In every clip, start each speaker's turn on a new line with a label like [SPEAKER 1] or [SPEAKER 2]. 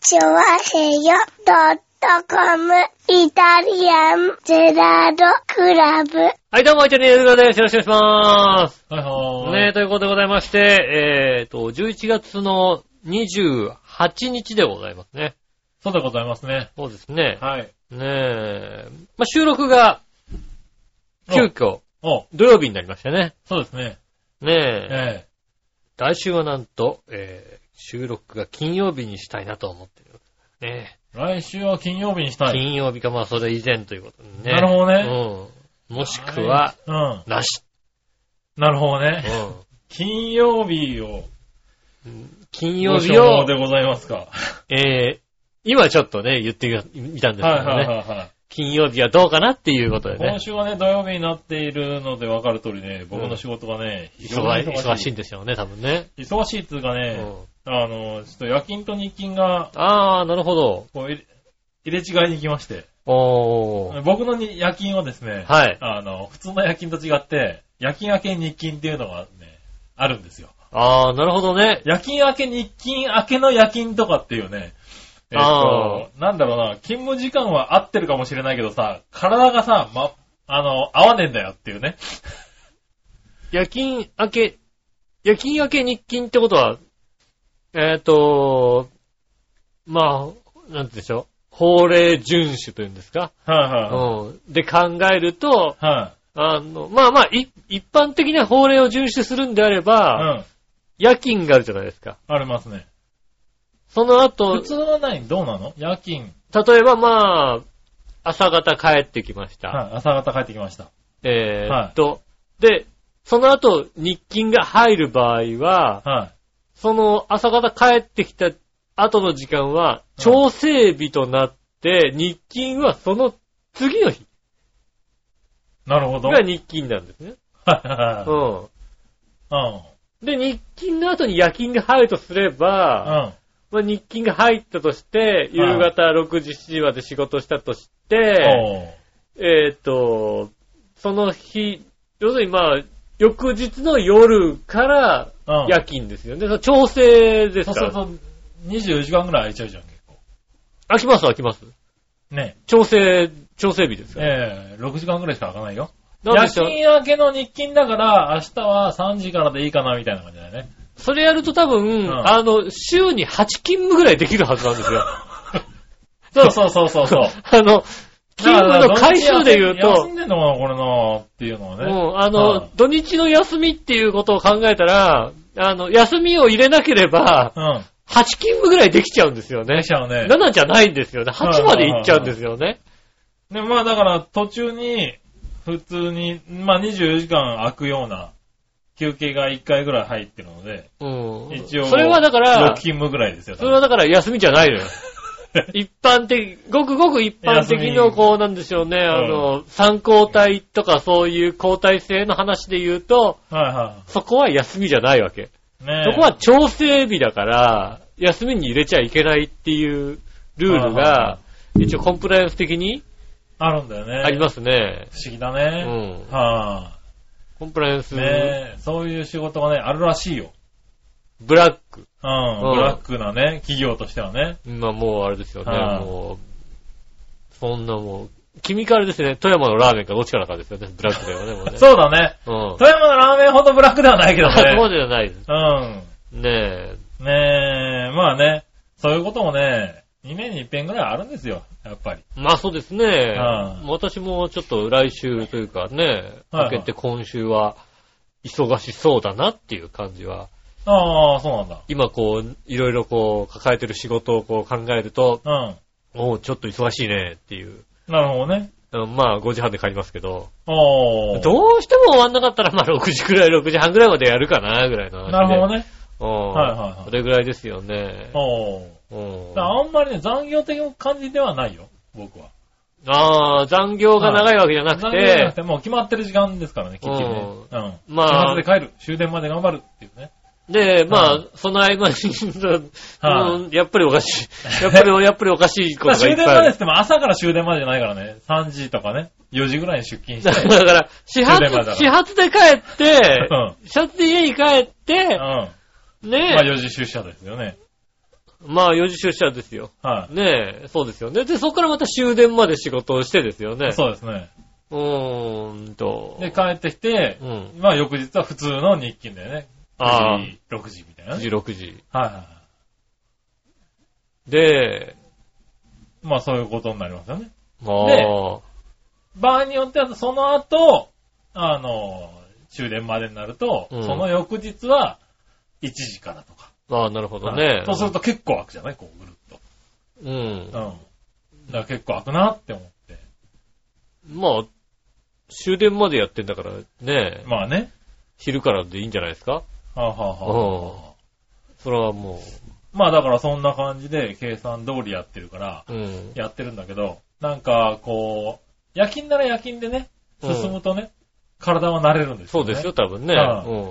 [SPEAKER 1] チョワヘヨドットコムイタリアンゼラードクラブ。
[SPEAKER 2] はい、どうも、一応にゆずがです。よろしくお願いします。
[SPEAKER 3] はいはーい。
[SPEAKER 2] ねえ、ということでございまして、えーと、11月の28日でございますね。
[SPEAKER 3] そうでございますね。
[SPEAKER 2] そうですね。
[SPEAKER 3] はい。
[SPEAKER 2] ねえ、まあ、収録が、急遽、
[SPEAKER 3] お、
[SPEAKER 2] 土曜日になりましたね。
[SPEAKER 3] そうですね。
[SPEAKER 2] ねえ、
[SPEAKER 3] え
[SPEAKER 2] 来週はなんと、えー収録が金曜日にしたいなと思ってる。ね
[SPEAKER 3] え。来週は金曜日にし
[SPEAKER 2] え、
[SPEAKER 3] たい。
[SPEAKER 2] 金曜日か、まあ、それ以前ということでね。
[SPEAKER 3] なるほどね。
[SPEAKER 2] うん。もしくは、
[SPEAKER 3] うん。
[SPEAKER 2] なし。
[SPEAKER 3] なるほど
[SPEAKER 2] う
[SPEAKER 3] ね。
[SPEAKER 2] ん。
[SPEAKER 3] 金曜日を、
[SPEAKER 2] 金
[SPEAKER 3] ご
[SPEAKER 2] 曜
[SPEAKER 3] 所
[SPEAKER 2] 日を
[SPEAKER 3] 望、でございますか。
[SPEAKER 2] えー、今ちょっとね、言ってみたんですけどね、
[SPEAKER 3] はいはいはいは
[SPEAKER 2] 金曜日はどうかなっていうことで
[SPEAKER 3] い。
[SPEAKER 2] ね
[SPEAKER 3] 今。週はね、土曜日になっているので分かる通りね、僕の仕事がね、非常
[SPEAKER 2] 忙
[SPEAKER 3] に
[SPEAKER 2] 忙しいんですよね、多分ね。
[SPEAKER 3] 忙しいっつうか
[SPEAKER 2] う
[SPEAKER 3] ね、
[SPEAKER 2] ん、
[SPEAKER 3] あの、ちょっと夜勤と日勤が、
[SPEAKER 2] あー、なるほど。
[SPEAKER 3] こう入れ、入れ違いに行きまして、
[SPEAKER 2] おー。
[SPEAKER 3] 僕のに夜勤はですね、
[SPEAKER 2] はい。
[SPEAKER 3] あの、普通の夜勤と違って、夜勤明け日勤っていうのがね、あるんですよ。
[SPEAKER 2] あー、なるほどね。
[SPEAKER 3] 夜勤明け、日勤明けの夜勤とかっていうね、えっ、
[SPEAKER 2] あ
[SPEAKER 3] と、なんだろうな、勤務時間は合ってるかもしれないけどさ、体がさ、ま、あの、合わねえんだよっていうね。
[SPEAKER 2] 夜勤明け、夜勤明け日勤ってことは、えっ、と、まあ、なんて言うんでしょう。法令遵守というんですか、
[SPEAKER 3] はいは
[SPEAKER 2] うん。で考えると、
[SPEAKER 3] い。は
[SPEAKER 2] あの、まあまあ、い一般的な法令を遵守するんであれ
[SPEAKER 3] い。
[SPEAKER 2] ば、
[SPEAKER 3] うん。
[SPEAKER 2] 夜勤があるじゃないですか。
[SPEAKER 3] ありますね。
[SPEAKER 2] その
[SPEAKER 3] 普
[SPEAKER 2] 後、
[SPEAKER 3] 通は何どうなの夜勤。
[SPEAKER 2] 例えばまあ、朝方帰ってきました。
[SPEAKER 3] はい。朝方帰ってきました。
[SPEAKER 2] えーっと、で、その後、日勤が入る場合は、
[SPEAKER 3] は
[SPEAKER 2] その朝方帰ってきた後の時間は、
[SPEAKER 3] うん
[SPEAKER 2] 調整日となって、日勤はその次の日
[SPEAKER 3] い。なるほど。は
[SPEAKER 2] が
[SPEAKER 3] い
[SPEAKER 2] 日勤なんですね。
[SPEAKER 3] はい
[SPEAKER 2] う
[SPEAKER 3] は
[SPEAKER 2] ん。で、
[SPEAKER 3] い。
[SPEAKER 2] 日勤の後に夜勤が入るとすれ
[SPEAKER 3] うん。
[SPEAKER 2] ば、
[SPEAKER 3] う
[SPEAKER 2] ま
[SPEAKER 3] ん。
[SPEAKER 2] あ、日勤が入ったとして、夕方6時、7時まで仕事したとして、
[SPEAKER 3] おう
[SPEAKER 2] えーっと、その日、要するにまあ、翌日の夜から
[SPEAKER 3] うん。
[SPEAKER 2] 夜勤ですよね。その調整です
[SPEAKER 3] そう
[SPEAKER 2] か
[SPEAKER 3] す
[SPEAKER 2] ら。
[SPEAKER 3] ると、24時間ぐらい空いちゃうじゃん、結構。
[SPEAKER 2] 飽きます、飽きます。
[SPEAKER 3] ね。
[SPEAKER 2] 調整、調整日ですから。
[SPEAKER 3] ええ6時間ぐらいしか空かないよ。
[SPEAKER 2] なん
[SPEAKER 3] 夜
[SPEAKER 2] でしょ
[SPEAKER 3] 勤
[SPEAKER 2] う。
[SPEAKER 3] 明けの日勤だから、明日は3時からでいいかな、みたいな感じだよね。
[SPEAKER 2] それやると多分、
[SPEAKER 3] ん
[SPEAKER 2] あの、週に8勤務ぐらいできるはずなん ですよ。
[SPEAKER 3] そうそうそうそうそう。
[SPEAKER 2] あの、 勤務の回数で言う
[SPEAKER 3] だから
[SPEAKER 2] と
[SPEAKER 3] 土日休ん、でんのかな、これなっていうのはね。
[SPEAKER 2] もう、あ
[SPEAKER 3] う
[SPEAKER 2] の
[SPEAKER 3] ん、
[SPEAKER 2] 土日の休みっていうことを考えたら、あの、休みを入れなければ、
[SPEAKER 3] うん。
[SPEAKER 2] 8勤務ぐらいできちゃうんですよね
[SPEAKER 3] でき。ちゃうね。
[SPEAKER 2] 7じゃないんですよね。8までいっちゃうんですよね。
[SPEAKER 3] で、まあだから途中に、普通に、まあ24時間空くような休憩が1回ぐらい入ってるので、
[SPEAKER 2] うん。
[SPEAKER 3] 一応。
[SPEAKER 2] それはだか
[SPEAKER 3] 6
[SPEAKER 2] ら、
[SPEAKER 3] 勤務ぐらいですよ。
[SPEAKER 2] それはだから休みじゃないの よ。一般的、ごくごく一般的
[SPEAKER 3] 休
[SPEAKER 2] の、
[SPEAKER 3] み
[SPEAKER 2] こうなんでしょうね、あの、参交代とかそういう交代制の話で言うと、
[SPEAKER 3] はいは
[SPEAKER 2] そこは休みじゃないわけ。
[SPEAKER 3] い。ねえ
[SPEAKER 2] そこは調整日だから、休みに入れちゃいけないっていうルール
[SPEAKER 3] はいはいは
[SPEAKER 2] が、一応コンプライアンス的に
[SPEAKER 3] あるんだよね。
[SPEAKER 2] ありますね。
[SPEAKER 3] 不思議だ
[SPEAKER 2] う
[SPEAKER 3] ね。
[SPEAKER 2] ん。
[SPEAKER 3] はあ。
[SPEAKER 2] コンプライアンス、
[SPEAKER 3] ねえ、そういう仕事がね、あるらしいよ。
[SPEAKER 2] ブラック。
[SPEAKER 3] うん、
[SPEAKER 2] うん
[SPEAKER 3] ブラックなね、企業としてはね。
[SPEAKER 2] まあもうあれですよね、
[SPEAKER 3] はい
[SPEAKER 2] もう、そんなもう、君からですね、富山のラーメンかどっちからかですよね、ブラックだよね、もうね。
[SPEAKER 3] そうだね。
[SPEAKER 2] うん。
[SPEAKER 3] 富山のラーメンほどブラックではないけど
[SPEAKER 2] そこま
[SPEAKER 3] ね。
[SPEAKER 2] でじゃないで
[SPEAKER 3] うん。
[SPEAKER 2] す。ね
[SPEAKER 3] ねえ、まあね、そういうこともね、2年に1遍ぐらいあるんですよ、やっぱり。
[SPEAKER 2] え。まあそうですね。
[SPEAKER 3] うん
[SPEAKER 2] 私もちょっと来週というかね、
[SPEAKER 3] はいは
[SPEAKER 2] 明
[SPEAKER 3] い
[SPEAKER 2] けて今週は忙しそうだなっていう感じは、
[SPEAKER 3] ああ、そうなんだ。
[SPEAKER 2] 今こう、いろいろこう、抱えてる仕事をこう考えると、
[SPEAKER 3] う
[SPEAKER 2] おうちょっと忙しいねっていう。
[SPEAKER 3] ん。なるほどね。
[SPEAKER 2] うんまあ5時半で帰りますけど、
[SPEAKER 3] おー。
[SPEAKER 2] どうしても終わんなかったらまあ6時くらい、6時半くらいまでやるかなぐらいの話で。
[SPEAKER 3] なるほどね。
[SPEAKER 2] うん。
[SPEAKER 3] はいはいはい
[SPEAKER 2] それぐらいですよね。
[SPEAKER 3] おー。
[SPEAKER 2] うん
[SPEAKER 3] だからあんまりね、残業的な感じではないよ、僕は。
[SPEAKER 2] ああ、残業が長いわけじゃなく
[SPEAKER 3] 残業じゃなく
[SPEAKER 2] て、
[SPEAKER 3] て、もう決まってる時間ですからね、結局ね。うん。
[SPEAKER 2] ま
[SPEAKER 3] 始
[SPEAKER 2] あ
[SPEAKER 3] 発で、帰る。終電まで頑張るっていうね。
[SPEAKER 2] で、まあ、
[SPEAKER 3] う
[SPEAKER 2] その合間に、
[SPEAKER 3] はい
[SPEAKER 2] うんやっぱりおかしい。やっぱり、やっぱりおかしいこ
[SPEAKER 3] まあ
[SPEAKER 2] とがい
[SPEAKER 3] 終
[SPEAKER 2] っぱ
[SPEAKER 3] 電
[SPEAKER 2] い
[SPEAKER 3] ま
[SPEAKER 2] あ
[SPEAKER 3] でっ
[SPEAKER 2] る。
[SPEAKER 3] ても朝から終電までじゃないからね。3時とかね。4時ぐらいに出勤
[SPEAKER 2] だか
[SPEAKER 3] して。
[SPEAKER 2] らだから、始
[SPEAKER 3] 終電まで
[SPEAKER 2] 発、
[SPEAKER 3] だから
[SPEAKER 2] 始発で帰って
[SPEAKER 3] う、
[SPEAKER 2] 始発で家に帰っ
[SPEAKER 3] うん。
[SPEAKER 2] て、
[SPEAKER 3] まあ
[SPEAKER 2] ね、
[SPEAKER 3] 4時出社ですよね。
[SPEAKER 2] まあ4時出社ですよ。
[SPEAKER 3] は
[SPEAKER 2] ねえ、そうですよね。で、そこからまた終電まで仕事をしてですよね。
[SPEAKER 3] い。そうですね。
[SPEAKER 2] う。ーんと。
[SPEAKER 3] で、帰ってきて
[SPEAKER 2] う、ん。
[SPEAKER 3] まあ翌日は普通の日勤だよね。
[SPEAKER 2] ああ
[SPEAKER 3] 9時、6時みたいなね。
[SPEAKER 2] 1時、6時。
[SPEAKER 3] はいはいは
[SPEAKER 2] で、
[SPEAKER 3] い。まあそういうことになりますよね。
[SPEAKER 2] まあ、
[SPEAKER 3] 場合によっては、その後、あの、終電までになると、
[SPEAKER 2] うん
[SPEAKER 3] その翌日は1時からとか。
[SPEAKER 2] まあ、なるほどね。
[SPEAKER 3] そうすると結構開くじゃないこうぐるっと。
[SPEAKER 2] うん
[SPEAKER 3] う。ん。だから結構開くなって思って。
[SPEAKER 2] まあ、終電までやってんだからね、
[SPEAKER 3] まあね。
[SPEAKER 2] 昼からでいいんじゃないですか
[SPEAKER 3] はあ、はあはあ、
[SPEAKER 2] それはも
[SPEAKER 3] まあだからそんな感じで計算通りやってるから、
[SPEAKER 2] う、うん。
[SPEAKER 3] やってるんだけど、なんかこう、夜勤なら夜勤でね、
[SPEAKER 2] うん
[SPEAKER 3] 進むとね、体は慣れるんです
[SPEAKER 2] そ
[SPEAKER 3] よ
[SPEAKER 2] う
[SPEAKER 3] ね。
[SPEAKER 2] ですよ、多分ね。
[SPEAKER 3] はあ
[SPEAKER 2] うん。い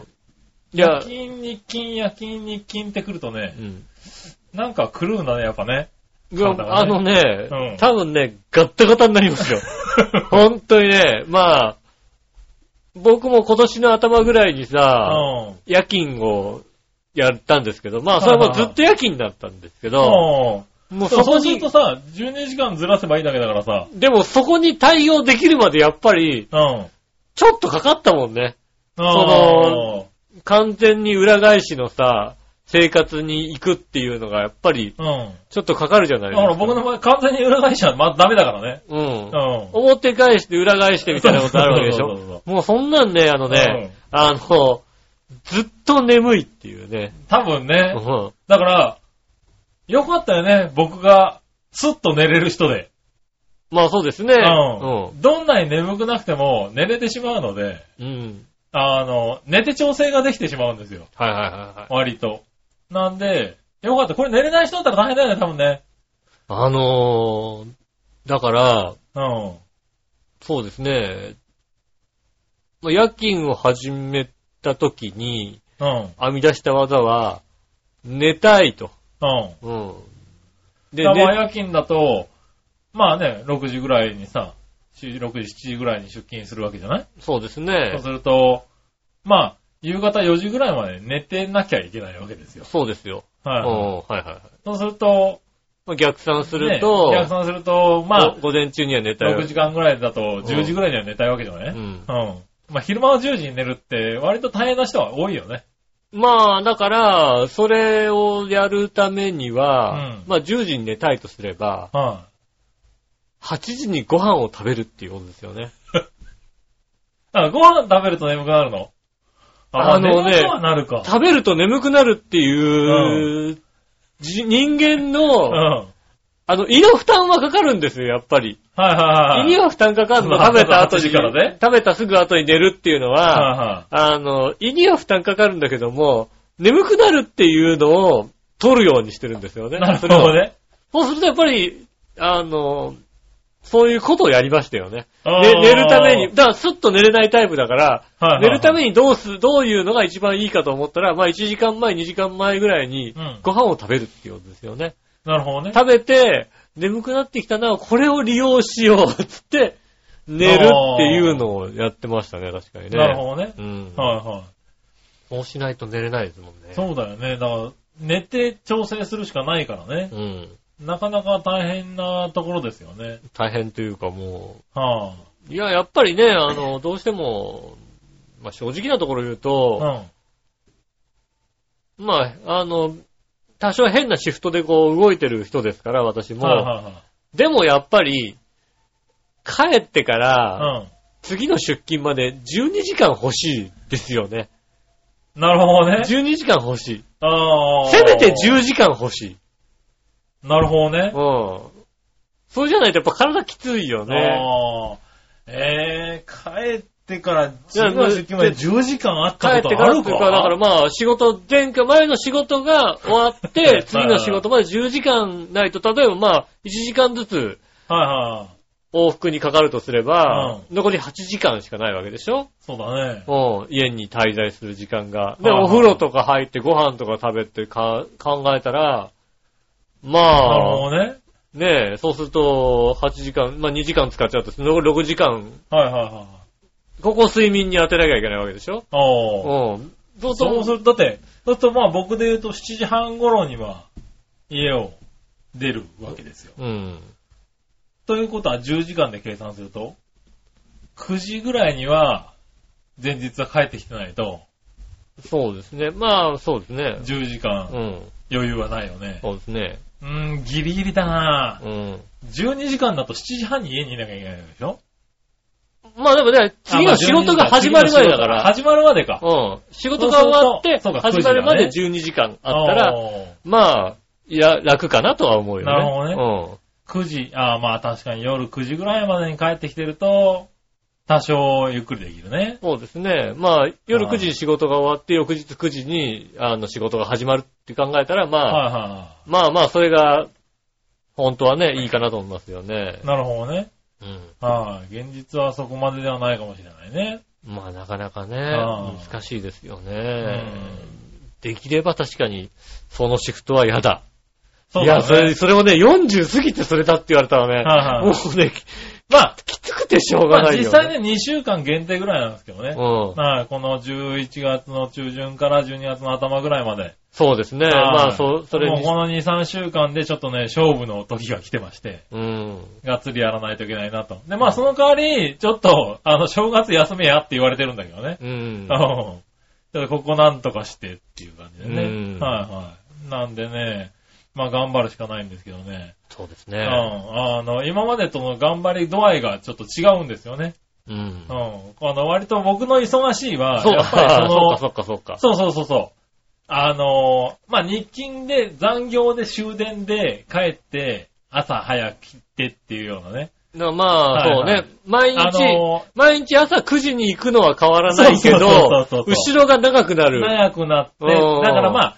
[SPEAKER 3] 夜
[SPEAKER 2] や、
[SPEAKER 3] 勤、日勤、夜勤、日勤ってくるとね
[SPEAKER 2] う、ん。
[SPEAKER 3] なんか狂うんだね、やっ ぱね。そうだね
[SPEAKER 2] あのね、
[SPEAKER 3] うん
[SPEAKER 2] 多分ね、ガッタガタになり ますよ。本当にね、まあ、僕も今年の頭ぐらいに
[SPEAKER 3] う
[SPEAKER 2] さ、
[SPEAKER 3] ん。
[SPEAKER 2] 夜勤をやったんですけど、まあそれもずっと夜勤だったんですけど、
[SPEAKER 3] うん
[SPEAKER 2] もう
[SPEAKER 3] そ
[SPEAKER 2] そ
[SPEAKER 3] うそ
[SPEAKER 2] こ
[SPEAKER 3] うする
[SPEAKER 2] に
[SPEAKER 3] と、さ、12時間ずらせばいいだけだからさ、
[SPEAKER 2] でもそこに対応できるまでやっぱり、
[SPEAKER 3] うん。
[SPEAKER 2] ちょっとかかったもんね。
[SPEAKER 3] そ
[SPEAKER 2] の、完全に裏返しのさ、生活に行くっていうのがやっぱり、
[SPEAKER 3] うん。
[SPEAKER 2] ちょっとかかるじゃない
[SPEAKER 3] だ
[SPEAKER 2] で
[SPEAKER 3] から
[SPEAKER 2] すか。
[SPEAKER 3] 僕の場合、完全に裏返しちゃまあダメだからね。
[SPEAKER 2] うん。
[SPEAKER 3] う
[SPEAKER 2] 表返して裏返してみたいなことあるわけでし
[SPEAKER 3] そうそうそう
[SPEAKER 2] ょもうそんなんね、あのね、あの、ずっと眠いっていうね。
[SPEAKER 3] ん。多分
[SPEAKER 2] う
[SPEAKER 3] ね。
[SPEAKER 2] ん
[SPEAKER 3] だから、よかったよね。僕が、スッと寝れる人で。
[SPEAKER 2] まあそうですね。
[SPEAKER 3] うん。どんなに眠くなくても、寝れてしまうので、
[SPEAKER 2] うん。うん。
[SPEAKER 3] あの、寝て調整ができてしまうんですよ。
[SPEAKER 2] はいはいはいはい。
[SPEAKER 3] 割と。なんで、よかった。これ寝れない人だったら大変だよね、多分ね。
[SPEAKER 2] あのー、だから、
[SPEAKER 3] うん。
[SPEAKER 2] そうですね。まあ夜勤を始めた時に
[SPEAKER 3] うん。
[SPEAKER 2] 編み出した技は、寝たいと。
[SPEAKER 3] うん。
[SPEAKER 2] うん。
[SPEAKER 3] で、
[SPEAKER 2] で、
[SPEAKER 3] まあ
[SPEAKER 2] ね、
[SPEAKER 3] 夜勤だと、まあね、6時ぐらいにさ、6時、7時ぐらいに出勤するわけじゃない
[SPEAKER 2] そうです
[SPEAKER 3] そう
[SPEAKER 2] ね
[SPEAKER 3] す。ると、まあ、夕方4時ぐらいまで寝てなきゃいけないわけですよ。
[SPEAKER 2] そうですよ。うん。
[SPEAKER 3] はい。
[SPEAKER 2] はいはいはい
[SPEAKER 3] そうすると、
[SPEAKER 2] まあ。逆算する
[SPEAKER 3] ね
[SPEAKER 2] と、
[SPEAKER 3] 逆算すると、まあ、
[SPEAKER 2] ご午前中には寝たよ。
[SPEAKER 3] 6時間ぐらいだと10時ぐらいには寝たいわけじゃな
[SPEAKER 2] う
[SPEAKER 3] い
[SPEAKER 2] ん。
[SPEAKER 3] うん。まあ、昼間の10時に寝るって、割と大変な人は多いよね。
[SPEAKER 2] まあ、だから、それをやるためには、
[SPEAKER 3] うん
[SPEAKER 2] まあ10時に寝たいとすれば、
[SPEAKER 3] は
[SPEAKER 2] 8時にご飯を食べるっていうことですよね。
[SPEAKER 3] い。あ、ご飯食べると眠くなるのあ、
[SPEAKER 2] あの
[SPEAKER 3] の
[SPEAKER 2] ね
[SPEAKER 3] ね。はなるか。
[SPEAKER 2] 食べると眠くなるっていう、じ人間
[SPEAKER 3] うん。
[SPEAKER 2] の、
[SPEAKER 3] はい
[SPEAKER 2] あの、胃の負担はかかるんですよ、やっぱり。
[SPEAKER 3] はいはいは
[SPEAKER 2] 胃
[SPEAKER 3] い。
[SPEAKER 2] には負担かかるの。
[SPEAKER 3] まあ
[SPEAKER 2] 食べた後
[SPEAKER 3] 8
[SPEAKER 2] に、
[SPEAKER 3] 時からね
[SPEAKER 2] 食べたすぐ後に寝るっていうのは、
[SPEAKER 3] はいはい。
[SPEAKER 2] あの、胃には負担かかるんだけども、眠くなるっていうのを取るようにしてるんですよね。
[SPEAKER 3] なるほ
[SPEAKER 2] そ
[SPEAKER 3] ど
[SPEAKER 2] れを
[SPEAKER 3] ね。
[SPEAKER 2] そうするとやっぱり、あの、そういうことをやりましたよね。
[SPEAKER 3] あ
[SPEAKER 2] ね
[SPEAKER 3] ー
[SPEAKER 2] 寝るために、だからスッと寝れないタイプだから、
[SPEAKER 3] はいはいはい
[SPEAKER 2] 寝るためにどうす、どういうのが一番いいかと思ったら、まあ1時間前、2時間前ぐらいに
[SPEAKER 3] うん
[SPEAKER 2] ご飯を食べるっていうことですよね。
[SPEAKER 3] なるほどね。
[SPEAKER 2] 食べて、眠くなってきたな、これを利用しよう、つって、寝るっていうのをやってましたね、確かにね。
[SPEAKER 3] なるほどね。
[SPEAKER 2] うん。
[SPEAKER 3] はいはい。
[SPEAKER 2] そうしないと寝れないですもんね。
[SPEAKER 3] そうだよね。だから、寝て調整するしかないからね。
[SPEAKER 2] うん。
[SPEAKER 3] なかなか大変なところですよね。
[SPEAKER 2] 大変というかも
[SPEAKER 3] は
[SPEAKER 2] う、いや、やっぱりね、あの、どうしても、まあ正直なところ言う
[SPEAKER 3] あ、
[SPEAKER 2] と、まあ、あの、多少変なシフトでこう動いてる人ですから、私
[SPEAKER 3] うん。
[SPEAKER 2] も。
[SPEAKER 3] はいはいはい
[SPEAKER 2] でもやっぱり、帰ってか。ら、
[SPEAKER 3] う
[SPEAKER 2] 次の出勤まで12時間欲しいですよね。
[SPEAKER 3] ん。なるほどね。
[SPEAKER 2] 12時間欲しい。
[SPEAKER 3] ああ。
[SPEAKER 2] せめて10時間欲しい。
[SPEAKER 3] なるほどね
[SPEAKER 2] う。ん。そうじゃないとやっぱ体きついよね。
[SPEAKER 3] ああ。えー、帰ってから、
[SPEAKER 2] いや
[SPEAKER 3] 次の時期まで10時間あっ
[SPEAKER 2] 帰
[SPEAKER 3] た
[SPEAKER 2] っ
[SPEAKER 3] こ
[SPEAKER 2] て
[SPEAKER 3] と
[SPEAKER 2] か
[SPEAKER 3] あ
[SPEAKER 2] ら
[SPEAKER 3] る
[SPEAKER 2] って
[SPEAKER 3] か
[SPEAKER 2] いうか、だからまあ仕事、前回、前の仕事が終わっ
[SPEAKER 3] はいは
[SPEAKER 2] て
[SPEAKER 3] い、
[SPEAKER 2] 次の仕事まで10時間ないと、例えばまあ1時間ずつ
[SPEAKER 3] はいはい。
[SPEAKER 2] 往復にかかるとすれば、
[SPEAKER 3] う
[SPEAKER 2] 残り8時間しかないわけでしょ
[SPEAKER 3] そうだね。
[SPEAKER 2] うん、家に滞在する時間が。で、
[SPEAKER 3] はいはい
[SPEAKER 2] お風呂とか入ってご飯とか食べてか考えたら、
[SPEAKER 3] なる
[SPEAKER 2] まあ、
[SPEAKER 3] ほどね。
[SPEAKER 2] ねえ、そうすると、8時間、まあ2時間使っちゃうと、残り6時間、
[SPEAKER 3] はいはいはい。
[SPEAKER 2] ここ睡眠に当てなきゃいけないわけでしょ
[SPEAKER 3] ああ。
[SPEAKER 2] うん。そうす
[SPEAKER 3] そう
[SPEAKER 2] る
[SPEAKER 3] すると、だって、だとまあ僕で言うと7時半頃には家を出るわけですよ。
[SPEAKER 2] うん。
[SPEAKER 3] ということは10時間で計算すると、9時ぐらいには前日は帰ってきてないと、
[SPEAKER 2] そうですね。まあ、そうですね。
[SPEAKER 3] 10時
[SPEAKER 2] う
[SPEAKER 3] 間
[SPEAKER 2] ん。
[SPEAKER 3] 余裕はないよね。
[SPEAKER 2] そうですね。
[SPEAKER 3] うーん、ギリギリだなぁ。
[SPEAKER 2] うん。
[SPEAKER 3] 12時間だと7時半に家にいなきゃいけないでしょ
[SPEAKER 2] まあでもね、次の仕事が始まる前だから。
[SPEAKER 3] 始まるまでか。
[SPEAKER 2] うん。仕事が終わって
[SPEAKER 3] そうそう、そうそ
[SPEAKER 2] 始
[SPEAKER 3] うか
[SPEAKER 2] まるまで
[SPEAKER 3] 九時
[SPEAKER 2] 12時間あったら、
[SPEAKER 3] おー、
[SPEAKER 2] まあ、いや、楽かなとは思うよね。
[SPEAKER 3] なる
[SPEAKER 2] ほ
[SPEAKER 3] 9時、ああまあ確かに夜9時ぐらいまでに帰ってきてると、多少ゆっくりできるね。
[SPEAKER 2] うん。そうですね。まあ、夜
[SPEAKER 3] はい
[SPEAKER 2] 9時に仕事が終わって、翌日9時に、あの、仕事が始まるって考えたら、まあ、
[SPEAKER 3] はいはいは
[SPEAKER 2] まあまあ、それが、本当はね、いいかなと思いますよね
[SPEAKER 3] い。。なるほどね。
[SPEAKER 2] うん。
[SPEAKER 3] はい、現実はそこまでではないかもしれないね。
[SPEAKER 2] まあ、なかなかね
[SPEAKER 3] あ、ー
[SPEAKER 2] 難しいですよ
[SPEAKER 3] う
[SPEAKER 2] ね
[SPEAKER 3] ん。
[SPEAKER 2] できれば確かに、そのシフトは嫌だ。
[SPEAKER 3] そう
[SPEAKER 2] い
[SPEAKER 3] だ
[SPEAKER 2] や、
[SPEAKER 3] ね。
[SPEAKER 2] それ、それをね、40過ぎてそれだって言われたらね、
[SPEAKER 3] はいはい
[SPEAKER 2] もうね、きまあ、きつくてしょうが
[SPEAKER 3] ま
[SPEAKER 2] な
[SPEAKER 3] あ
[SPEAKER 2] いよ、ね。
[SPEAKER 3] 実際ね、2週間限定ぐらいなんですけどね。
[SPEAKER 2] うん。
[SPEAKER 3] はい、この11月の中旬から12月の頭ぐらいまで。
[SPEAKER 2] そうですね。
[SPEAKER 3] はい
[SPEAKER 2] まあ、そ、それ
[SPEAKER 3] もう
[SPEAKER 2] に、
[SPEAKER 3] この2、3週間でちょっとね、勝負の時が来てまして、
[SPEAKER 2] うん。
[SPEAKER 3] がっつりやらないといけないなと。で、まあその代わり、ちょっと、あの、正月休めやって言われてるんだけどね。
[SPEAKER 2] うん
[SPEAKER 3] う。ん。ちょっとここなんとかしてっていう感じで
[SPEAKER 2] うん
[SPEAKER 3] ね。はいはい。なんでね、まあ頑張るしかないんですけどね。
[SPEAKER 2] そうです
[SPEAKER 3] う
[SPEAKER 2] ね。
[SPEAKER 3] ん。あの、今までとの頑張り度合いがちょっと違うんですよね。
[SPEAKER 2] うん
[SPEAKER 3] うん。。あの、割と僕の忙しいは、
[SPEAKER 2] そう
[SPEAKER 3] やっぱりそ の、
[SPEAKER 2] そうか、そうか、そうか。
[SPEAKER 3] そうそうそうそう。あのーまあ、日勤で残業で終電で帰って、朝早く来てっていうようなね。
[SPEAKER 2] なまあ、そう
[SPEAKER 3] はいは
[SPEAKER 2] ね
[SPEAKER 3] い。
[SPEAKER 2] 毎
[SPEAKER 3] あ
[SPEAKER 2] 日、
[SPEAKER 3] の
[SPEAKER 2] 毎日朝9時に行くのは変わらないけど
[SPEAKER 3] そうそうそうそう、そう
[SPEAKER 2] 後ろが長くな
[SPEAKER 3] ー
[SPEAKER 2] る。
[SPEAKER 3] 早くなって、
[SPEAKER 2] う
[SPEAKER 3] だ
[SPEAKER 2] ん
[SPEAKER 3] からまあ、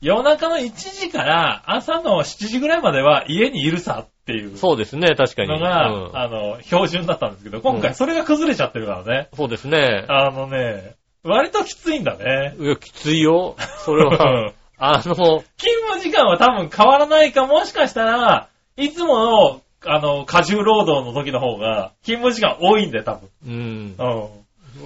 [SPEAKER 3] 夜中の1時から朝の7時ぐらいまでは家にいるさっていう
[SPEAKER 2] そうですね、確かに。
[SPEAKER 3] のが、
[SPEAKER 2] うん
[SPEAKER 3] あの、標準だったんですけど、今
[SPEAKER 2] うん
[SPEAKER 3] 回それが崩れちゃってるからね。
[SPEAKER 2] そうですね。
[SPEAKER 3] あのね、割ときついんだね。
[SPEAKER 2] いや、きついよ。それは。
[SPEAKER 3] うん
[SPEAKER 2] あの、
[SPEAKER 3] 勤務時間は多分変わらないか、もしかしたら、いつもの、あの、過重労働の時の方が、勤務時間多いんだよ、多分。
[SPEAKER 2] うん。
[SPEAKER 3] うん。
[SPEAKER 2] こ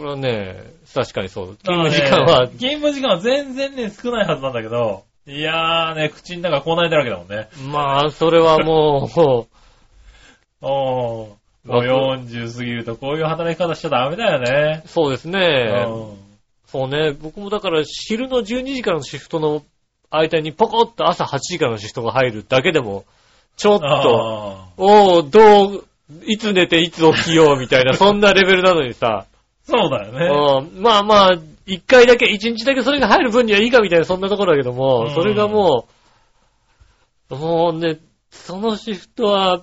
[SPEAKER 2] れはね、確かにそう。
[SPEAKER 3] だか
[SPEAKER 2] 勤務
[SPEAKER 3] らね
[SPEAKER 2] 時間は、
[SPEAKER 3] 勤務時間は全然ね、少ないはずなんだけど、いやーね、口の中口内だらけだもんね。
[SPEAKER 2] まあ、それはも
[SPEAKER 3] おー。もう40過ぎるとこういう働き方しちゃダメだよね。
[SPEAKER 2] う、 そうですね。
[SPEAKER 3] うん
[SPEAKER 2] そうね、僕もだから昼の12時からのシフトの間にポコッと朝8時からのシフトが入るだけでも、ちょっと、
[SPEAKER 3] あー
[SPEAKER 2] おう、どう、いつ寝ていつ起きようみたい な、そんなレベルなのにさ、
[SPEAKER 3] そうだよね。
[SPEAKER 2] うんまあまあ、一回だけ、一日だけそれが入る分にはいいかみたいな、そんなところだけども、
[SPEAKER 3] うん
[SPEAKER 2] それがもう、もうね、そのシフトは、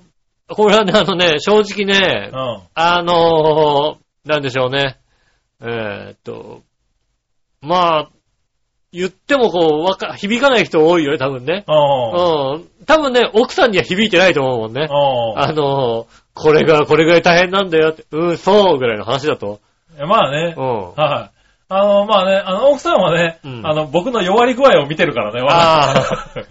[SPEAKER 2] これはね、あのね、正直ね、
[SPEAKER 3] うん。
[SPEAKER 2] あのー、なんでしょうね。えーっと、まあ、言ってもこう、わか、響かない人多いよね、多分ね。う
[SPEAKER 3] あー
[SPEAKER 2] ん。多分ね、奥さんには響いてないと思うもんね。
[SPEAKER 3] あ
[SPEAKER 2] あのー、これが、これぐらい大変なんだよって、うん、そう、ぐらいの話だと。
[SPEAKER 3] ー。まあね
[SPEAKER 2] う。ん。
[SPEAKER 3] はい。あの、まあね、あの、奥さんはね、
[SPEAKER 2] うん
[SPEAKER 3] あの、僕の弱り具合を見てるからね、
[SPEAKER 2] あ
[SPEAKER 3] わ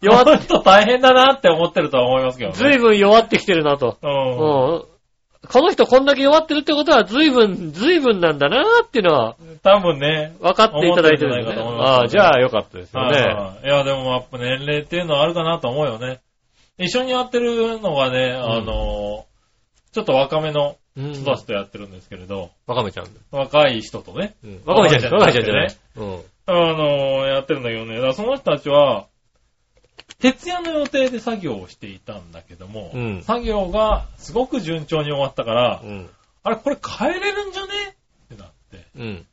[SPEAKER 2] 弱
[SPEAKER 3] 弱
[SPEAKER 2] っ
[SPEAKER 3] っと大変だなって思ってるとは思いますけどね。
[SPEAKER 2] ずいぶん弱ってきてるなと。
[SPEAKER 3] う
[SPEAKER 2] うん。
[SPEAKER 3] ん。
[SPEAKER 2] この人こんだけ弱ってるってことは、ずいぶん、ずいぶんなんだなーっていうのは、
[SPEAKER 3] 多分ね。
[SPEAKER 2] 分かっていただいてるんだ
[SPEAKER 3] 思ってるんじゃないか
[SPEAKER 2] ね。
[SPEAKER 3] と思います
[SPEAKER 2] ああー、じゃあ、よかったですよ
[SPEAKER 3] はい
[SPEAKER 2] ね。
[SPEAKER 3] はいいや、でもやっぱ年齢っていうのはあるかなと思うよね。一緒にやってるのがね、あの、ちょっと若めの
[SPEAKER 2] うん
[SPEAKER 3] 人たちとやってるんですけれど、
[SPEAKER 2] わかめちゃんだ。
[SPEAKER 3] 若い人とね、
[SPEAKER 2] うん。わかめちゃん、わかめちゃんじゃない。
[SPEAKER 3] あの、やってるんだけどね、だからその人たちは、徹夜の予定で作業をしていたんだけども、
[SPEAKER 2] うん
[SPEAKER 3] 作業がすごく順調に終わったから、
[SPEAKER 2] うん。
[SPEAKER 3] あれ、これ変えれるんじゃねってなって。
[SPEAKER 2] うん。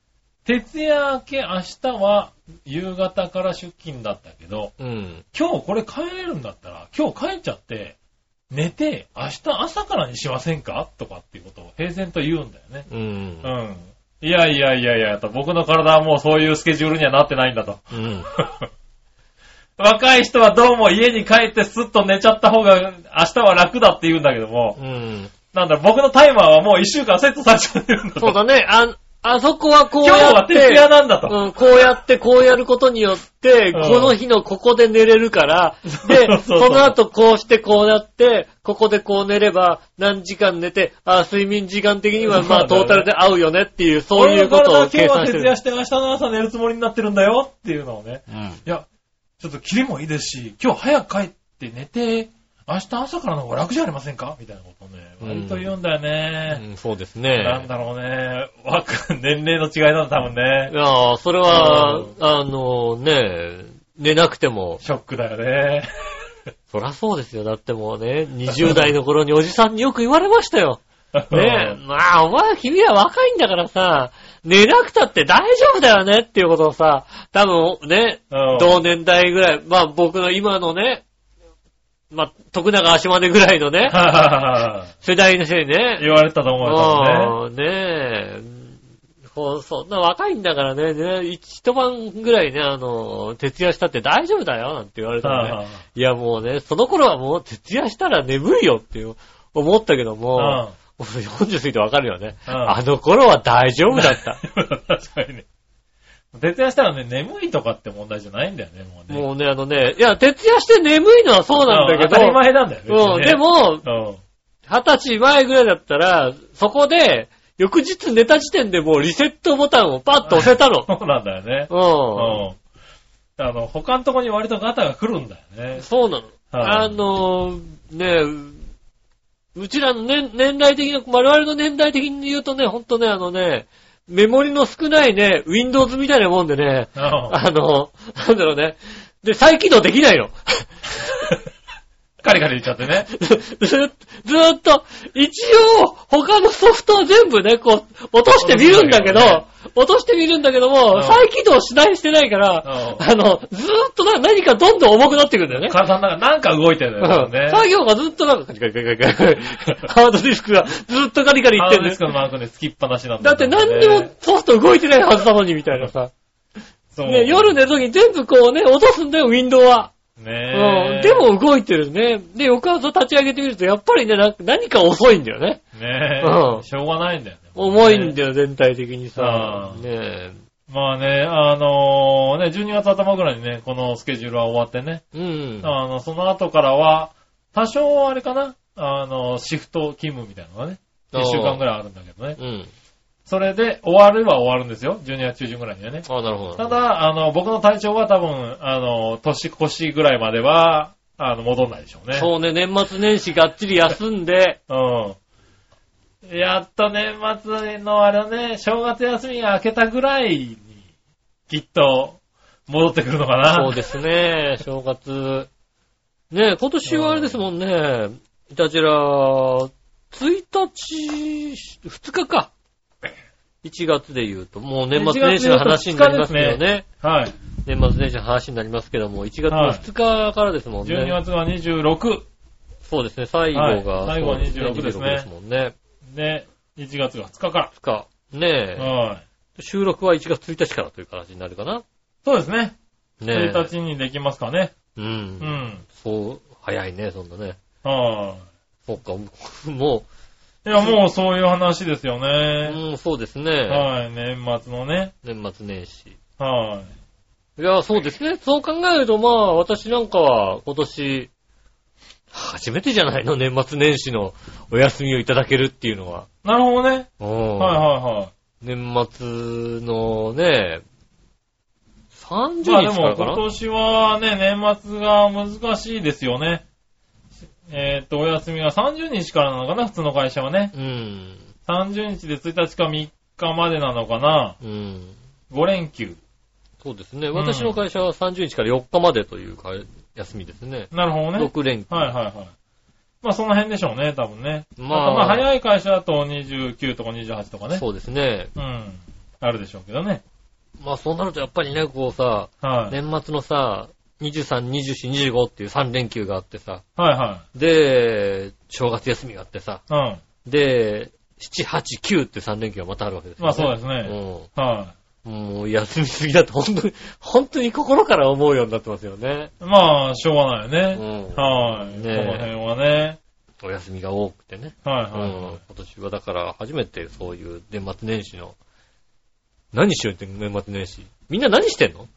[SPEAKER 3] 徹夜明け明日は夕方から出勤だったけど、
[SPEAKER 2] うん。
[SPEAKER 3] 今日これ帰れるんだったら、今日帰っちゃって、寝て、明日朝からにしませんかとかっていうことを平然と言うんだよね。
[SPEAKER 2] うん
[SPEAKER 3] う。ん。いやいやいやいや、と僕の体はもうそういうスケジュールにはなってないんだと。
[SPEAKER 2] うん。
[SPEAKER 3] 若い人はどうも家に帰ってスッと寝ちゃった方が明日は楽だって言うんだけども、
[SPEAKER 2] うん。
[SPEAKER 3] なんだろう、僕のタイマーはもう一週間セットされちゃってるんだと。
[SPEAKER 2] そうだね。あ、あそこはこう
[SPEAKER 3] 今日
[SPEAKER 2] や
[SPEAKER 3] は
[SPEAKER 2] って、
[SPEAKER 3] 徹夜なんだと。
[SPEAKER 2] うん、こうやって、こうやることによって、
[SPEAKER 3] うん
[SPEAKER 2] この日のここで寝れるから、で
[SPEAKER 3] そう、そうそう
[SPEAKER 2] その後こうしてこうやって、ここでこう寝れば、何時間寝て、あ睡眠時間的には、まあ、
[SPEAKER 3] そうだ
[SPEAKER 2] ト
[SPEAKER 3] ね
[SPEAKER 2] ータルで合うよねっていう、そういうことを
[SPEAKER 3] 俺
[SPEAKER 2] 計
[SPEAKER 3] の体は
[SPEAKER 2] 算
[SPEAKER 3] 今日は
[SPEAKER 2] して
[SPEAKER 3] 徹
[SPEAKER 2] る
[SPEAKER 3] 夜。して明日の朝寝るつもりになってるんだよっていうのをね。
[SPEAKER 2] うん。
[SPEAKER 3] いや、ちょっとキレもいいですし、今日早く帰って寝て、明日朝からの方が楽じゃありませんかみたいなことね、
[SPEAKER 2] うん
[SPEAKER 3] 割と言うんだよね。
[SPEAKER 2] うん、そうですね。
[SPEAKER 3] なんだろうね。わかん、年齢の違いなんだ、多分ね
[SPEAKER 2] い。やーそれは、
[SPEAKER 3] うん
[SPEAKER 2] あのね、寝なくても、
[SPEAKER 3] ショックだよね。
[SPEAKER 2] そらそうですよ。だってもうね、20代の頃におじさんによく言われましたよ。 ねえ、まあお前君は若いんだからさ、寝なくたって大丈夫だよねっていうことをさ、多分ね、
[SPEAKER 3] うん
[SPEAKER 2] 同年代ぐらい、まあ僕の今のね、まあ徳永足までぐらいのね、世代の人にね、
[SPEAKER 3] 言われたと思うよ、多分ね。
[SPEAKER 2] うんねえ。こうそんな若いんだからね、ね一晩ぐらいね、あの、徹夜したって大丈夫だよ、なんて言われたら
[SPEAKER 3] は
[SPEAKER 2] ね。いやもうね、その頃はもう徹夜したら眠いよっていう思ったけど
[SPEAKER 3] あ
[SPEAKER 2] も、
[SPEAKER 3] は
[SPEAKER 2] もう40過ぎてわかるよね。
[SPEAKER 3] うん
[SPEAKER 2] あの頃は大丈夫だった。
[SPEAKER 3] あ確かにね。徹夜したらね、眠いとかって問題じゃないんだよね、も うね。
[SPEAKER 2] もうね、あのね、いや、徹夜して眠いのはそうなんだけ
[SPEAKER 3] 当たり
[SPEAKER 2] ど、
[SPEAKER 3] 前なんだよね。
[SPEAKER 2] うん、でも、
[SPEAKER 3] も、
[SPEAKER 2] 二十歳前ぐらいだったら、そこで、翌日寝た時点でもうリセットボタンをパッと押せた の。
[SPEAKER 3] そうなんだよね。
[SPEAKER 2] うん。
[SPEAKER 3] うん。あの、他のとこに割とガタが来るんだよね。
[SPEAKER 2] そうなの。
[SPEAKER 3] はい
[SPEAKER 2] あのー、ねううちらの年年代的な、我々の年代的に言うとね、ほんとね、あのね、メモリの少ないね、Windows みたいなもんでね、
[SPEAKER 3] うん
[SPEAKER 2] あの、なんだろうね。で、再起動できないの。
[SPEAKER 3] カリカリ言っちゃってね。
[SPEAKER 2] ずずっと、一応、他のソフトを全部ね、こう、落としてみるんだけど、
[SPEAKER 3] 落として
[SPEAKER 2] 落として
[SPEAKER 3] みるよね
[SPEAKER 2] みるんだけども、
[SPEAKER 3] うん
[SPEAKER 2] 再起動しない、してないから、
[SPEAKER 3] うん
[SPEAKER 2] あの、ずーっとな何かどんどん重くなってくるんだよね。
[SPEAKER 3] 体の中、なんか動いてるんだよね。
[SPEAKER 2] 作業がずっとなんかカリカリカリカリ カリ。ハードディスクがずっとカリカリい
[SPEAKER 3] ハ
[SPEAKER 2] っ
[SPEAKER 3] ー
[SPEAKER 2] てん
[SPEAKER 3] ドディ
[SPEAKER 2] で
[SPEAKER 3] ス
[SPEAKER 2] す
[SPEAKER 3] クのマークでつきっぱなしなん
[SPEAKER 2] だって何にも
[SPEAKER 3] ね
[SPEAKER 2] ソフト動いてないはずなのにみたいなさ。
[SPEAKER 3] そう
[SPEAKER 2] ね、夜寝るときに全部こうね、落とすんだよ、ウィンドウは。う
[SPEAKER 3] ね
[SPEAKER 2] ん。で、も動いてるね。で、翌朝立ち上げてみると、やっぱりね、な何か遅いんだよね。
[SPEAKER 3] ね
[SPEAKER 2] うん
[SPEAKER 3] しょうがないんだよね。
[SPEAKER 2] 重いんだよ、全体的にさ。
[SPEAKER 3] うん
[SPEAKER 2] ね
[SPEAKER 3] まあね、あのね、12月頭ぐらいにね、このスケジュールは終わってね、
[SPEAKER 2] え。うん。
[SPEAKER 3] あの、その後からは、多少あれかな、あの、シフト勤務みたいなのがね、
[SPEAKER 2] あー
[SPEAKER 3] 1週間ぐらいあるんだけどね。
[SPEAKER 2] うん。
[SPEAKER 3] それで終わるは終わるんですよ、12月中旬ぐらいにはね。
[SPEAKER 2] あなるほど。
[SPEAKER 3] ただ、あの、僕の体調は多分、あの、年越しぐらいまでは、あの、戻んないでしょうね。
[SPEAKER 2] そうね、年末年始がっちり休んで、
[SPEAKER 3] うん。やっと年末のあれだね、正月休みが明けたぐらいに、きっと、戻ってくるのかな。
[SPEAKER 2] そうですね、 正月。ねえ今年はあれですもんね、いたちら、1日、2日か。1月で言うと、もう年末年始の話になりますけど
[SPEAKER 3] 1月で
[SPEAKER 2] ね。
[SPEAKER 3] はい。
[SPEAKER 2] 年末年始の話になりますけども、1月の2日からですもんね。
[SPEAKER 3] 12月は26。
[SPEAKER 2] そうですね、最後が、
[SPEAKER 3] はい最後は26
[SPEAKER 2] そう
[SPEAKER 3] ですね
[SPEAKER 2] もんね。
[SPEAKER 3] ね、1月が2日か
[SPEAKER 2] 2日。ね
[SPEAKER 3] ら。
[SPEAKER 2] え、
[SPEAKER 3] はい。
[SPEAKER 2] 収録は1月1日からという形になるかな。
[SPEAKER 3] そうですね。
[SPEAKER 2] ねえ。
[SPEAKER 3] 1日にできますかね。
[SPEAKER 2] うん。
[SPEAKER 3] うん。
[SPEAKER 2] そう、早いね、そんなね。
[SPEAKER 3] は
[SPEAKER 2] そっか、も
[SPEAKER 3] い。いや、もうそういう話ですよ
[SPEAKER 2] う、
[SPEAKER 3] ね。
[SPEAKER 2] うん、そうですね。
[SPEAKER 3] はい。年末のね。
[SPEAKER 2] 年末年始。
[SPEAKER 3] はい
[SPEAKER 2] や、そうですね。そう考えると、まあ、私なんかは今年、初めてじゃないの年末年始のお休みをいただけるっていうのは。
[SPEAKER 3] い。なるほどね。
[SPEAKER 2] うん
[SPEAKER 3] はいは
[SPEAKER 2] 年末のね、30
[SPEAKER 3] いはい。まあ
[SPEAKER 2] 日
[SPEAKER 3] で
[SPEAKER 2] から
[SPEAKER 3] も
[SPEAKER 2] かな、
[SPEAKER 3] 今年はね、年末が難しいですよね。えーっと、お休みが30日からなのかな、普通の会社はね。
[SPEAKER 2] うん。
[SPEAKER 3] 30日で1日か3日までなのかな、
[SPEAKER 2] うん。
[SPEAKER 3] 5連休。
[SPEAKER 2] そうですね。私の会社は30日から4日までというか休みですね。
[SPEAKER 3] なるほどね。
[SPEAKER 2] 6連休。
[SPEAKER 3] はいはいはい。まあその辺でしょうね、多分ね。
[SPEAKER 2] ま
[SPEAKER 3] ま
[SPEAKER 2] あ
[SPEAKER 3] あ、まあ早い会社だと29とか28とかね。
[SPEAKER 2] そうですね。
[SPEAKER 3] うん。あるでしょうけどね。
[SPEAKER 2] まあそうなるとやっぱりね、こうさ、
[SPEAKER 3] はい。
[SPEAKER 2] 年末のさ、23、24、25っていう3連休があってさ、
[SPEAKER 3] はいは
[SPEAKER 2] で、正月休みがあってさ、
[SPEAKER 3] い。うん。
[SPEAKER 2] で、7、8、9って3連休がまたあるわけですよ、
[SPEAKER 3] まあそうですね。
[SPEAKER 2] ね。
[SPEAKER 3] は
[SPEAKER 2] うん。もう休みすぎだと本当に、本当に心から思うようになってますよね。
[SPEAKER 3] い。まあ、しょうがな
[SPEAKER 2] う
[SPEAKER 3] いよね。
[SPEAKER 2] ん。
[SPEAKER 3] はい。
[SPEAKER 2] ねえ
[SPEAKER 3] この辺はね。
[SPEAKER 2] お休みが多くてね。
[SPEAKER 3] はいうはい。
[SPEAKER 2] ん。今年はだから初めてそういう年末年始の、何しようって年末年始。みんな何してんの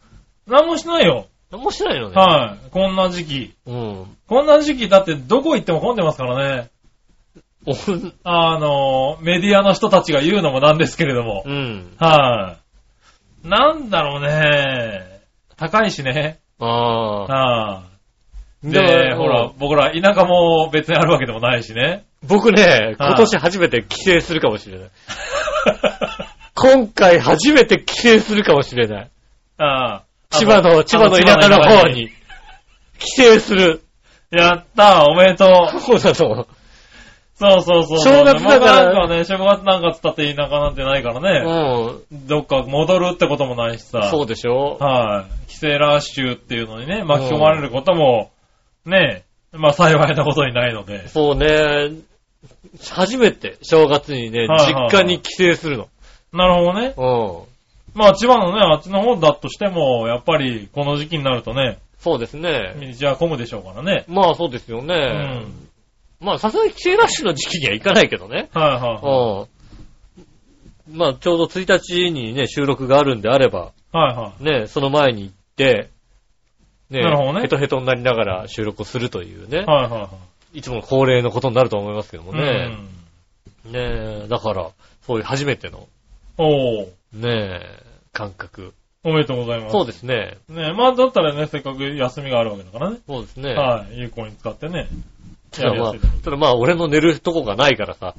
[SPEAKER 3] 何もしないよ。
[SPEAKER 2] 何もしてないのね。
[SPEAKER 3] はい。こんな時期。
[SPEAKER 2] うん。
[SPEAKER 3] こんな時期だってどこ行っても混んでますからね。
[SPEAKER 2] お
[SPEAKER 3] あの、メディアの人たちが言うのもなんですけれども。
[SPEAKER 2] うん。
[SPEAKER 3] はい。なんだろうね。高いしね。
[SPEAKER 2] ああ。
[SPEAKER 3] は
[SPEAKER 2] で
[SPEAKER 3] い。で、ほら、、僕ら田舎も別にあるわけでもないしね。
[SPEAKER 2] 僕ね、
[SPEAKER 3] はい
[SPEAKER 2] 今年初めて帰省するかもしれない。今回初めて帰省するかもしれない。
[SPEAKER 3] ああ
[SPEAKER 2] 千葉
[SPEAKER 3] あ
[SPEAKER 2] の、千葉の田舎の方に。。帰省する。
[SPEAKER 3] やったおめでとう。
[SPEAKER 2] そうだそう。
[SPEAKER 3] そうそうそう。
[SPEAKER 2] 正月だから
[SPEAKER 3] まあなんかね、正月なんかつったって田舎なんてないから
[SPEAKER 2] う
[SPEAKER 3] ね。
[SPEAKER 2] ん。
[SPEAKER 3] どっか戻るってこともないしさ。
[SPEAKER 2] そうでしょ
[SPEAKER 3] はい。帰省ラッシュっていうのにね、巻き込まれることも、ね、まあ幸いなことにないので。
[SPEAKER 2] そうね。初めて正月にね、
[SPEAKER 3] はいはいはい
[SPEAKER 2] 実家に帰省する
[SPEAKER 3] なるほどね。
[SPEAKER 2] の。うん。
[SPEAKER 3] まあ千葉のね、あっちの方だとしても、やっぱりこの時期になるとね、
[SPEAKER 2] そうですね。
[SPEAKER 3] 道は混むでしょうからね。
[SPEAKER 2] まあそうですよ
[SPEAKER 3] う
[SPEAKER 2] ね。
[SPEAKER 3] ん。
[SPEAKER 2] まあさすがに帰省ラッシュの時期には行かないけどね。
[SPEAKER 3] はいは
[SPEAKER 2] うん。まあちょうど1日にね、収録があるんであれば、
[SPEAKER 3] い。はいは
[SPEAKER 2] ね、その前に行って、ね、
[SPEAKER 3] なるほどね
[SPEAKER 2] ヘトヘトになりながら収録をするというね
[SPEAKER 3] い。、はいはいはい
[SPEAKER 2] つもの恒例のことになると思いますけども
[SPEAKER 3] い。
[SPEAKER 2] ね。ねだから、そういう初めての、
[SPEAKER 3] うん。おー。
[SPEAKER 2] ねえ、感覚。
[SPEAKER 3] おめでとうございます。
[SPEAKER 2] そうですね。
[SPEAKER 3] ねまあだったらね、せっかく休みがあるわけだからね。
[SPEAKER 2] そうですね。
[SPEAKER 3] はい。有効に使ってね。
[SPEAKER 2] ただま
[SPEAKER 3] やりやすいと思う
[SPEAKER 2] あ、ただまあ、俺の寝るとこがないからさ、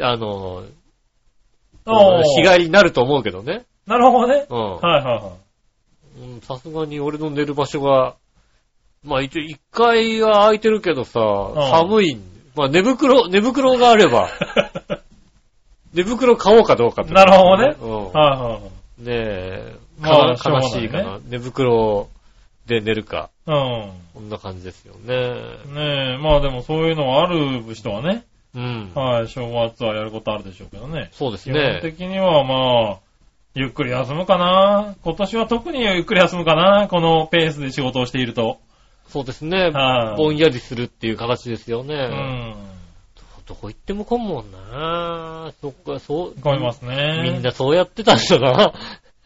[SPEAKER 2] あの、
[SPEAKER 3] おー。
[SPEAKER 2] 日帰りになると思うけどね。
[SPEAKER 3] なるほどね。
[SPEAKER 2] うん。
[SPEAKER 3] はいはいはい。
[SPEAKER 2] うんさすがに俺の寝る場所が、まあ一応一階は空いてるけどさ、寒いんで。まあ寝袋、寝袋があれ ば、寝袋買おうかどうかって
[SPEAKER 3] なるほどね。
[SPEAKER 2] う
[SPEAKER 3] はいはいはい。
[SPEAKER 2] ん。ねえ、
[SPEAKER 3] まあ
[SPEAKER 2] か
[SPEAKER 3] しょう
[SPEAKER 2] 悲
[SPEAKER 3] がない
[SPEAKER 2] しいかな
[SPEAKER 3] ね。
[SPEAKER 2] 寝袋で寝るか。
[SPEAKER 3] う
[SPEAKER 2] こんな感じですよね。
[SPEAKER 3] ん。ねえ、まあでもそういうのはある人はね、
[SPEAKER 2] うん。
[SPEAKER 3] はい、正月はやることあるでしょうけどね。
[SPEAKER 2] そうです
[SPEAKER 3] 基本
[SPEAKER 2] ね。
[SPEAKER 3] 的にはまあ、ゆっくり休むかな。今年は特にゆっくり休むかな。このペースで仕事をしていると。
[SPEAKER 2] そうですね。
[SPEAKER 3] はい。
[SPEAKER 2] ぼんやりするっていう形ですよ
[SPEAKER 3] う
[SPEAKER 2] ね。
[SPEAKER 3] ん。
[SPEAKER 2] どこ行っても混むもんな。そっか、そう。
[SPEAKER 3] 混みますね。
[SPEAKER 2] みんな。そうやってたんだな。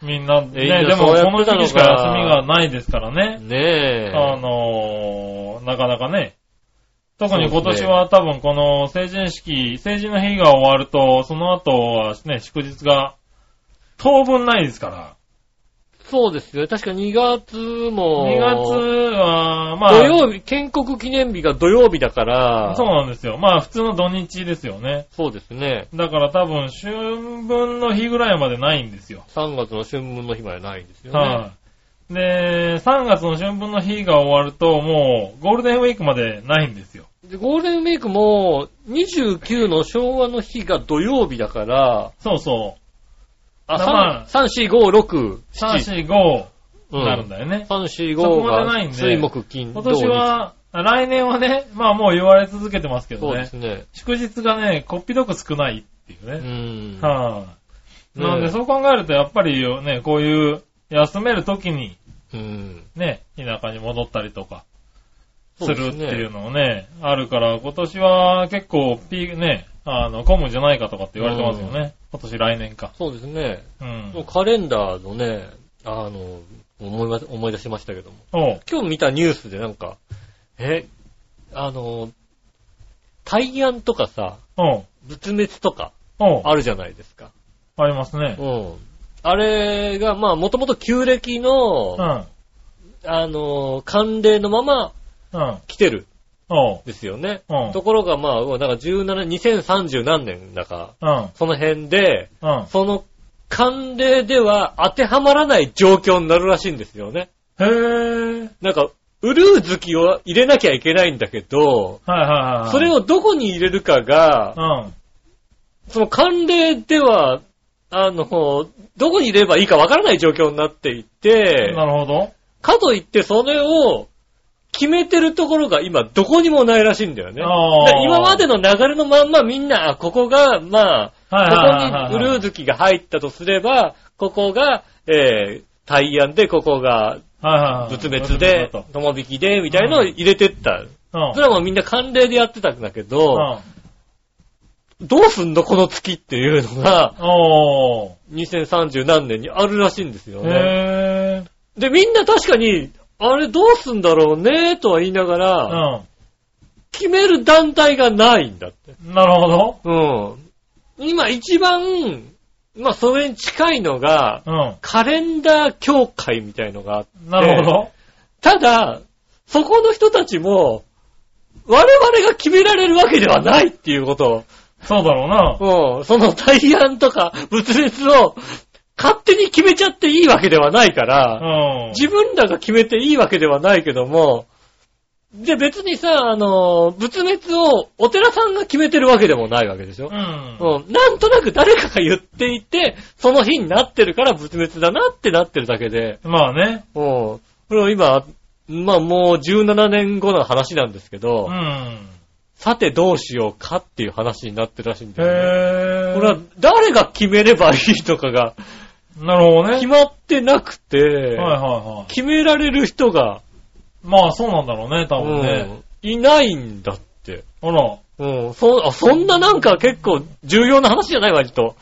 [SPEAKER 3] みんな、
[SPEAKER 2] みんな
[SPEAKER 3] ね、でも
[SPEAKER 2] そうやってた
[SPEAKER 3] こ
[SPEAKER 2] の
[SPEAKER 3] の
[SPEAKER 2] か
[SPEAKER 3] 時期しか休みがないですからね。
[SPEAKER 2] ねえ。
[SPEAKER 3] あのー、なかなかね。特に今
[SPEAKER 2] そうで
[SPEAKER 3] 年
[SPEAKER 2] すね
[SPEAKER 3] は多分この成人式、成人の日が終わると、その後はね、祝日が当分ないですから。
[SPEAKER 2] そうですよ。確か2月も。
[SPEAKER 3] 2月は、まあ、
[SPEAKER 2] 土曜日、建国記念日が土曜日だから。
[SPEAKER 3] そうなんですよ。まあ普通の土日ですよね。
[SPEAKER 2] そうですね。
[SPEAKER 3] だから多分春分の日ぐらいまでないんですよ。
[SPEAKER 2] 3月の春分の日までないんですよね。
[SPEAKER 3] はい、で、3月の春分の日が終わると、もうゴールデンウィークまでないんですよ。
[SPEAKER 2] でゴールデンウィークも29の昭和の日が土曜日だから、
[SPEAKER 3] そうそま
[SPEAKER 2] あ、
[SPEAKER 3] あ
[SPEAKER 2] 3、3、4、5、6、
[SPEAKER 3] う。3、4、5になるん
[SPEAKER 2] だ。
[SPEAKER 3] だよね。
[SPEAKER 2] 3、4、
[SPEAKER 3] そこ
[SPEAKER 2] 5
[SPEAKER 3] までないん
[SPEAKER 2] が
[SPEAKER 3] で
[SPEAKER 2] 水木金
[SPEAKER 3] 今
[SPEAKER 2] 土
[SPEAKER 3] 年は、来年はね、まあもう言われ続けてますけ
[SPEAKER 2] 日そ
[SPEAKER 3] ど
[SPEAKER 2] うで
[SPEAKER 3] ね
[SPEAKER 2] す。ね。
[SPEAKER 3] 祝日がね、こっぴどく少ないっていう
[SPEAKER 2] う
[SPEAKER 3] ね。
[SPEAKER 2] ん。
[SPEAKER 3] はい、なの
[SPEAKER 2] ね
[SPEAKER 3] でそう考えると、やっぱりね、こういう休める時に、
[SPEAKER 2] うん。
[SPEAKER 3] ね、田舎に戻ったりとか、す
[SPEAKER 2] そうで
[SPEAKER 3] るって
[SPEAKER 2] ね
[SPEAKER 3] いうのもね、あるから、今年は結構、ピー、ね、あの、混むんじゃないかとかって言われてますよね。今年来年か。
[SPEAKER 2] そうですね。
[SPEAKER 3] うん
[SPEAKER 2] もう。カレンダーのね、あの、思いま思い出しましたけども。
[SPEAKER 3] おう
[SPEAKER 2] 今日見たニュースでなんか、え、あの、対案とかさ、
[SPEAKER 3] おう
[SPEAKER 2] 仏滅とか
[SPEAKER 3] おう
[SPEAKER 2] あるじゃないですか。
[SPEAKER 3] ありますね
[SPEAKER 2] う。ん。あれが、まあ、もともと旧暦の、
[SPEAKER 3] うん。うん。
[SPEAKER 2] あの、慣例のまま来てる。
[SPEAKER 3] おうん
[SPEAKER 2] ですよね。
[SPEAKER 3] うん
[SPEAKER 2] ところが、まあ、うわなんか17、2030何年だか、
[SPEAKER 3] うん。
[SPEAKER 2] その辺で、
[SPEAKER 3] うん。
[SPEAKER 2] その慣例では当てはまらない状況になるらしいんですよね。
[SPEAKER 3] へぇー。
[SPEAKER 2] なんか、ウルー好きを入れなきゃいけないんだけど、
[SPEAKER 3] はいはいはい。
[SPEAKER 2] それ
[SPEAKER 3] を、
[SPEAKER 2] をどこに入れるか
[SPEAKER 3] う
[SPEAKER 2] が、
[SPEAKER 3] ん。
[SPEAKER 2] その慣例では、あの、どこに入れればいいかわからない状況になっていて、
[SPEAKER 3] なるほど。
[SPEAKER 2] かといってそれを決めてるところが今どこにもないらしいんだよね。
[SPEAKER 3] あー
[SPEAKER 2] だから今までの流れのまんまみんな、あここが、ま
[SPEAKER 3] はいはいはい
[SPEAKER 2] あ、
[SPEAKER 3] はい
[SPEAKER 2] ここにウルーズキが入ったとすれば、ここが、えー、対案で、ここが
[SPEAKER 3] はいはいはい。
[SPEAKER 2] 仏滅で
[SPEAKER 3] 仏滅だと、
[SPEAKER 2] 友引きで、みたいのを入れてった。
[SPEAKER 3] うん
[SPEAKER 2] それはもうみんな慣例でやってたんだけ
[SPEAKER 3] う
[SPEAKER 2] ど、
[SPEAKER 3] ん。
[SPEAKER 2] どうすんのこの月っていうのが、
[SPEAKER 3] おー。
[SPEAKER 2] 2030何年にあるらしいんですよね。
[SPEAKER 3] へぇー。
[SPEAKER 2] で、みんな確かに、あれどうすんだろうね、とは言いながら、
[SPEAKER 3] う
[SPEAKER 2] 決める団体がないんだって。
[SPEAKER 3] ん。なるほど。
[SPEAKER 2] うん。今一番、まあそれに近いのが、
[SPEAKER 3] う
[SPEAKER 2] カレンダー協会みたいのがあって、
[SPEAKER 3] ん。なるほど。
[SPEAKER 2] ただ、そこの人たちも、我々が決められるわけではないっていうこと
[SPEAKER 3] そうだろうな。
[SPEAKER 2] を、うん、その対案とか物別を勝手に決めちゃっていいわけではないから、
[SPEAKER 3] うん。
[SPEAKER 2] 自分らが決めていいわけではないけども、で別にさ、あの、仏滅をお寺さんが決めてるわけでもないわけでしょ
[SPEAKER 3] う。ん。
[SPEAKER 2] うん。なんとなく誰かが言っていて、その日になってるから仏滅だなってなってるだけで、
[SPEAKER 3] まあね。
[SPEAKER 2] うん。これを今、まあもう17年後の話なんですけど、
[SPEAKER 3] うん。
[SPEAKER 2] さてどうしようかっていう話になってるらしいん
[SPEAKER 3] へ
[SPEAKER 2] だよね。
[SPEAKER 3] ぇー。
[SPEAKER 2] これは誰が決めればいいとかが
[SPEAKER 3] なるほどね。
[SPEAKER 2] 決まってなくて、
[SPEAKER 3] はいはいは
[SPEAKER 2] 決められる人が、
[SPEAKER 3] い。まあそうなんだろうね、多分ね。
[SPEAKER 2] うんいないんだって。
[SPEAKER 3] ほら。
[SPEAKER 2] うん、そあそんななんか結構重要な話じゃない割と。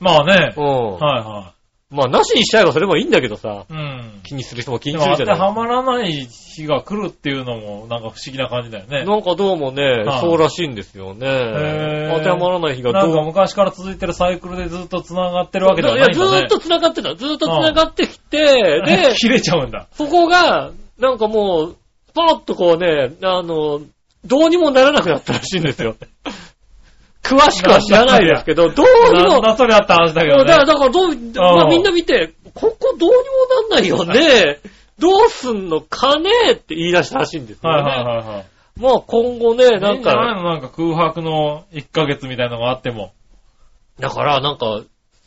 [SPEAKER 3] まあね
[SPEAKER 2] う。ん。
[SPEAKER 3] は
[SPEAKER 2] まあ、なしにしちゃえばそれもいいんだけどさ、
[SPEAKER 3] いはい。うん。
[SPEAKER 2] 気にする人も気に
[SPEAKER 3] でも
[SPEAKER 2] する
[SPEAKER 3] 当
[SPEAKER 2] じ
[SPEAKER 3] て
[SPEAKER 2] ゃな
[SPEAKER 3] はまらない日が来るっていうのも、なんか不思議な感じだよね
[SPEAKER 2] い。。なんかどうもね
[SPEAKER 3] は、い
[SPEAKER 2] そうらしいんですよね
[SPEAKER 3] へ。ー
[SPEAKER 2] 当てはまらない日が
[SPEAKER 3] なんか
[SPEAKER 2] どう
[SPEAKER 3] 昔から続いてるサイクルでずっと繋がってるわけではないいん
[SPEAKER 2] や、
[SPEAKER 3] だ
[SPEAKER 2] ず
[SPEAKER 3] ね。、
[SPEAKER 2] ーっと繋がってた。ずーっと繋がってきて、で
[SPEAKER 3] 切れちゃうんだ。
[SPEAKER 2] そこが、なんかもう、パーッとこうね、あの、どうにもならなくなったらしいんです よ。詳しくは知らないですけど、どうに
[SPEAKER 3] な
[SPEAKER 2] も
[SPEAKER 3] んだそれあった話だけ
[SPEAKER 2] そ
[SPEAKER 3] ど
[SPEAKER 2] うだから、
[SPEAKER 3] ね。
[SPEAKER 2] だからどう、まあみんな見て、ここどうにもなんないよね。どうすんのかねって言い出したらしいんですよ、
[SPEAKER 3] は
[SPEAKER 2] ね。
[SPEAKER 3] いはいはいはい。
[SPEAKER 2] まあ今後ね、
[SPEAKER 3] な
[SPEAKER 2] なんん
[SPEAKER 3] か、ない
[SPEAKER 2] か、
[SPEAKER 3] のなんか空白の1ヶ月みたいなのがあっても。
[SPEAKER 2] だからなんか、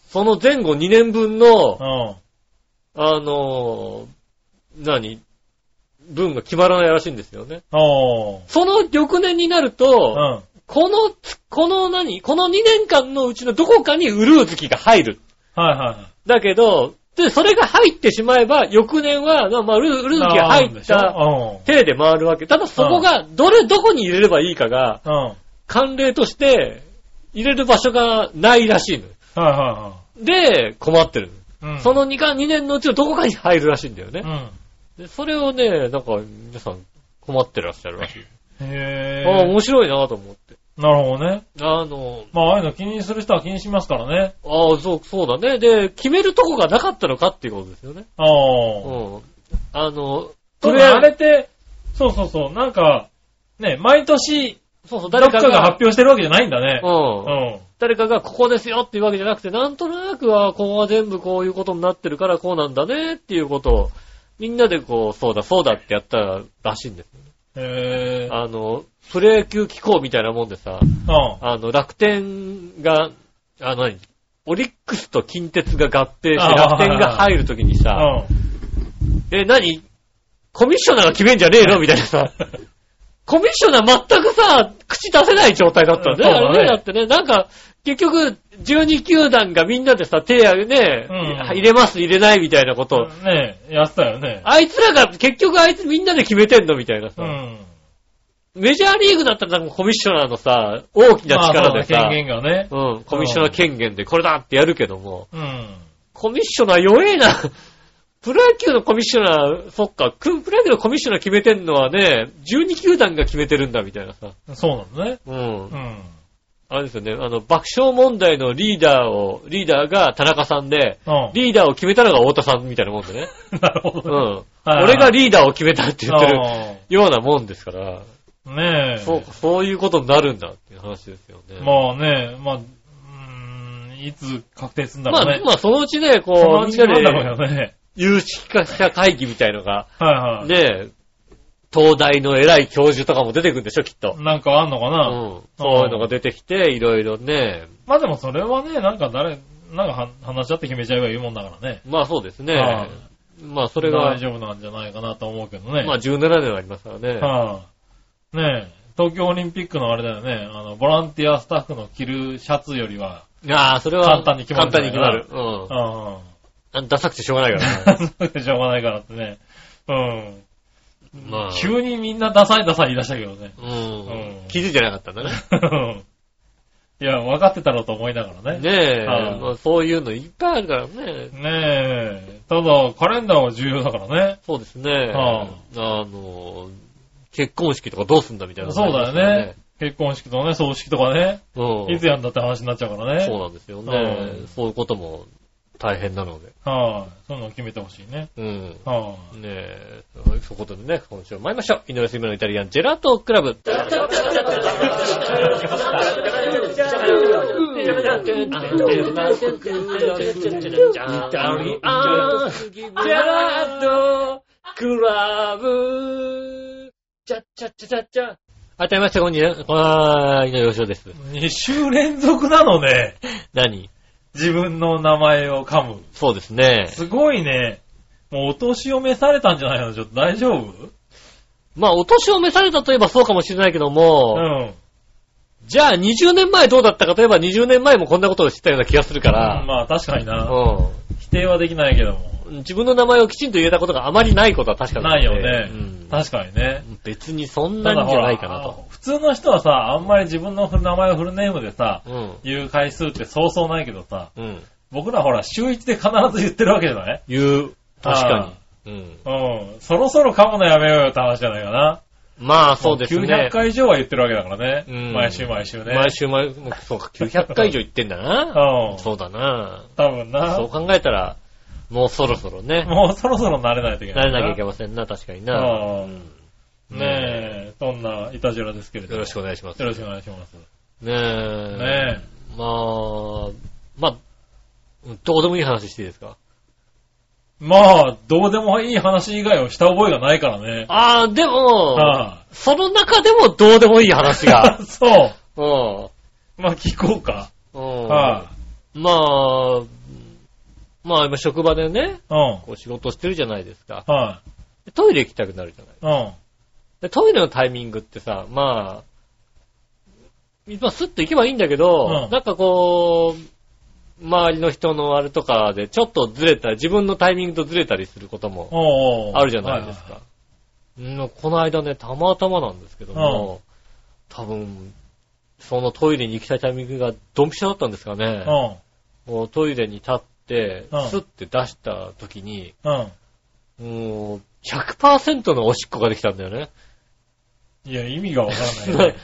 [SPEAKER 2] その前後2年分
[SPEAKER 3] う
[SPEAKER 2] の、
[SPEAKER 3] ん。
[SPEAKER 2] あのー何分が決まらないらしいんですよね。
[SPEAKER 3] おー。
[SPEAKER 2] その翌年になる
[SPEAKER 3] う
[SPEAKER 2] と、
[SPEAKER 3] ん。
[SPEAKER 2] この、この何この2年間のうちのどこかにウルー月が入る。
[SPEAKER 3] はいは
[SPEAKER 2] だけど、で、それが入ってしまえば、翌年は、まあまあ、ウルウル
[SPEAKER 3] い
[SPEAKER 2] ー
[SPEAKER 3] は
[SPEAKER 2] 月
[SPEAKER 3] い。
[SPEAKER 2] が入っ
[SPEAKER 3] な
[SPEAKER 2] た
[SPEAKER 3] るほどでし
[SPEAKER 2] 手で回るわけ。ただそこが、どれ、どこに入れればいいかが、
[SPEAKER 3] ょうん。うん。
[SPEAKER 2] 慣例として、入れる場所がないらしいの。
[SPEAKER 3] はいは
[SPEAKER 2] で、困ってる。
[SPEAKER 3] いはい。うん。
[SPEAKER 2] その2か、2年のうちのどこかに入るらしいんだよ
[SPEAKER 3] う
[SPEAKER 2] ね。
[SPEAKER 3] ん。
[SPEAKER 2] で、それをね、なんか、皆さん困ってらっしゃるらしい。
[SPEAKER 3] へ
[SPEAKER 2] ああ、
[SPEAKER 3] ぇ
[SPEAKER 2] 面白いなと思って。
[SPEAKER 3] ー。なるほどね。
[SPEAKER 2] あの、
[SPEAKER 3] まあ、ああいうの気にする人は気にしますからね。
[SPEAKER 2] ああ、そう、そうだね。で、決めるとこがなかったのかっていうことですよね。
[SPEAKER 3] ああ。
[SPEAKER 2] うん。あの、
[SPEAKER 3] それあれって、そうそうそう、なんか、ね、毎年、
[SPEAKER 2] そうそう、
[SPEAKER 3] 誰
[SPEAKER 2] 誰
[SPEAKER 3] か
[SPEAKER 2] か
[SPEAKER 3] が発
[SPEAKER 2] が、
[SPEAKER 3] 表してるわけじゃないんだね。う
[SPEAKER 2] うん。
[SPEAKER 3] ん。
[SPEAKER 2] 誰かがここですよっていうわけじゃなくて、なんとなくは、ここは全部こういうことになってるからこうなんだねっていうことを、みんなでこう、そうだそうだってやったらしいんです。
[SPEAKER 3] へぇー。
[SPEAKER 2] あの、プロ野球機構みたいなもんでさ、
[SPEAKER 3] うん。
[SPEAKER 2] あの、楽天が、あの、何オリックスと近鉄が合併して
[SPEAKER 3] あー
[SPEAKER 2] 楽天が入るときにさ、
[SPEAKER 3] うん。
[SPEAKER 2] え、何コミッショナーが決めんじゃねえのみたいな さ。コミッショナー全くさ、口出せない状態だったんだね。
[SPEAKER 3] うんそうだね
[SPEAKER 2] あれね、だってね、なんか、結局、12球団がみんなでさ、手挙げね、
[SPEAKER 3] うん
[SPEAKER 2] 入れます、入れないみたいなこと、
[SPEAKER 3] ねえ、やってたよね。
[SPEAKER 2] あいつらが、結局あいつみんなで決めてんのみたいな
[SPEAKER 3] う
[SPEAKER 2] さ、
[SPEAKER 3] ん。
[SPEAKER 2] メジャーリーグだったらなんかコミッショナーのさ、大き
[SPEAKER 3] ま
[SPEAKER 2] な
[SPEAKER 3] あ、
[SPEAKER 2] 力
[SPEAKER 3] そう
[SPEAKER 2] で
[SPEAKER 3] だ、
[SPEAKER 2] さ、
[SPEAKER 3] 権限がね。
[SPEAKER 2] うん、コミッショナー権限でこれだってやるけども、
[SPEAKER 3] うん。
[SPEAKER 2] コミッショナー弱えな。 プロ野球のコミッショナー、そっか、くプロ野球のコミッショナー決めてんのはね、12球団が決めてるんだみたいなさ。
[SPEAKER 3] そうなんだね。
[SPEAKER 2] うん
[SPEAKER 3] う。ん。
[SPEAKER 2] あれですよね、あの、爆笑問題のリーダーを、リーダーが田中さんで、
[SPEAKER 3] うん。
[SPEAKER 2] リーダーを決めたのが太田さんみたいなもんで ね。
[SPEAKER 3] なるほ
[SPEAKER 2] う
[SPEAKER 3] ど
[SPEAKER 2] ん
[SPEAKER 3] ね。。はいはい
[SPEAKER 2] 俺がリーダーを決めたって言ってる
[SPEAKER 3] あ
[SPEAKER 2] ようなもんですから、
[SPEAKER 3] あねえ。
[SPEAKER 2] そうか、そういうことになるんだっていう話ですよね。
[SPEAKER 3] まあね、まあ、うーん、いつ確定するんだ
[SPEAKER 2] ま
[SPEAKER 3] ろ
[SPEAKER 2] あ、
[SPEAKER 3] うね。
[SPEAKER 2] まあ、そのうちね、
[SPEAKER 3] その
[SPEAKER 2] こう、
[SPEAKER 3] う
[SPEAKER 2] みん
[SPEAKER 3] ちな
[SPEAKER 2] なん
[SPEAKER 3] だろ
[SPEAKER 2] で
[SPEAKER 3] うよね。
[SPEAKER 2] 有識者会議みたいのが、
[SPEAKER 3] はいはい。
[SPEAKER 2] ねえ、東大の偉い教授とかも出てくるんでしょ、きっと。
[SPEAKER 3] なんかあんのか
[SPEAKER 2] う
[SPEAKER 3] な、
[SPEAKER 2] ん。そういうのが出てきて、いろいろね。
[SPEAKER 3] まあでもそれはね、なんか誰、なんかは話し合って決めちゃえばいいもんだからね。
[SPEAKER 2] まあそうです
[SPEAKER 3] は
[SPEAKER 2] ね
[SPEAKER 3] い。
[SPEAKER 2] まあそ
[SPEAKER 3] そ
[SPEAKER 2] れが
[SPEAKER 3] 大、丈夫なんじゃないかなと思うけどね。
[SPEAKER 2] まあ17年ありますからね。
[SPEAKER 3] はいねえ、東京オリンピックのあれだよね、あの、ボランティアスタッフの着るシャツよりは、
[SPEAKER 2] ああ、それは
[SPEAKER 3] 簡単に決まる
[SPEAKER 2] 簡単に決まる。
[SPEAKER 3] うん。
[SPEAKER 2] う
[SPEAKER 3] そ
[SPEAKER 2] んあ。ダサくてしょうがないから ね。
[SPEAKER 3] うでしょうがないからってね。うん。
[SPEAKER 2] まあ。
[SPEAKER 3] 急にみんなダサいダサい言い出したけどね。
[SPEAKER 2] うん
[SPEAKER 3] うん。
[SPEAKER 2] 気づいてなかったんだね。
[SPEAKER 3] いや、分かってたろうと思いながらね。ね
[SPEAKER 2] ねえ。
[SPEAKER 3] はい
[SPEAKER 2] まあそういうのいっぱいあるからね。
[SPEAKER 3] え。ただ、カレンダーは重要だからね。
[SPEAKER 2] そうですね。
[SPEAKER 3] は
[SPEAKER 2] あの、結婚式とかどうすんだみたいな。
[SPEAKER 3] そうだよね。。結婚式とかね、葬式とかね。
[SPEAKER 2] うん。
[SPEAKER 3] いつやんだって話になっちゃうからね。
[SPEAKER 2] そうなんですよね
[SPEAKER 3] うん。
[SPEAKER 2] そういうことも大変なので。
[SPEAKER 3] はい、そういうのを決めてほしいね。
[SPEAKER 2] うん。
[SPEAKER 3] はい、
[SPEAKER 2] ねえ、そういうことでね、今週も参りましょう。井上杉村のイタリアンジェラートクラブ。クラブ。チャッチャッチャチャッチャ。あたりました、こんにちは。こんにちは、井上翔です。
[SPEAKER 3] 2週連続なのね。
[SPEAKER 2] 何
[SPEAKER 3] 自分の名前を噛む。
[SPEAKER 2] そうですね。
[SPEAKER 3] すごいね。もうお年を召されたんじゃないのちょっと大丈夫
[SPEAKER 2] まあ、お年を召されたといえばそうかもしれないけども、
[SPEAKER 3] うん。
[SPEAKER 2] じゃあ20年前どうだったかといえば20年前もこんなことをしてたような気がするから、
[SPEAKER 3] まあ確かにな。
[SPEAKER 2] うん
[SPEAKER 3] 否定はできないけども。
[SPEAKER 2] 自分の名前をきちんと言えたことがあまりないことは確か
[SPEAKER 3] ない
[SPEAKER 2] の
[SPEAKER 3] よ
[SPEAKER 2] で
[SPEAKER 3] ね。
[SPEAKER 2] うん
[SPEAKER 3] 確かにね。
[SPEAKER 2] 別にそん
[SPEAKER 3] た
[SPEAKER 2] な
[SPEAKER 3] だ
[SPEAKER 2] んじ
[SPEAKER 3] ほ
[SPEAKER 2] ゃ
[SPEAKER 3] ら
[SPEAKER 2] ないかなと。
[SPEAKER 3] 普通の人はさ、あんまり自分の名前をフルネームでさ、
[SPEAKER 2] うん。
[SPEAKER 3] 言う回数ってそうそうないけどさ、
[SPEAKER 2] うん。
[SPEAKER 3] 僕らほら週一で必ず言ってるわけじゃない
[SPEAKER 2] 言う。確かに。うん。
[SPEAKER 3] うん。そろそろ噛むのやめようよって話じゃないかな。
[SPEAKER 2] まあそうです
[SPEAKER 3] も900
[SPEAKER 2] ね。
[SPEAKER 3] 回以上は言ってるわけだからね。
[SPEAKER 2] うん
[SPEAKER 3] 毎週毎週ね。
[SPEAKER 2] 毎週毎週、そうか、900回以上言ってんだな。
[SPEAKER 3] うん。
[SPEAKER 2] そうだな。
[SPEAKER 3] 多分な
[SPEAKER 2] そう。考えたら、もうそろそろね、
[SPEAKER 3] もうそろそろ慣れないといけ
[SPEAKER 2] 慣
[SPEAKER 3] ない。
[SPEAKER 2] れなきゃいけませんな、確かにな。
[SPEAKER 3] な
[SPEAKER 2] う
[SPEAKER 3] い。
[SPEAKER 2] ん
[SPEAKER 3] ねえ、そんな、いたじらですけれど
[SPEAKER 2] よ
[SPEAKER 3] も。
[SPEAKER 2] ろしくお願いします。
[SPEAKER 3] よろしくお願いします。
[SPEAKER 2] ねえ。
[SPEAKER 3] ね
[SPEAKER 2] まあ、まあ、うんどうでもいい話していいですか
[SPEAKER 3] え。まあ、どうでもいい話以外をした覚えがないからね。
[SPEAKER 2] ああ、でも、
[SPEAKER 3] は
[SPEAKER 2] その中でもどうでもいい話が
[SPEAKER 3] い。。そ
[SPEAKER 2] うん。
[SPEAKER 3] う。まあ、聞こうか。
[SPEAKER 2] うん。
[SPEAKER 3] は
[SPEAKER 2] まあ、まあ今職場でね、
[SPEAKER 3] い。うん。
[SPEAKER 2] こう仕事してるじゃないですか。
[SPEAKER 3] は
[SPEAKER 2] でトイレ行きたくなるじゃない。
[SPEAKER 3] い。うん。
[SPEAKER 2] でトイレのタイミングってさ、まあ、今スッと行けばいいんだけど、
[SPEAKER 3] うん
[SPEAKER 2] なんかこう、周りの人のあれとかで、ちょっとずれた、自分のタイミングとずれたりすることも
[SPEAKER 3] おうおう
[SPEAKER 2] あるじゃないです。か。うんこの間ね、たまたまなんですけども、多分、そのトイレに行きたいタイミングがドンピシャだったんですかね。
[SPEAKER 3] はいはい
[SPEAKER 2] もうトイレに立って
[SPEAKER 3] う、ん
[SPEAKER 2] スッて出した時に、
[SPEAKER 3] うん。うん。
[SPEAKER 2] もう、100%のおしっこができたんだよね。
[SPEAKER 3] いや、意味がわか らないね。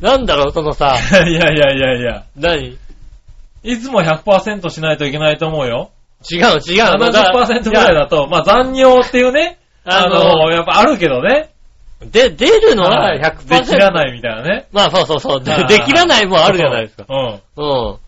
[SPEAKER 2] なんだろう、そのさ、
[SPEAKER 3] いやいやいやいや。
[SPEAKER 2] 何
[SPEAKER 3] いつも100%しないといけないと思うよ。
[SPEAKER 2] 違う、違う。
[SPEAKER 3] 70%ぐらいだと、まあ残尿っていうね、
[SPEAKER 2] あ
[SPEAKER 3] あ
[SPEAKER 2] の
[SPEAKER 3] の、やっぱあるけどね。
[SPEAKER 2] で、出るのは100%。
[SPEAKER 3] できらないみたいなね。
[SPEAKER 2] まあ、そうそうそう。で
[SPEAKER 3] あー
[SPEAKER 2] できらないもあるじゃないですか。
[SPEAKER 3] うん。
[SPEAKER 2] うん。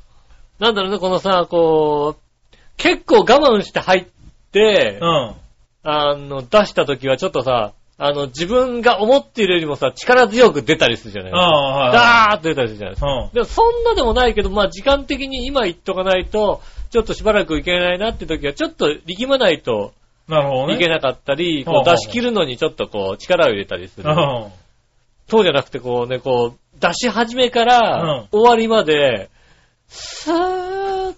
[SPEAKER 2] なんだろうね、このさ、こう、結構我慢して入って、
[SPEAKER 3] うん。
[SPEAKER 2] あの、出した時はちょっとさ、あの、自分が思っているよりもさ、力強く出たりするじゃないですか。
[SPEAKER 3] ああ、はい。
[SPEAKER 2] ダーッと出たりするじゃないです
[SPEAKER 3] う
[SPEAKER 2] か。
[SPEAKER 3] ん。
[SPEAKER 2] でも、そんなでもないけど、まあ、時間的に今言っとかないと、ちょっとしばらくいけないなって時は、ちょっと力まないと
[SPEAKER 3] なるほど
[SPEAKER 2] いけ
[SPEAKER 3] ね。
[SPEAKER 2] なかったり、
[SPEAKER 3] ほ
[SPEAKER 2] こ
[SPEAKER 3] う
[SPEAKER 2] う
[SPEAKER 3] ほう
[SPEAKER 2] 出し切るのにちょっとこう、力を入れたりす
[SPEAKER 3] う
[SPEAKER 2] る。
[SPEAKER 3] ん。
[SPEAKER 2] そうじゃなくて、こうね、こう、出し始めから、
[SPEAKER 3] うん
[SPEAKER 2] 終わりまで、スーッ、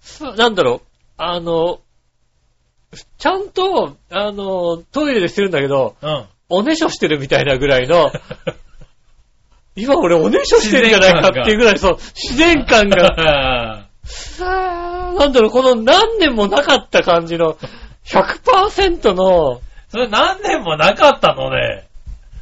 [SPEAKER 2] スー なんだろう、あの、ちゃんと、あの、トイレでしてるんだけど、
[SPEAKER 3] うん。
[SPEAKER 2] おねしょしてるみたいなぐらいの、今俺おねしょしてるんじゃないかっていうぐらい、そう、自然感が、スーなんだろう、この何年もなかった感じの、100%の、
[SPEAKER 3] それ何年もなかったのね。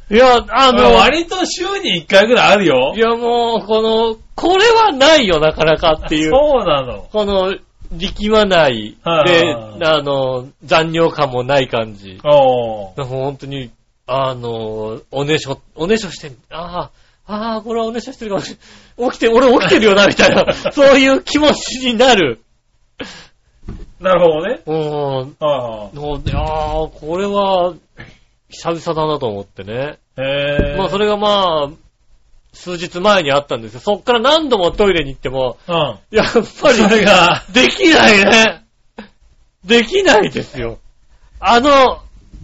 [SPEAKER 2] いや、あ
[SPEAKER 3] あ
[SPEAKER 2] の、
[SPEAKER 3] の、割と週に1回ぐらいあるよ
[SPEAKER 2] い。やもう、この、これはないよ、なかなかっていう。
[SPEAKER 3] そうなの。
[SPEAKER 2] この、力まない、で、
[SPEAKER 3] はい
[SPEAKER 2] あの、残尿感もない感じ。
[SPEAKER 3] おー。
[SPEAKER 2] 本当に、あの、おねしょ、おねしょして、ああ、ああ、これはおねしょしてるかもしれない。起きて、俺起きてるよな、みたい な、そういう気持ちになる。
[SPEAKER 3] なるほどね。
[SPEAKER 2] うーん。
[SPEAKER 3] は
[SPEAKER 2] ので、ああ、これは、久々だなと思ってね。
[SPEAKER 3] いはい。へー。
[SPEAKER 2] まあ、それがまあ、数日前にあったんですよ。そっから何度もトイレに行っても、
[SPEAKER 3] うん。
[SPEAKER 2] やっぱり、
[SPEAKER 3] それが、
[SPEAKER 2] できないね。できないですよ。あの、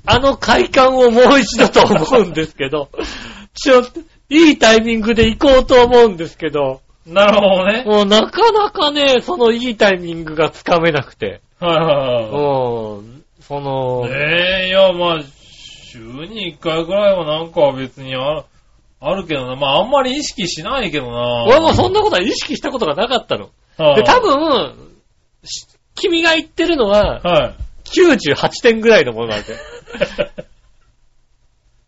[SPEAKER 2] あの快感をもう一度と思うんですけど、ちょっと、いいタイミングで行こうと思うんですけど、
[SPEAKER 3] なるほどね。
[SPEAKER 2] もうなかなかね、そのいいタイミングがつかめなくて、
[SPEAKER 3] はいはいはい。
[SPEAKER 2] うん、その、
[SPEAKER 3] ええいや、まあ、週に1回ぐらいはなんか別にある、あるけどな。まあ、あんまり意識しないけどな。
[SPEAKER 2] 俺もそんなことは意識したことがなかったの。
[SPEAKER 3] はい
[SPEAKER 2] で、多、分、し君が言ってるのは、
[SPEAKER 3] はい。
[SPEAKER 2] 98点ぐらいのものなんで。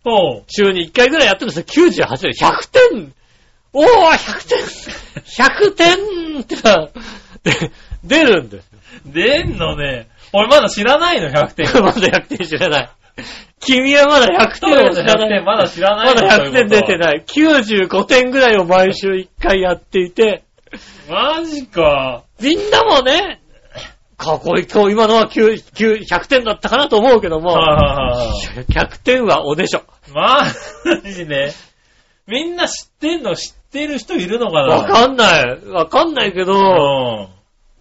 [SPEAKER 3] そう。
[SPEAKER 2] 週に1回ぐらいやってるんですよ。98点。100点おー、100点 !100 点ってさ、で、出るんですよ。
[SPEAKER 3] 出んのね。俺まだ知らないの、100点。
[SPEAKER 2] まだ100点知らない。君はまだ100
[SPEAKER 3] そう
[SPEAKER 2] 点
[SPEAKER 3] で
[SPEAKER 2] を
[SPEAKER 3] す
[SPEAKER 2] 知
[SPEAKER 3] 100
[SPEAKER 2] らない。
[SPEAKER 3] 点、まだ知らない
[SPEAKER 2] まだ100点出て
[SPEAKER 3] い
[SPEAKER 2] ない。95点ぐらいを毎週1回やっていて、
[SPEAKER 3] うこと。マジか。
[SPEAKER 2] みんなもね、かっこいい、今日今のは9 9 100点だったかなと思うけども、
[SPEAKER 3] ああ
[SPEAKER 2] 100点はおでしょ。
[SPEAKER 3] マジね。みんな知ってんの知ってる人いるのかな
[SPEAKER 2] わかんない。わかんないけ
[SPEAKER 3] うん。
[SPEAKER 2] ど、
[SPEAKER 3] は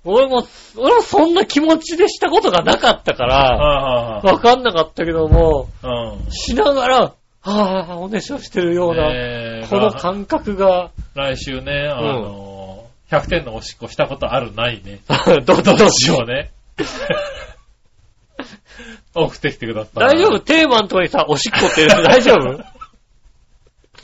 [SPEAKER 2] 俺も、俺もそんな気持ちでしたことがなかったか
[SPEAKER 3] い
[SPEAKER 2] ら、
[SPEAKER 3] はい
[SPEAKER 2] わかんなかったけども、
[SPEAKER 3] はい。うん。
[SPEAKER 2] しながら、ああ、おねしょしてるような、
[SPEAKER 3] ねえ
[SPEAKER 2] この感覚が、
[SPEAKER 3] 来週ね、あの、100点のおしっこしたことある ないね。
[SPEAKER 2] どうどうどうし
[SPEAKER 3] 一
[SPEAKER 2] よう。
[SPEAKER 3] 応ね。送ってきてください。
[SPEAKER 2] 大丈夫テーマのとこにさ、おしっこって 言うの大丈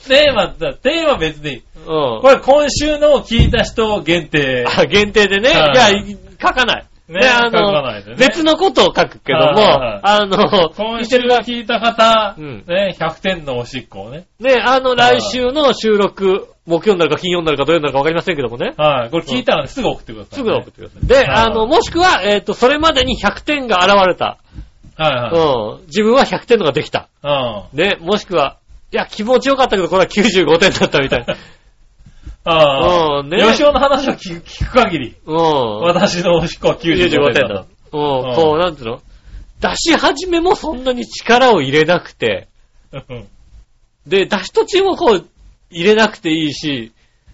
[SPEAKER 3] テーマだ、テーマ別でいい。
[SPEAKER 2] 夫う
[SPEAKER 3] これ今週のを聞いた人限定
[SPEAKER 2] ん。。あ限定でね、じゃ
[SPEAKER 3] は
[SPEAKER 2] あ
[SPEAKER 3] い
[SPEAKER 2] 書かない。
[SPEAKER 3] ね
[SPEAKER 2] であ
[SPEAKER 3] 書かないで
[SPEAKER 2] の、
[SPEAKER 3] ね
[SPEAKER 2] 別のことを書くけども、
[SPEAKER 3] は
[SPEAKER 2] あの、
[SPEAKER 3] 今週の聞いた方、
[SPEAKER 2] うん
[SPEAKER 3] ね、100点のおしっこをね。
[SPEAKER 2] ね、あの、来週の収録、木曜になるか金曜になるか土曜になるかわかりませんけどもね。
[SPEAKER 3] はい。これ聞いたらねすぐ送ってください、
[SPEAKER 2] すぐ送ってください。で、
[SPEAKER 3] はい
[SPEAKER 2] あの、もしくは、えっ、と、それまでに100点が現れた。
[SPEAKER 3] はいはい。
[SPEAKER 2] うん。自分は100点のができた。
[SPEAKER 3] うん。
[SPEAKER 2] ね、もしくは、いや、気持ちよかったけど、これは95点だったみた いな。
[SPEAKER 3] ああ。
[SPEAKER 2] うんね
[SPEAKER 3] 吉尾の話を聞く聞く限 り、
[SPEAKER 2] うん。
[SPEAKER 3] 私のおしっこは
[SPEAKER 2] 95
[SPEAKER 3] 95点だ
[SPEAKER 2] 点だ。うん、こう、なんていうの出し始めもそんなに力を入れなくて、
[SPEAKER 3] うん
[SPEAKER 2] で、出し途中もこう、入れなくていいし、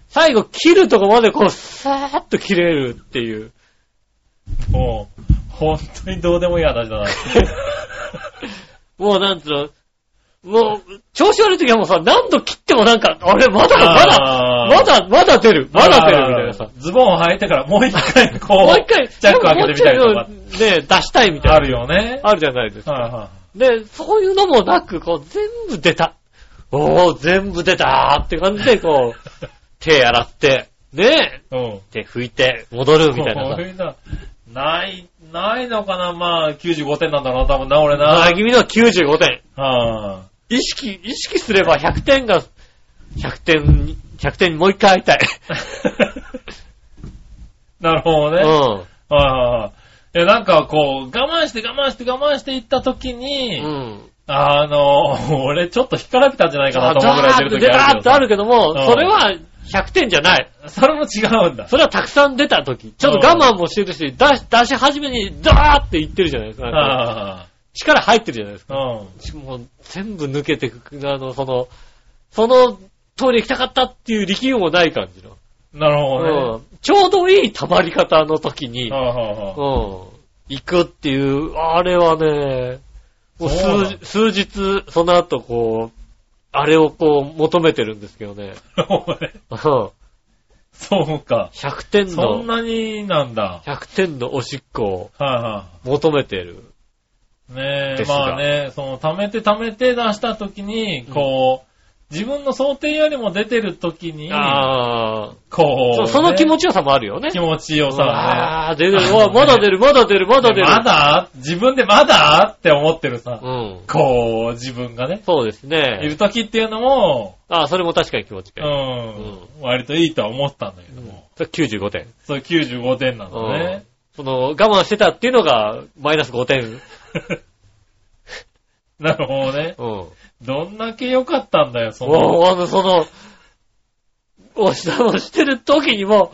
[SPEAKER 2] 最後切るとこまでこう、さーっと切れるっていう。
[SPEAKER 3] もう、本当にどうでもいい話だ な。
[SPEAKER 2] もうなんつうの、もう、調子悪い時はもうさ、何度切ってもなんか、あれ、まだ、まだ、
[SPEAKER 3] あー
[SPEAKER 2] まだ、まだ出る、まだ出るみたいなさ。
[SPEAKER 3] ズボンを履いてからもう一回こう、
[SPEAKER 2] もう一回、
[SPEAKER 3] ジャック開けてみたりと
[SPEAKER 2] も
[SPEAKER 3] か
[SPEAKER 2] う、一回ね、出したいみたいな。
[SPEAKER 3] あるよね。
[SPEAKER 2] あるじゃないですか。
[SPEAKER 3] はいは
[SPEAKER 2] で、そういうのもなく、こう、全部出た。おー、全部出たーって感じで、こう、 手洗って、ね
[SPEAKER 3] い。うん。
[SPEAKER 2] 手拭いて、戻るみたいな
[SPEAKER 3] そう
[SPEAKER 2] さ。
[SPEAKER 3] いうのない、ないのかなまあ、95点なんだろうな、多分な、俺な。
[SPEAKER 2] あ、君のは95点。
[SPEAKER 3] は
[SPEAKER 2] 意識、意識すれば100点が、100点に、100点にもう一回会いたい。
[SPEAKER 3] い。なるほど ね。
[SPEAKER 2] うん。
[SPEAKER 3] はいはいはい。いや、なんかこう、我慢して我慢して我慢していった時
[SPEAKER 2] う
[SPEAKER 3] に、
[SPEAKER 2] ん。
[SPEAKER 3] あの、 俺ちょっと引っからびたんじゃないか
[SPEAKER 2] ザ
[SPEAKER 3] なと思うぐらい出る
[SPEAKER 2] ー
[SPEAKER 3] 時
[SPEAKER 2] 出
[SPEAKER 3] あ
[SPEAKER 2] た
[SPEAKER 3] る
[SPEAKER 2] ーってあるけども
[SPEAKER 3] うん、
[SPEAKER 2] それは100点じゃない。
[SPEAKER 3] けどそれも違うんだ。
[SPEAKER 2] それはたくさん出た時。ちょっと我慢もしてるし、出し、出し始めに、ダーっていってるじゃないですか。なんか
[SPEAKER 3] あ
[SPEAKER 2] 力入ってるじゃないです
[SPEAKER 3] あ、
[SPEAKER 2] か。
[SPEAKER 3] うん。
[SPEAKER 2] もう全部抜けてく、あの、その、そのトイレ行きたかったっていう力みもない感じの。
[SPEAKER 3] なるほどね。
[SPEAKER 2] うんちょうどいい溜まり方の時に、
[SPEAKER 3] はいはいは
[SPEAKER 2] う
[SPEAKER 3] い
[SPEAKER 2] ん行くっていう、あれはね、もう
[SPEAKER 3] そうなの
[SPEAKER 2] 数数日、その後こう、あれをこう求めてるんですけどね。
[SPEAKER 3] 俺
[SPEAKER 2] うん
[SPEAKER 3] そうか。
[SPEAKER 2] 100点
[SPEAKER 3] そん
[SPEAKER 2] の、
[SPEAKER 3] なになんだ。
[SPEAKER 2] 100点のおしっこを
[SPEAKER 3] は
[SPEAKER 2] 求めてる。
[SPEAKER 3] いはい。ね
[SPEAKER 2] で
[SPEAKER 3] え、
[SPEAKER 2] すが
[SPEAKER 3] まあね、その、溜めて溜めて出した時に、こう、自分の想定よりも出てる時に、
[SPEAKER 2] ああ、
[SPEAKER 3] こう
[SPEAKER 2] そ
[SPEAKER 3] ね、
[SPEAKER 2] その気持ちよさもあるよね。
[SPEAKER 3] 気持ちよさ
[SPEAKER 2] ああ、出てる。うわまだ出る、まだ出る、ま
[SPEAKER 3] を
[SPEAKER 2] だ
[SPEAKER 3] ね。で
[SPEAKER 2] 出る。
[SPEAKER 3] まだ自分でまだって思ってるさ、
[SPEAKER 2] うん。
[SPEAKER 3] こう、自分がね、
[SPEAKER 2] そうです
[SPEAKER 3] いる
[SPEAKER 2] ね。
[SPEAKER 3] 時っていうのも、
[SPEAKER 2] ああ、それも確かに気持ち
[SPEAKER 3] う
[SPEAKER 2] がいい。
[SPEAKER 3] ん、割といいとは思ったんだけども、
[SPEAKER 2] それ95点。
[SPEAKER 3] それ95点なんだね。
[SPEAKER 2] その、我慢してたっていうのが、マイナス5点。
[SPEAKER 3] なるほどね。
[SPEAKER 2] うん。
[SPEAKER 3] どんだけ良かったんだよ、その。
[SPEAKER 2] もう、あの、その、おし、をしてる時にも、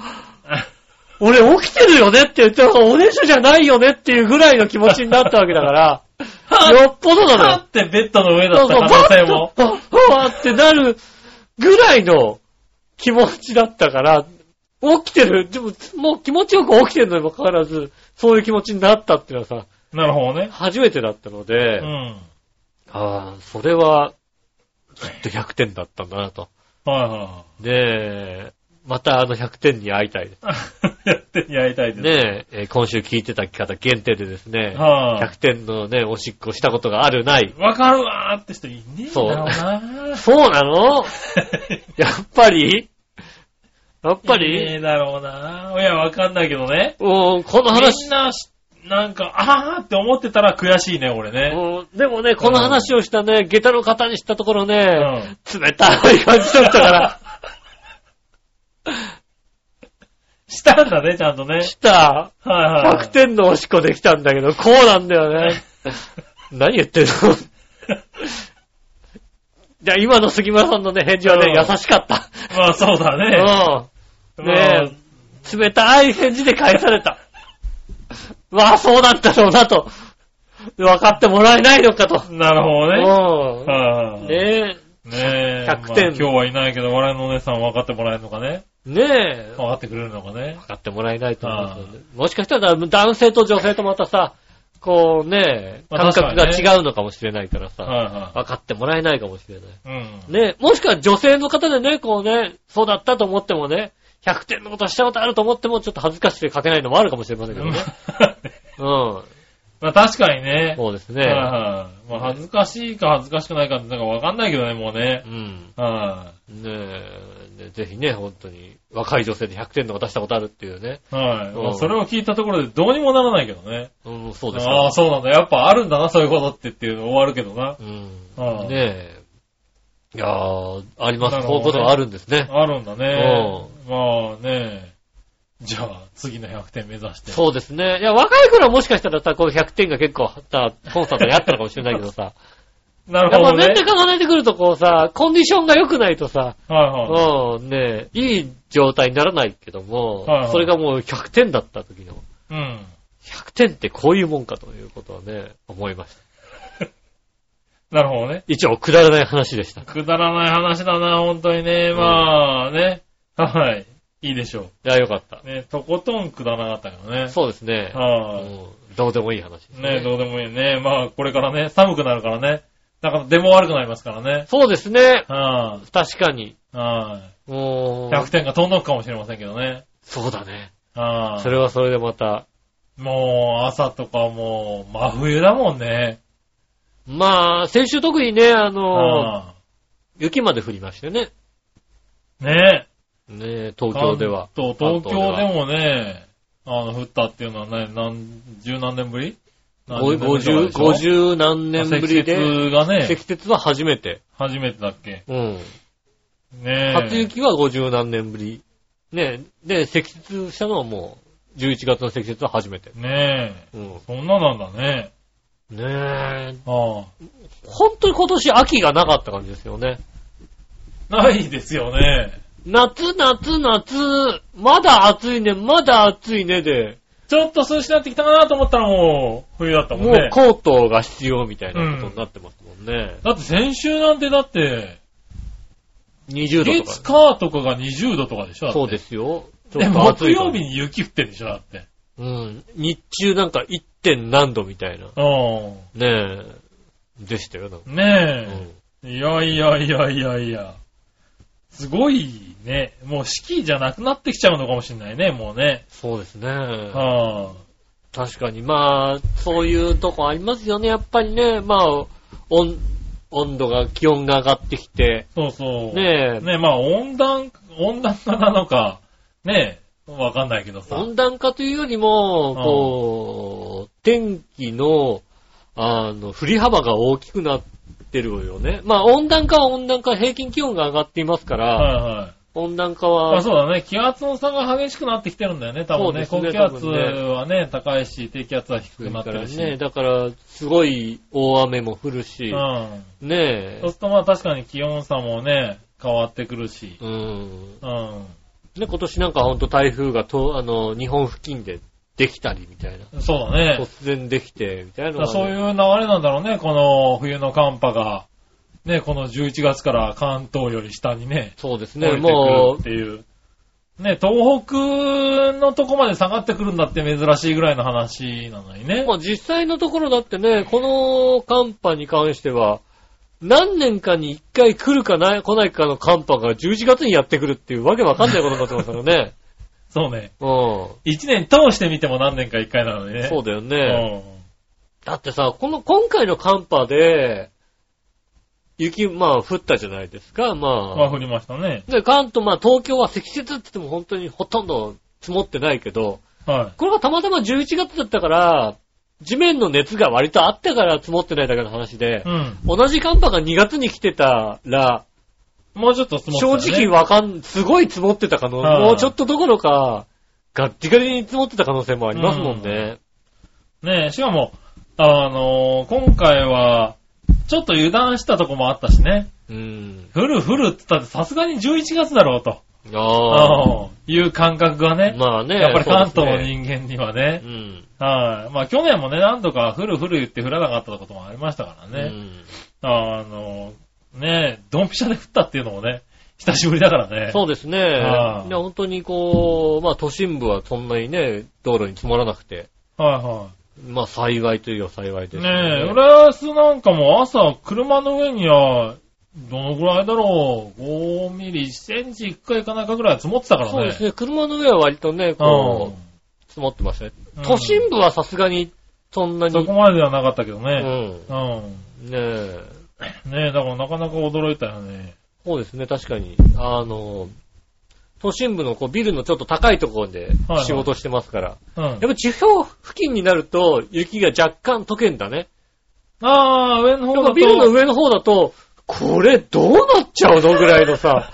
[SPEAKER 2] 俺起きてるよねって言っても、おねしょじゃないよねっていうぐらいの気持ちになったわけだから、よっぽどなの
[SPEAKER 3] は
[SPEAKER 2] よ
[SPEAKER 3] っ。ってベッドの上だ
[SPEAKER 2] そ
[SPEAKER 3] っ
[SPEAKER 2] う
[SPEAKER 3] た
[SPEAKER 2] そう、
[SPEAKER 3] 可
[SPEAKER 2] バ
[SPEAKER 3] 能性
[SPEAKER 2] ッ
[SPEAKER 3] も
[SPEAKER 2] と。、あわーってなるぐらいの気持ちだったから、起きてる、でも、もう気持ちよく起きてるのにもかかわらず、そういう気持ちになったっていうのはさ、
[SPEAKER 3] なるほどね。
[SPEAKER 2] 初めてだったので、
[SPEAKER 3] うん。はい
[SPEAKER 2] ああ、それは、きっと100点だったんだなと。
[SPEAKER 3] は
[SPEAKER 2] で、またあの100点に会いたいです。
[SPEAKER 3] いはい。や ってやりたいです。
[SPEAKER 2] ねえ、えー今週聞いてた方限定でですね、
[SPEAKER 3] は
[SPEAKER 2] 100点のね、おしっこしたことがあるない
[SPEAKER 3] い。。わかるわーって人いねえんだろう な。
[SPEAKER 2] そうなのやっぱりやっぱり
[SPEAKER 3] いねえだろうな。いや、わかんないけどね。
[SPEAKER 2] うん、この
[SPEAKER 3] みん
[SPEAKER 2] 話、
[SPEAKER 3] なし、なんか、あーって思ってたら悔しいね、俺ね。
[SPEAKER 2] うんでもね、この話をしたね、下駄の方にしたところ
[SPEAKER 3] う
[SPEAKER 2] ね、
[SPEAKER 3] ん。
[SPEAKER 2] 冷たい感じだったから、
[SPEAKER 3] したんだね、ちゃんとね。
[SPEAKER 2] した。
[SPEAKER 3] はいはい。
[SPEAKER 2] 100点のおしっこできたんだけど、こうなんだよ ね。何言ってるの いや、今の杉村さんのね、返事はね、
[SPEAKER 3] うん
[SPEAKER 2] 優しかった。
[SPEAKER 3] まあそうだね。
[SPEAKER 2] う
[SPEAKER 3] ま あ
[SPEAKER 2] ねん。冷たい返事で返された。 わあ、そうだったろうなと。分かってもらえないのかと。
[SPEAKER 3] なるほどね。
[SPEAKER 2] う
[SPEAKER 3] は
[SPEAKER 2] ん。
[SPEAKER 3] いはい
[SPEAKER 2] ね
[SPEAKER 3] ねえ。
[SPEAKER 2] 100点
[SPEAKER 3] まあ今日はいないけど、笑いのお姉さんは分かってもらえるのかね。
[SPEAKER 2] え。ねえ。
[SPEAKER 3] 分かってくれるのかね。
[SPEAKER 2] 分かってもらえないと思うんですよね。もしかしたら男性と女性とまたさ、こうね、
[SPEAKER 3] ま
[SPEAKER 2] 感
[SPEAKER 3] あ
[SPEAKER 2] 覚
[SPEAKER 3] 確
[SPEAKER 2] が
[SPEAKER 3] かにね
[SPEAKER 2] 違うのかもしれないから
[SPEAKER 3] はい
[SPEAKER 2] さ、
[SPEAKER 3] は
[SPEAKER 2] 分かってもらえないかもしれない。
[SPEAKER 3] い。うん。
[SPEAKER 2] ね、もしくは女性の方でね、こうね、そうだったと思ってもね、100点のことしたことあると思っても、ちょっと恥ずかしくて書けないのもあるかもしれませんけどね。うん。
[SPEAKER 3] まあ確かにね。
[SPEAKER 2] そうです
[SPEAKER 3] はい
[SPEAKER 2] ね。
[SPEAKER 3] はい。まあ恥ずかしいか恥ずかしくないかってなんか分かんないけどね、もうね
[SPEAKER 2] う。ん。
[SPEAKER 3] は
[SPEAKER 2] ねえ、ねぜひね、本当に、若い女性で100点のことしたことあるっていうね。
[SPEAKER 3] い。はい。ま
[SPEAKER 2] う
[SPEAKER 3] あ
[SPEAKER 2] ん
[SPEAKER 3] それを聞いたところでどうにもならないけどね。
[SPEAKER 2] うん、そうです
[SPEAKER 3] ああ、そうなんだ。やっぱあるんだな、そういうことってっていうの終わるけ どな。
[SPEAKER 2] うん。
[SPEAKER 3] う
[SPEAKER 2] ね
[SPEAKER 3] ん
[SPEAKER 2] え。いやー、あります。
[SPEAKER 3] なる
[SPEAKER 2] こうい
[SPEAKER 3] ほどね
[SPEAKER 2] うことがあるんですね。
[SPEAKER 3] あるんだね。まあね。じゃあ、次の100点目指して。
[SPEAKER 2] そうですね。いや、若い頃はもしかしたらさ、こう100点が結構、さ、コンサートであったのかもしれないけどさ。
[SPEAKER 3] な
[SPEAKER 2] や
[SPEAKER 3] る
[SPEAKER 2] っぱ
[SPEAKER 3] ほど
[SPEAKER 2] 年
[SPEAKER 3] ね
[SPEAKER 2] 齢。重ねてくるとこうさ、コンディションが良くないとさ、
[SPEAKER 3] はいはい。
[SPEAKER 2] うん、ねえ、いい状態にならないけども、
[SPEAKER 3] はいはい
[SPEAKER 2] それがもう100点だった時の、
[SPEAKER 3] うん。
[SPEAKER 2] 100点ってこういうもんかということはね、思いました。
[SPEAKER 3] なるほどね。
[SPEAKER 2] 一応、くだらない話でした。
[SPEAKER 3] くだらない話だな、本当にね。まあね。はい。いいでしょ
[SPEAKER 2] いや、よかった
[SPEAKER 3] う。。ね、とことんくだらなかったけどね。
[SPEAKER 2] そうですね。
[SPEAKER 3] は
[SPEAKER 2] うんどうでもいい話です
[SPEAKER 3] い。ね、どうでもいいね。まあ、これからね、寒くなるからね。だから、出も悪くなりますからね。
[SPEAKER 2] そうですね。
[SPEAKER 3] は
[SPEAKER 2] 確かに。
[SPEAKER 3] い。は
[SPEAKER 2] も
[SPEAKER 3] い。
[SPEAKER 2] う、
[SPEAKER 3] 100点が飛んのくかもしれませんけどね。
[SPEAKER 2] そうだね。
[SPEAKER 3] は
[SPEAKER 2] そ
[SPEAKER 3] い。
[SPEAKER 2] れはそれでまた、
[SPEAKER 3] もう、朝とかもう、真冬だもんね。
[SPEAKER 2] まあ、先週特にね、あの、
[SPEAKER 3] は
[SPEAKER 2] 雪まで降りましてね。
[SPEAKER 3] い。ね
[SPEAKER 2] ね東京では。
[SPEAKER 3] と、東京
[SPEAKER 2] 関東で
[SPEAKER 3] で
[SPEAKER 2] は
[SPEAKER 3] もね、あの、降ったっていうのはね、何、十何年ぶり
[SPEAKER 2] ご50、
[SPEAKER 3] 50
[SPEAKER 2] 50何年ぶりで、
[SPEAKER 3] 積雪がね、
[SPEAKER 2] 積雪は初めて。
[SPEAKER 3] 初めてだっけ
[SPEAKER 2] うん。
[SPEAKER 3] ねえ。
[SPEAKER 2] 初雪は50何年ぶり。ねで、積雪したのはもう、11月の積雪は初めて。
[SPEAKER 3] ねえ。
[SPEAKER 2] うん。
[SPEAKER 3] そんななんだね。
[SPEAKER 2] ねえ、
[SPEAKER 3] ああ。
[SPEAKER 2] 本当に今年秋がなかった感じですよね。
[SPEAKER 3] ないですよね。
[SPEAKER 2] 夏、夏、夏、まだ暑いね、まだ暑いねで、
[SPEAKER 3] ちょっと涼しくなってきたかなと思ったらもう、冬だったも
[SPEAKER 2] も
[SPEAKER 3] んね
[SPEAKER 2] う。コートが必要みたいなことになってますもんね。
[SPEAKER 3] だって先週なんてだって、
[SPEAKER 2] 20度と
[SPEAKER 3] 月
[SPEAKER 2] か。
[SPEAKER 3] 火とかが20度とかでしょ。
[SPEAKER 2] そうですすよ。ち
[SPEAKER 3] で、
[SPEAKER 2] ょっと暑
[SPEAKER 3] 木
[SPEAKER 2] いから
[SPEAKER 3] 曜日に雪降ってるでしょだって。
[SPEAKER 2] うん。日中なんか 1. 点何度みたいな。
[SPEAKER 3] う
[SPEAKER 2] ねえ。でしたよ、なんか。
[SPEAKER 3] ん。
[SPEAKER 2] う
[SPEAKER 3] ね
[SPEAKER 2] ん
[SPEAKER 3] え。いやいやいやいやいや。すごいね。もう四季じゃなくなってきちゃうのかもしれないね、もうね。
[SPEAKER 2] そうですね。
[SPEAKER 3] は
[SPEAKER 2] 確かに、まあ、そういうとこありますよね、やっぱりね。まあ、温、温度が、気温が上がってきて、
[SPEAKER 3] そうそう。
[SPEAKER 2] ねえ、
[SPEAKER 3] ねまあ温暖、温暖化なのか、ねえ、わかんないけどさ。
[SPEAKER 2] 温暖化というよりも、こう、天気の、あの、振り幅が大きくなってるよね。まあ、温暖化は温暖化、平均気温が上がっていますから、
[SPEAKER 3] はいはい。
[SPEAKER 2] 温暖化
[SPEAKER 3] まあ
[SPEAKER 2] は、
[SPEAKER 3] そうだね、気圧の差が激しくなってきてるんだよね、多分ね。
[SPEAKER 2] そう
[SPEAKER 3] 高
[SPEAKER 2] です
[SPEAKER 3] 気
[SPEAKER 2] ね
[SPEAKER 3] 圧はね、高いし、低気圧は低
[SPEAKER 2] 低
[SPEAKER 3] く
[SPEAKER 2] い
[SPEAKER 3] なっ
[SPEAKER 2] か
[SPEAKER 3] て
[SPEAKER 2] ら
[SPEAKER 3] るし。
[SPEAKER 2] ね、だから、すごい大雨も降る
[SPEAKER 3] う
[SPEAKER 2] し、
[SPEAKER 3] ん。
[SPEAKER 2] ね
[SPEAKER 3] そうするとまあ確かに気温差もね、変わってくるし
[SPEAKER 2] え、。うん。
[SPEAKER 3] うん。
[SPEAKER 2] ね、今年なんかほんと台風がと、あの、日本付近でできたりみたいな。
[SPEAKER 3] そうだね。
[SPEAKER 2] 突然できて、みたいなの
[SPEAKER 3] だから
[SPEAKER 2] がね、
[SPEAKER 3] そういう流れなんだろうね、この冬の寒波が。ね、この11月から関東より下にね、
[SPEAKER 2] そうです
[SPEAKER 3] 降
[SPEAKER 2] ね、
[SPEAKER 3] りてく
[SPEAKER 2] も
[SPEAKER 3] るっていう。ね、東北のとこまで下がってくるんだって珍しいぐらいの話なのにね
[SPEAKER 2] う、ま。あ実際のところだってね、この寒波に関しては、何年かに一回来るかない、来ないかの寒波が11月にやってくるっていうわけわかんないことになってますから ね。
[SPEAKER 3] そうね。
[SPEAKER 2] う
[SPEAKER 3] 一年通してみても何年か一回なのにね。
[SPEAKER 2] ん。そう
[SPEAKER 3] う
[SPEAKER 2] だよね。
[SPEAKER 3] ね。
[SPEAKER 2] だってさ、この、今回の寒波で、雪、まあ降ったじゃないですか、まあ。
[SPEAKER 3] まあ降りましたね。
[SPEAKER 2] で、関東、まあ東京は積雪って言っても本当にほとんど積もってないけど、
[SPEAKER 3] は
[SPEAKER 2] これがたまたま11月だったから、地面の熱が割とあったから積もってないだけの話で
[SPEAKER 3] い。う、ん。
[SPEAKER 2] 同じ寒波が2月に来てたら、
[SPEAKER 3] もうちょっと積も
[SPEAKER 2] 正
[SPEAKER 3] ってた
[SPEAKER 2] 直
[SPEAKER 3] ね。
[SPEAKER 2] わかん、すごい積もってたかの、
[SPEAKER 3] はい
[SPEAKER 2] もうちょっとどころか、ガッチガチに積もってた可能性もありますもんね。
[SPEAKER 3] ねえ、しかも、あのー今回は、ちょっと油断したとこもあったしね。
[SPEAKER 2] うん。
[SPEAKER 3] 降る降るって言ったってさすがに11月だろうと、
[SPEAKER 2] ああ。
[SPEAKER 3] うんいう感覚がね、
[SPEAKER 2] まあね。
[SPEAKER 3] やっぱり関東
[SPEAKER 2] そう
[SPEAKER 3] の
[SPEAKER 2] ですね
[SPEAKER 3] 人間にはね、
[SPEAKER 2] うん。
[SPEAKER 3] はい。まあ去年もね、何度か降る降る言って降らなかったこともありましたから
[SPEAKER 2] う
[SPEAKER 3] ね。
[SPEAKER 2] ん
[SPEAKER 3] あのー、ねえ、ドンピシャで降ったっていうのもね、久しぶりだからね。
[SPEAKER 2] そうですね。い
[SPEAKER 3] あ
[SPEAKER 2] や
[SPEAKER 3] あ
[SPEAKER 2] 本当にこう、まあ都心部はそんなにね、道路に積もらなくて、
[SPEAKER 3] はいは
[SPEAKER 2] まあ幸いというよ幸い
[SPEAKER 3] い。
[SPEAKER 2] です
[SPEAKER 3] ね
[SPEAKER 2] よ
[SPEAKER 3] え、浦安なんかも朝、車の上には、どのぐらいだろう、5ミリ、1センチいくかいかないかぐらい積もってたからね。
[SPEAKER 2] そうですね。車の上は割とね、こ
[SPEAKER 3] うん
[SPEAKER 2] う、積もってましたね
[SPEAKER 3] うん。
[SPEAKER 2] 都心部はさすがに、そんなに。
[SPEAKER 3] そこまでではなかったけど
[SPEAKER 2] うん。
[SPEAKER 3] ね。うん。
[SPEAKER 2] ねえ。
[SPEAKER 3] ねえ、だからなかなか驚いたよね。
[SPEAKER 2] そうですね、確かに。あの、都心部のこうビルのちょっと高いところで
[SPEAKER 3] はいはい
[SPEAKER 2] 仕事してますから。
[SPEAKER 3] うん
[SPEAKER 2] や。っぱ地表付近になると雪が若干溶けんだね。
[SPEAKER 3] ああ、上
[SPEAKER 2] や
[SPEAKER 3] の方
[SPEAKER 2] っ
[SPEAKER 3] だ
[SPEAKER 2] ぱ
[SPEAKER 3] と。
[SPEAKER 2] ビルの上の方だと、これどうなっちゃうのぐらいのさ、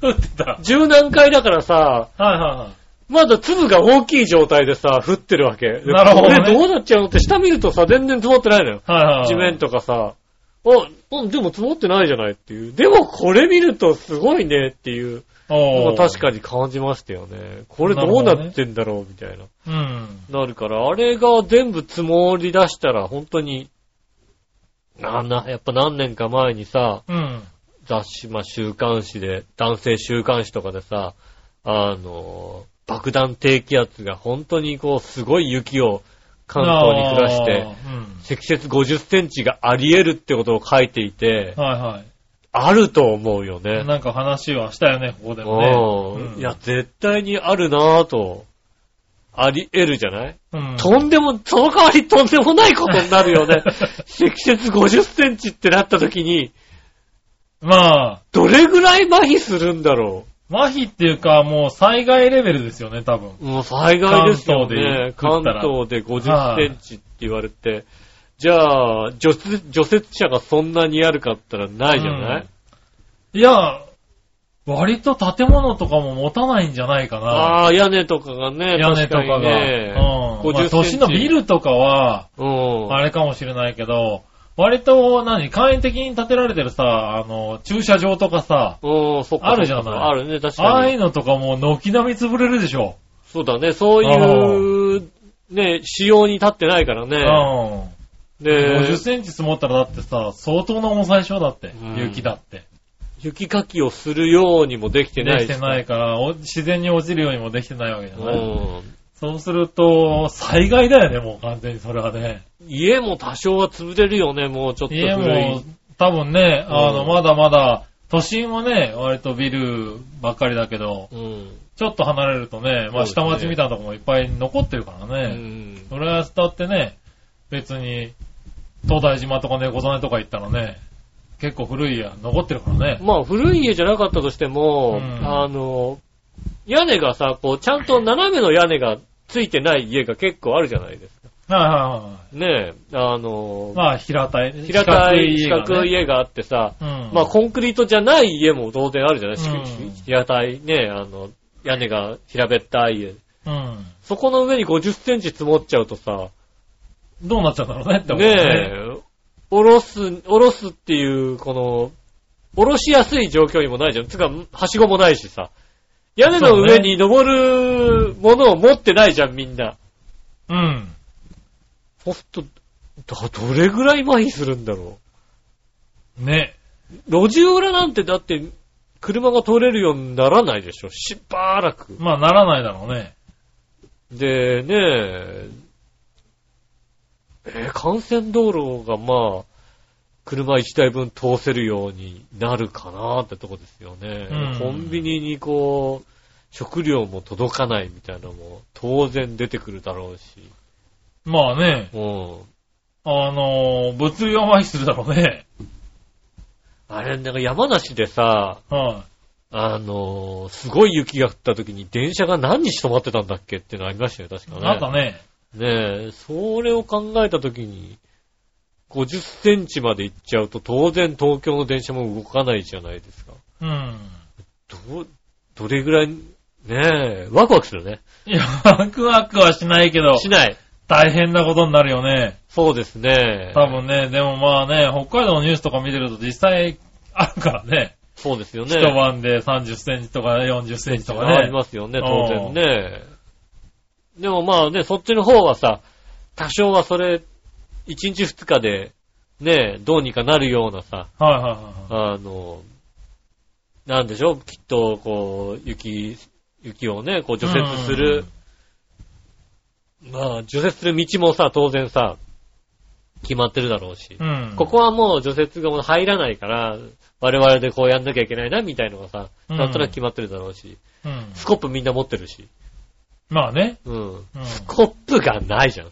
[SPEAKER 3] 降ってた。はい
[SPEAKER 2] 十何階だからさ、
[SPEAKER 3] はいはい。
[SPEAKER 2] まだ粒が大きい状態でさ、降ってるわけ。で
[SPEAKER 3] なるほどね
[SPEAKER 2] これどうなっちゃうのって下見るとさ、全然積もってないのよ。
[SPEAKER 3] はいはいはい。
[SPEAKER 2] 地面とかさ、あ、うんでも積もってないじゃないっていう。でもこれ見るとすごいねっていう。
[SPEAKER 3] お
[SPEAKER 2] まあ
[SPEAKER 3] ー
[SPEAKER 2] 確かに感じましたよね。これどうなってんだろうみたいな。
[SPEAKER 3] うん。
[SPEAKER 2] なるから、あれが全部積もり出したら本当に、なんな、やっぱ何年か前にさ、
[SPEAKER 3] うん。
[SPEAKER 2] 雑誌、まあ週刊誌で、男性週刊誌とかでさ、あの、爆弾低気圧が本当にこう、すごい雪を関東に降らして、
[SPEAKER 3] あー。うん。
[SPEAKER 2] 積雪50センチがあり得るってことを書いていて、
[SPEAKER 3] はいはい。
[SPEAKER 2] あると思うよね。
[SPEAKER 3] なんか話はしたよね、ここでもね。
[SPEAKER 2] う。
[SPEAKER 3] うん
[SPEAKER 2] いや、、絶対にあるなぁと。あり得るじゃない、
[SPEAKER 3] うん。
[SPEAKER 2] とんでも、その代わりとんでもないことになるよ ね。積雪50センチってなった時に、
[SPEAKER 3] まあ、
[SPEAKER 2] どれぐらい麻痺するんだろ
[SPEAKER 3] 麻痺っていうか、もう災害レベルですよね、多分。
[SPEAKER 2] う。もう災害ですよね。
[SPEAKER 3] 関
[SPEAKER 2] 関
[SPEAKER 3] 東で
[SPEAKER 2] 東で50センチって言われて、じゃあ除雪、除雪車がそんなにあるかったらないじゃない、
[SPEAKER 3] いや、割と建物とかも持たないんじゃないかな。
[SPEAKER 2] ああ、屋根とかがね、
[SPEAKER 3] 屋根とか
[SPEAKER 2] 確
[SPEAKER 3] が。
[SPEAKER 2] にね
[SPEAKER 3] うん。まあ
[SPEAKER 2] 50センチ。
[SPEAKER 3] 都心のビルとかは、
[SPEAKER 2] うん。
[SPEAKER 3] あれかもしれないけど、割と、何、簡易的に建てられてるさ、あの、駐車場とかさ、
[SPEAKER 2] うん、そっか。
[SPEAKER 3] あるじゃない
[SPEAKER 2] そっかあるね、確かに。
[SPEAKER 3] ああいうのとかも軒並み潰れるでしょ。
[SPEAKER 2] そうだね、そういう、ね、仕様に立ってないから
[SPEAKER 3] う
[SPEAKER 2] ね。
[SPEAKER 3] ん。
[SPEAKER 2] で
[SPEAKER 3] 50、センチ積もったらだってさ、相当な重さでしょだって
[SPEAKER 2] うん。
[SPEAKER 3] 雪だって。
[SPEAKER 2] 雪かきをするようにもできて
[SPEAKER 3] で
[SPEAKER 2] ない
[SPEAKER 3] きてないから、お自然に落ちるようにもできてないわけじゃ
[SPEAKER 2] う
[SPEAKER 3] ない。
[SPEAKER 2] ん。
[SPEAKER 3] そうすると、災害だよね、もう完全にそれはね。
[SPEAKER 2] 家も多少は潰れるよね、もうちょっと
[SPEAKER 3] 家
[SPEAKER 2] 古
[SPEAKER 3] も
[SPEAKER 2] い。、
[SPEAKER 3] 多分ね、
[SPEAKER 2] うん
[SPEAKER 3] あの、まだまだ、都心はね、割とビルばっかりだけど、
[SPEAKER 2] うん。
[SPEAKER 3] ちょっと離れるとね、
[SPEAKER 2] そう
[SPEAKER 3] まあ
[SPEAKER 2] です
[SPEAKER 3] 下
[SPEAKER 2] ね
[SPEAKER 3] 町みたいなとこもいっぱい残ってるか
[SPEAKER 2] う
[SPEAKER 3] らね。
[SPEAKER 2] ん。
[SPEAKER 3] 浦安だってね、別に、東大島とかね、小曽根とか行ったらね、結構古い家残ってるからね。
[SPEAKER 2] まあ、古い家じゃなかったとしても、
[SPEAKER 3] うん
[SPEAKER 2] あの、屋根がさ、こう、ちゃんと斜めの屋根がついてない家が結構あるじゃないですか。
[SPEAKER 3] はいはいはい。
[SPEAKER 2] ねえ、あの、
[SPEAKER 3] まあ、平たい。
[SPEAKER 2] 平たい四
[SPEAKER 3] 四角
[SPEAKER 2] 角い
[SPEAKER 3] い家
[SPEAKER 2] 家があってさ、
[SPEAKER 3] がね。うん。
[SPEAKER 2] まあ、コンクリートじゃない家も当然あるじゃないですか。
[SPEAKER 3] うん
[SPEAKER 2] 平たいね、あの、屋根が平べったい家。
[SPEAKER 3] うん。
[SPEAKER 2] そこの上に50センチ積もっちゃうとさ、
[SPEAKER 3] どうなっちゃうんだろうねって思う
[SPEAKER 2] ねえ、おろす、おろすっていう、この、おろしやすい状況にもないじゃん。つうか、はしごもないしさ。屋根の上に登るものを持ってないじゃん、みんな。
[SPEAKER 3] うん。
[SPEAKER 2] ほんと、だどれぐらい麻痺するんだろう。
[SPEAKER 3] ね。
[SPEAKER 2] 路地裏なんてだって、車が通れるようにならないでしょ。しばらく。
[SPEAKER 3] まあ、ならないだろうね。
[SPEAKER 2] で、ねえ、えー幹線道路がまあ、車1台分通せるようになるかなってとこですよね。
[SPEAKER 3] うん
[SPEAKER 2] コンビニにこう、食料も届かないみたいなのも当然出てくるだろうし。
[SPEAKER 3] まあね、
[SPEAKER 2] うん。
[SPEAKER 3] あのー物流は麻痺するだろうね。
[SPEAKER 2] あれ、なんか山梨でさ、
[SPEAKER 3] は
[SPEAKER 2] あのーすごい雪が降った時に電車が何日止まってたんだっけっていうのありましたよ、確
[SPEAKER 3] い、
[SPEAKER 2] かね。
[SPEAKER 3] あったね。
[SPEAKER 2] ねえ、それを考えたときに、50センチまで行っちゃうと当然東京の電車も動かないじゃないですか。
[SPEAKER 3] うん。
[SPEAKER 2] どう、どれぐらいねえ、ワクワクするね。
[SPEAKER 3] いや、ワクワクはしないけど、
[SPEAKER 2] しない。
[SPEAKER 3] 大変なことになるよね。
[SPEAKER 2] そうですね。
[SPEAKER 3] 多分ね、でもまあね、北海道のニュースとか見てると実際あるからね。
[SPEAKER 2] そうですよね。
[SPEAKER 3] 一晩で30センチとか40センチとか
[SPEAKER 2] あり
[SPEAKER 3] ね。
[SPEAKER 2] ますよね、当然ね。でもまあね、そっちの方はさ、多少はそれ、1日2日で、ね、どうにかなるようなさ、
[SPEAKER 3] はいはいはいは
[SPEAKER 2] あの、なんでしょう、きっと、こう、雪、雪をね、こう除雪する、まあ、除雪する道もさ、当然さ、決まってるだろうし、
[SPEAKER 3] い。うん。
[SPEAKER 2] ここはもう除雪がもう入らないから、我々でこうやんなきゃいけないな、みたいのがさ、
[SPEAKER 3] うん
[SPEAKER 2] なんとなく決まってるだろうし、
[SPEAKER 3] うん。
[SPEAKER 2] スコップみんな持ってるし。
[SPEAKER 3] まあね。
[SPEAKER 2] うん。
[SPEAKER 3] うん。
[SPEAKER 2] スコップがないじゃん。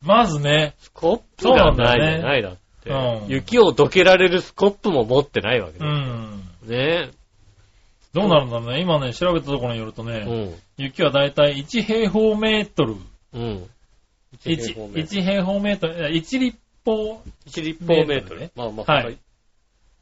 [SPEAKER 3] まずね、
[SPEAKER 2] スコップがないじゃないだって。
[SPEAKER 3] そうなんだよねうん
[SPEAKER 2] 雪をどけられるスコップも持ってないわけ
[SPEAKER 3] う
[SPEAKER 2] だよ
[SPEAKER 3] ん。
[SPEAKER 2] ね。
[SPEAKER 3] どうなるんだろうね。今ね、調べたところによると
[SPEAKER 2] う
[SPEAKER 3] ね、
[SPEAKER 2] ん。
[SPEAKER 3] 雪はだいたい1平方メートル。
[SPEAKER 2] うん。
[SPEAKER 3] 1
[SPEAKER 2] 1
[SPEAKER 3] 1平方メートル、いや1立方、
[SPEAKER 2] 立方メートル
[SPEAKER 3] メートルね。
[SPEAKER 2] まあまあ、
[SPEAKER 3] はい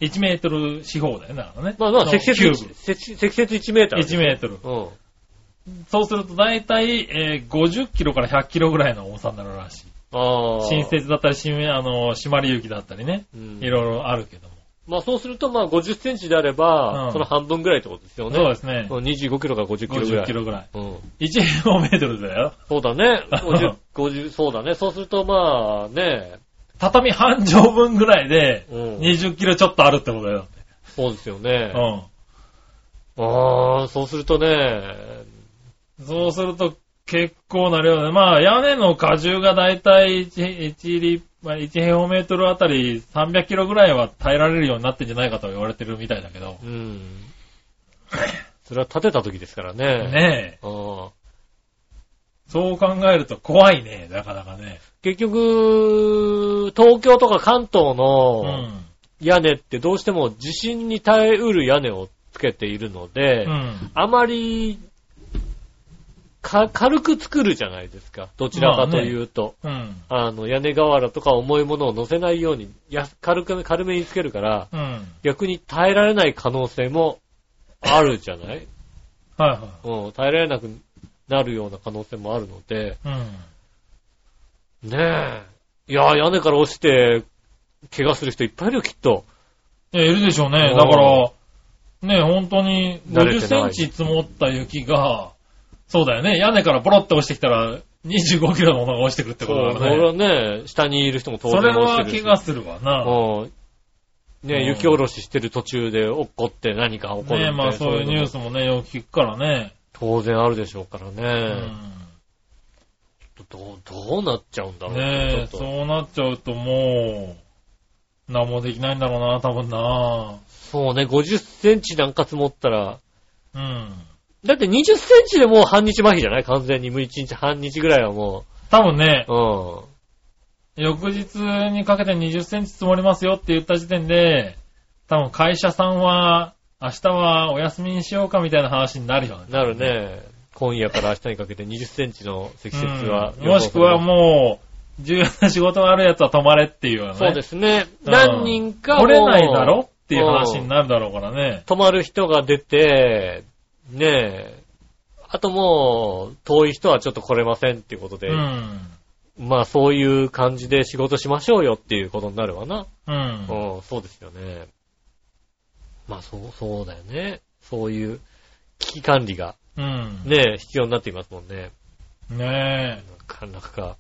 [SPEAKER 3] 1メートル四方だよね。だからね
[SPEAKER 2] まあまあ、
[SPEAKER 3] の
[SPEAKER 2] 積雪
[SPEAKER 3] キュ
[SPEAKER 2] 1
[SPEAKER 3] ーブ
[SPEAKER 2] 積積雪1メーター。
[SPEAKER 3] 1メートル。
[SPEAKER 2] うん。
[SPEAKER 3] そうすると大体、えー50キロから100キロぐらいの重さになるらしい。
[SPEAKER 2] ああ。
[SPEAKER 3] 新。雪だったり、しめあの、締まり雪だったりね。
[SPEAKER 2] うん
[SPEAKER 3] い。ろいろあるけども。
[SPEAKER 2] まあそうすると、まあ50センチであれば、
[SPEAKER 3] うん
[SPEAKER 2] その半分ぐらいってことですよね。
[SPEAKER 3] そうですね。
[SPEAKER 2] うん25キロから50キロぐら
[SPEAKER 3] 50
[SPEAKER 2] い。
[SPEAKER 3] キロぐらい。
[SPEAKER 2] うん。
[SPEAKER 3] 1平方メートル だよ。
[SPEAKER 2] そうだね。50、50、そうだね。そうすると、まあね、
[SPEAKER 3] 畳半畳分ぐらいで、
[SPEAKER 2] うん
[SPEAKER 3] 20キロちょっとあるってことだよ。
[SPEAKER 2] そうですよね。
[SPEAKER 3] う
[SPEAKER 2] ああ、そうするとね、
[SPEAKER 3] ん。そうすると、結構な量だね。まあ、屋根の荷重がだいたい 1, 立まあ1平方メートルあたり300キロぐらいは耐えられるようになってんじゃないかと言われてるみたいだけど。
[SPEAKER 2] うん。それは建てた時ですからね。
[SPEAKER 3] ねえ。
[SPEAKER 2] ああ
[SPEAKER 3] そう考えると怖いね。なかなかね。
[SPEAKER 2] 結局、東京とか関東
[SPEAKER 3] う
[SPEAKER 2] の
[SPEAKER 3] ん。
[SPEAKER 2] 屋根ってどうしても地震に耐えうる屋根をつけているので、
[SPEAKER 3] うん。
[SPEAKER 2] あまりか軽く作るじゃないですか。どちらかというと。
[SPEAKER 3] うん。
[SPEAKER 2] あの、屋根瓦とか重いものを乗せないように、や軽く、軽めにつけるから、
[SPEAKER 3] うん。はい
[SPEAKER 2] 逆に耐えられない可能性もあるじゃない
[SPEAKER 3] は
[SPEAKER 2] うん、耐えられなくなるような可能性もあるので、
[SPEAKER 3] い。うん。
[SPEAKER 2] ねえ。いやー、屋根から落ちて、怪我する人いっぱいいるよ、きっと。
[SPEAKER 3] いや、いるでしょうね。
[SPEAKER 2] うん
[SPEAKER 3] だから、ね、本当に
[SPEAKER 2] 慣れ
[SPEAKER 3] 50
[SPEAKER 2] て
[SPEAKER 3] セ
[SPEAKER 2] な
[SPEAKER 3] ン
[SPEAKER 2] い
[SPEAKER 3] チ積もった雪が、そうだよね。屋根からボロって落ちてきたら、25キロのものが落ちてくるって
[SPEAKER 2] そ
[SPEAKER 3] ことだ
[SPEAKER 2] う、
[SPEAKER 3] から
[SPEAKER 2] そ
[SPEAKER 3] ね。
[SPEAKER 2] れはね、下にいる人も当
[SPEAKER 3] それ
[SPEAKER 2] 然落ち
[SPEAKER 3] は
[SPEAKER 2] てるし。
[SPEAKER 3] 怪我するわな。
[SPEAKER 2] うん。ね
[SPEAKER 3] うん
[SPEAKER 2] え雪下ろししてる途中で落っこって何か起こるみたいな
[SPEAKER 3] ねまあそういうニュー
[SPEAKER 2] のも
[SPEAKER 3] スもね、よく聞くからね。
[SPEAKER 2] 当然あるでしょうから
[SPEAKER 3] う
[SPEAKER 2] ね。
[SPEAKER 3] ん。
[SPEAKER 2] どう、どうなっちゃうんだろうち
[SPEAKER 3] ねえ、
[SPEAKER 2] ょっと
[SPEAKER 3] そうなっちゃうともう、何もできないんだろうな、多分な。
[SPEAKER 2] そうね、50センチなんか積もったら、
[SPEAKER 3] うん。
[SPEAKER 2] だって20センチでもう半日麻痺じゃない完全に。もう1日半日ぐらいはも
[SPEAKER 3] 多分ね、
[SPEAKER 2] う。うん。
[SPEAKER 3] 翌日にかけて20センチ積もりますよって言った時点で、多分会社さんは、明日はお休みにしようかみたいな話になるよね。
[SPEAKER 2] なるね。今夜から明日にかけて20センチの積雪は、
[SPEAKER 3] うんもしくはもう、重要な仕事があるやつは止まれっていうよね。。
[SPEAKER 2] そうですすね。何人かも
[SPEAKER 3] 取れないだろっていう話になるだろうからね。
[SPEAKER 2] 止まる人が出て、ねえ。あともう、遠い人はちょっと来れませんっていうことで、
[SPEAKER 3] うん。
[SPEAKER 2] まあそういう感じで仕事しましょうよっていうことになるわな。
[SPEAKER 3] うん。
[SPEAKER 2] うん、そうですよね。まあそう、そうだよね。そういう危機管理が
[SPEAKER 3] うん。
[SPEAKER 2] ね、必要になっていますもんね。
[SPEAKER 3] ねえ。
[SPEAKER 2] なかなか、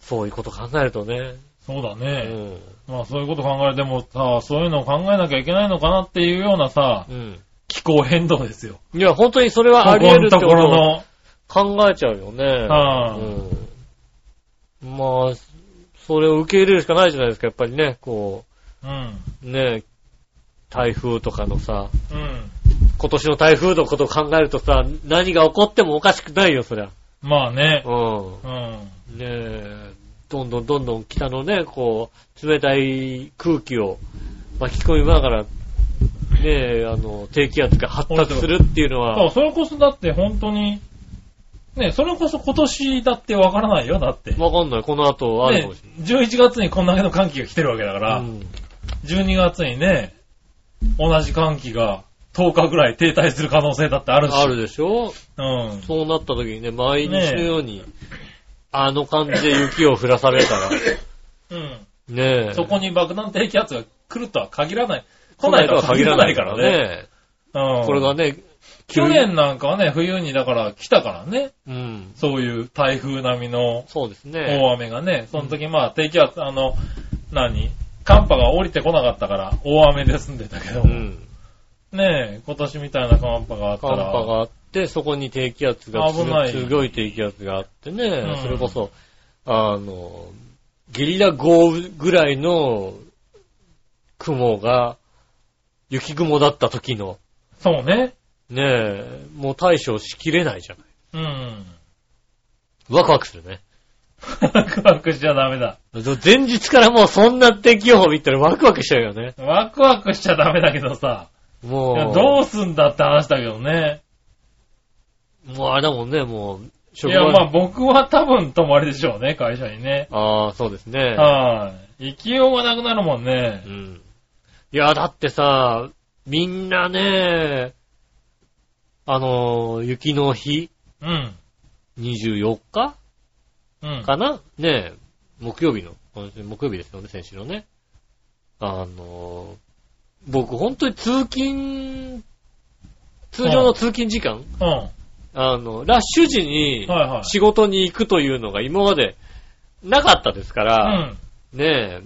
[SPEAKER 2] そういうこと考えるとね。
[SPEAKER 3] そうだ
[SPEAKER 2] う
[SPEAKER 3] ね。
[SPEAKER 2] ん。
[SPEAKER 3] まあそういうこと考えてもさ、そういうのを考えなきゃいけないのかなっていうようなさ
[SPEAKER 2] う、ん。
[SPEAKER 3] 気候変動ですよ。
[SPEAKER 2] いや、本当にそれ
[SPEAKER 3] こ
[SPEAKER 2] はあり
[SPEAKER 3] こ
[SPEAKER 2] 得る
[SPEAKER 3] の
[SPEAKER 2] って
[SPEAKER 3] と
[SPEAKER 2] こ
[SPEAKER 3] ころ
[SPEAKER 2] とを
[SPEAKER 3] の。
[SPEAKER 2] 考えちゃうよね。
[SPEAKER 3] ああ
[SPEAKER 2] うん。まあ、それを受け入れるしかないじゃないですか、やっぱりね。こ
[SPEAKER 3] うん。
[SPEAKER 2] う、ね、台風とかのさ、
[SPEAKER 3] うん。
[SPEAKER 2] 今年の台風のことを考えるとさ、何が起こってもおかしくないよ、そりゃ。
[SPEAKER 3] まあね。
[SPEAKER 2] うん。
[SPEAKER 3] うん。
[SPEAKER 2] ねえ、どんどんどんどん北のね、こう、冷たい空気を巻き込みながら、ねえ、あの、低気圧が発達するっていうの
[SPEAKER 3] そう、
[SPEAKER 2] は、
[SPEAKER 3] それこそだって本当に、ね、それこそ今年だってわからないよ、だって。
[SPEAKER 2] わかんない。この後あるか
[SPEAKER 3] ね
[SPEAKER 2] もしれ、
[SPEAKER 3] 11月にこんだけの寒気が来てるわけだか
[SPEAKER 2] な
[SPEAKER 3] ら、
[SPEAKER 2] い。うん
[SPEAKER 3] 12月にね、同じ寒気が10日ぐらい停滞する可能性だってあるし。
[SPEAKER 2] あるでしょ
[SPEAKER 3] うん。
[SPEAKER 2] そうなった時にね、毎日のように、あの感じで雪を降らされたら、
[SPEAKER 3] うん。
[SPEAKER 2] ねえ。
[SPEAKER 3] そこに爆弾低気圧が来るとは限らない。来
[SPEAKER 2] 来
[SPEAKER 3] な
[SPEAKER 2] ないい
[SPEAKER 3] と
[SPEAKER 2] と
[SPEAKER 3] は
[SPEAKER 2] は限
[SPEAKER 3] 限ら
[SPEAKER 2] ら
[SPEAKER 3] な
[SPEAKER 2] ないい
[SPEAKER 3] か
[SPEAKER 2] からら
[SPEAKER 3] ね。
[SPEAKER 2] ね。
[SPEAKER 3] うん。
[SPEAKER 2] これがね、急
[SPEAKER 3] 去
[SPEAKER 2] に
[SPEAKER 3] 年なんかはね、冬にだから来たからね。
[SPEAKER 2] うん。
[SPEAKER 3] そういう台風並みの
[SPEAKER 2] そうですね。
[SPEAKER 3] 大雨がね。その時まあ低気圧、あの、何寒波が降りてこなかったから大雨で済んでたけど
[SPEAKER 2] う
[SPEAKER 3] も。
[SPEAKER 2] ん。
[SPEAKER 3] ねえ、今年みたいな寒波があった
[SPEAKER 2] 寒
[SPEAKER 3] ら。
[SPEAKER 2] 波があって、そこに低気圧が
[SPEAKER 3] 危ない
[SPEAKER 2] 強い、強い低気圧があってね、
[SPEAKER 3] ん
[SPEAKER 2] それこそ、あの、ゲリラ豪雨ぐらいの雲が、雪雲だった時の、
[SPEAKER 3] そうね。
[SPEAKER 2] ねえ、もう対処しきれないじゃない。
[SPEAKER 3] うん。
[SPEAKER 2] ワクワクするね。
[SPEAKER 3] ワクワクしちゃダメだ。
[SPEAKER 2] 前日からもうそんな天気予報見たらワクワクしちゃうよね。
[SPEAKER 3] ワクワクしちゃダメだけどさ。いや
[SPEAKER 2] もう、
[SPEAKER 3] どうすんだって話だけどね。
[SPEAKER 2] もうあれだもんね、もう、
[SPEAKER 3] い
[SPEAKER 2] 職
[SPEAKER 3] や、
[SPEAKER 2] 場
[SPEAKER 3] まあ僕は多分泊まりでしょうね、会社にね。
[SPEAKER 2] ああ、そうですね。
[SPEAKER 3] はい。行きようがなくなるもんね
[SPEAKER 2] う。ん。いや、だってさ、みんなね、あの、雪の日、
[SPEAKER 3] うん。
[SPEAKER 2] 24日
[SPEAKER 3] うん。
[SPEAKER 2] かなねえ、木曜日の、今週木曜日ですよね、先週のね。あの、僕本当に通勤、通常の通勤時間、
[SPEAKER 3] うん。は
[SPEAKER 2] あの、ラッシュ時に
[SPEAKER 3] いはい。
[SPEAKER 2] 仕事に行くというのが今までなかったですか
[SPEAKER 3] う
[SPEAKER 2] ら、
[SPEAKER 3] ん。
[SPEAKER 2] ねえ。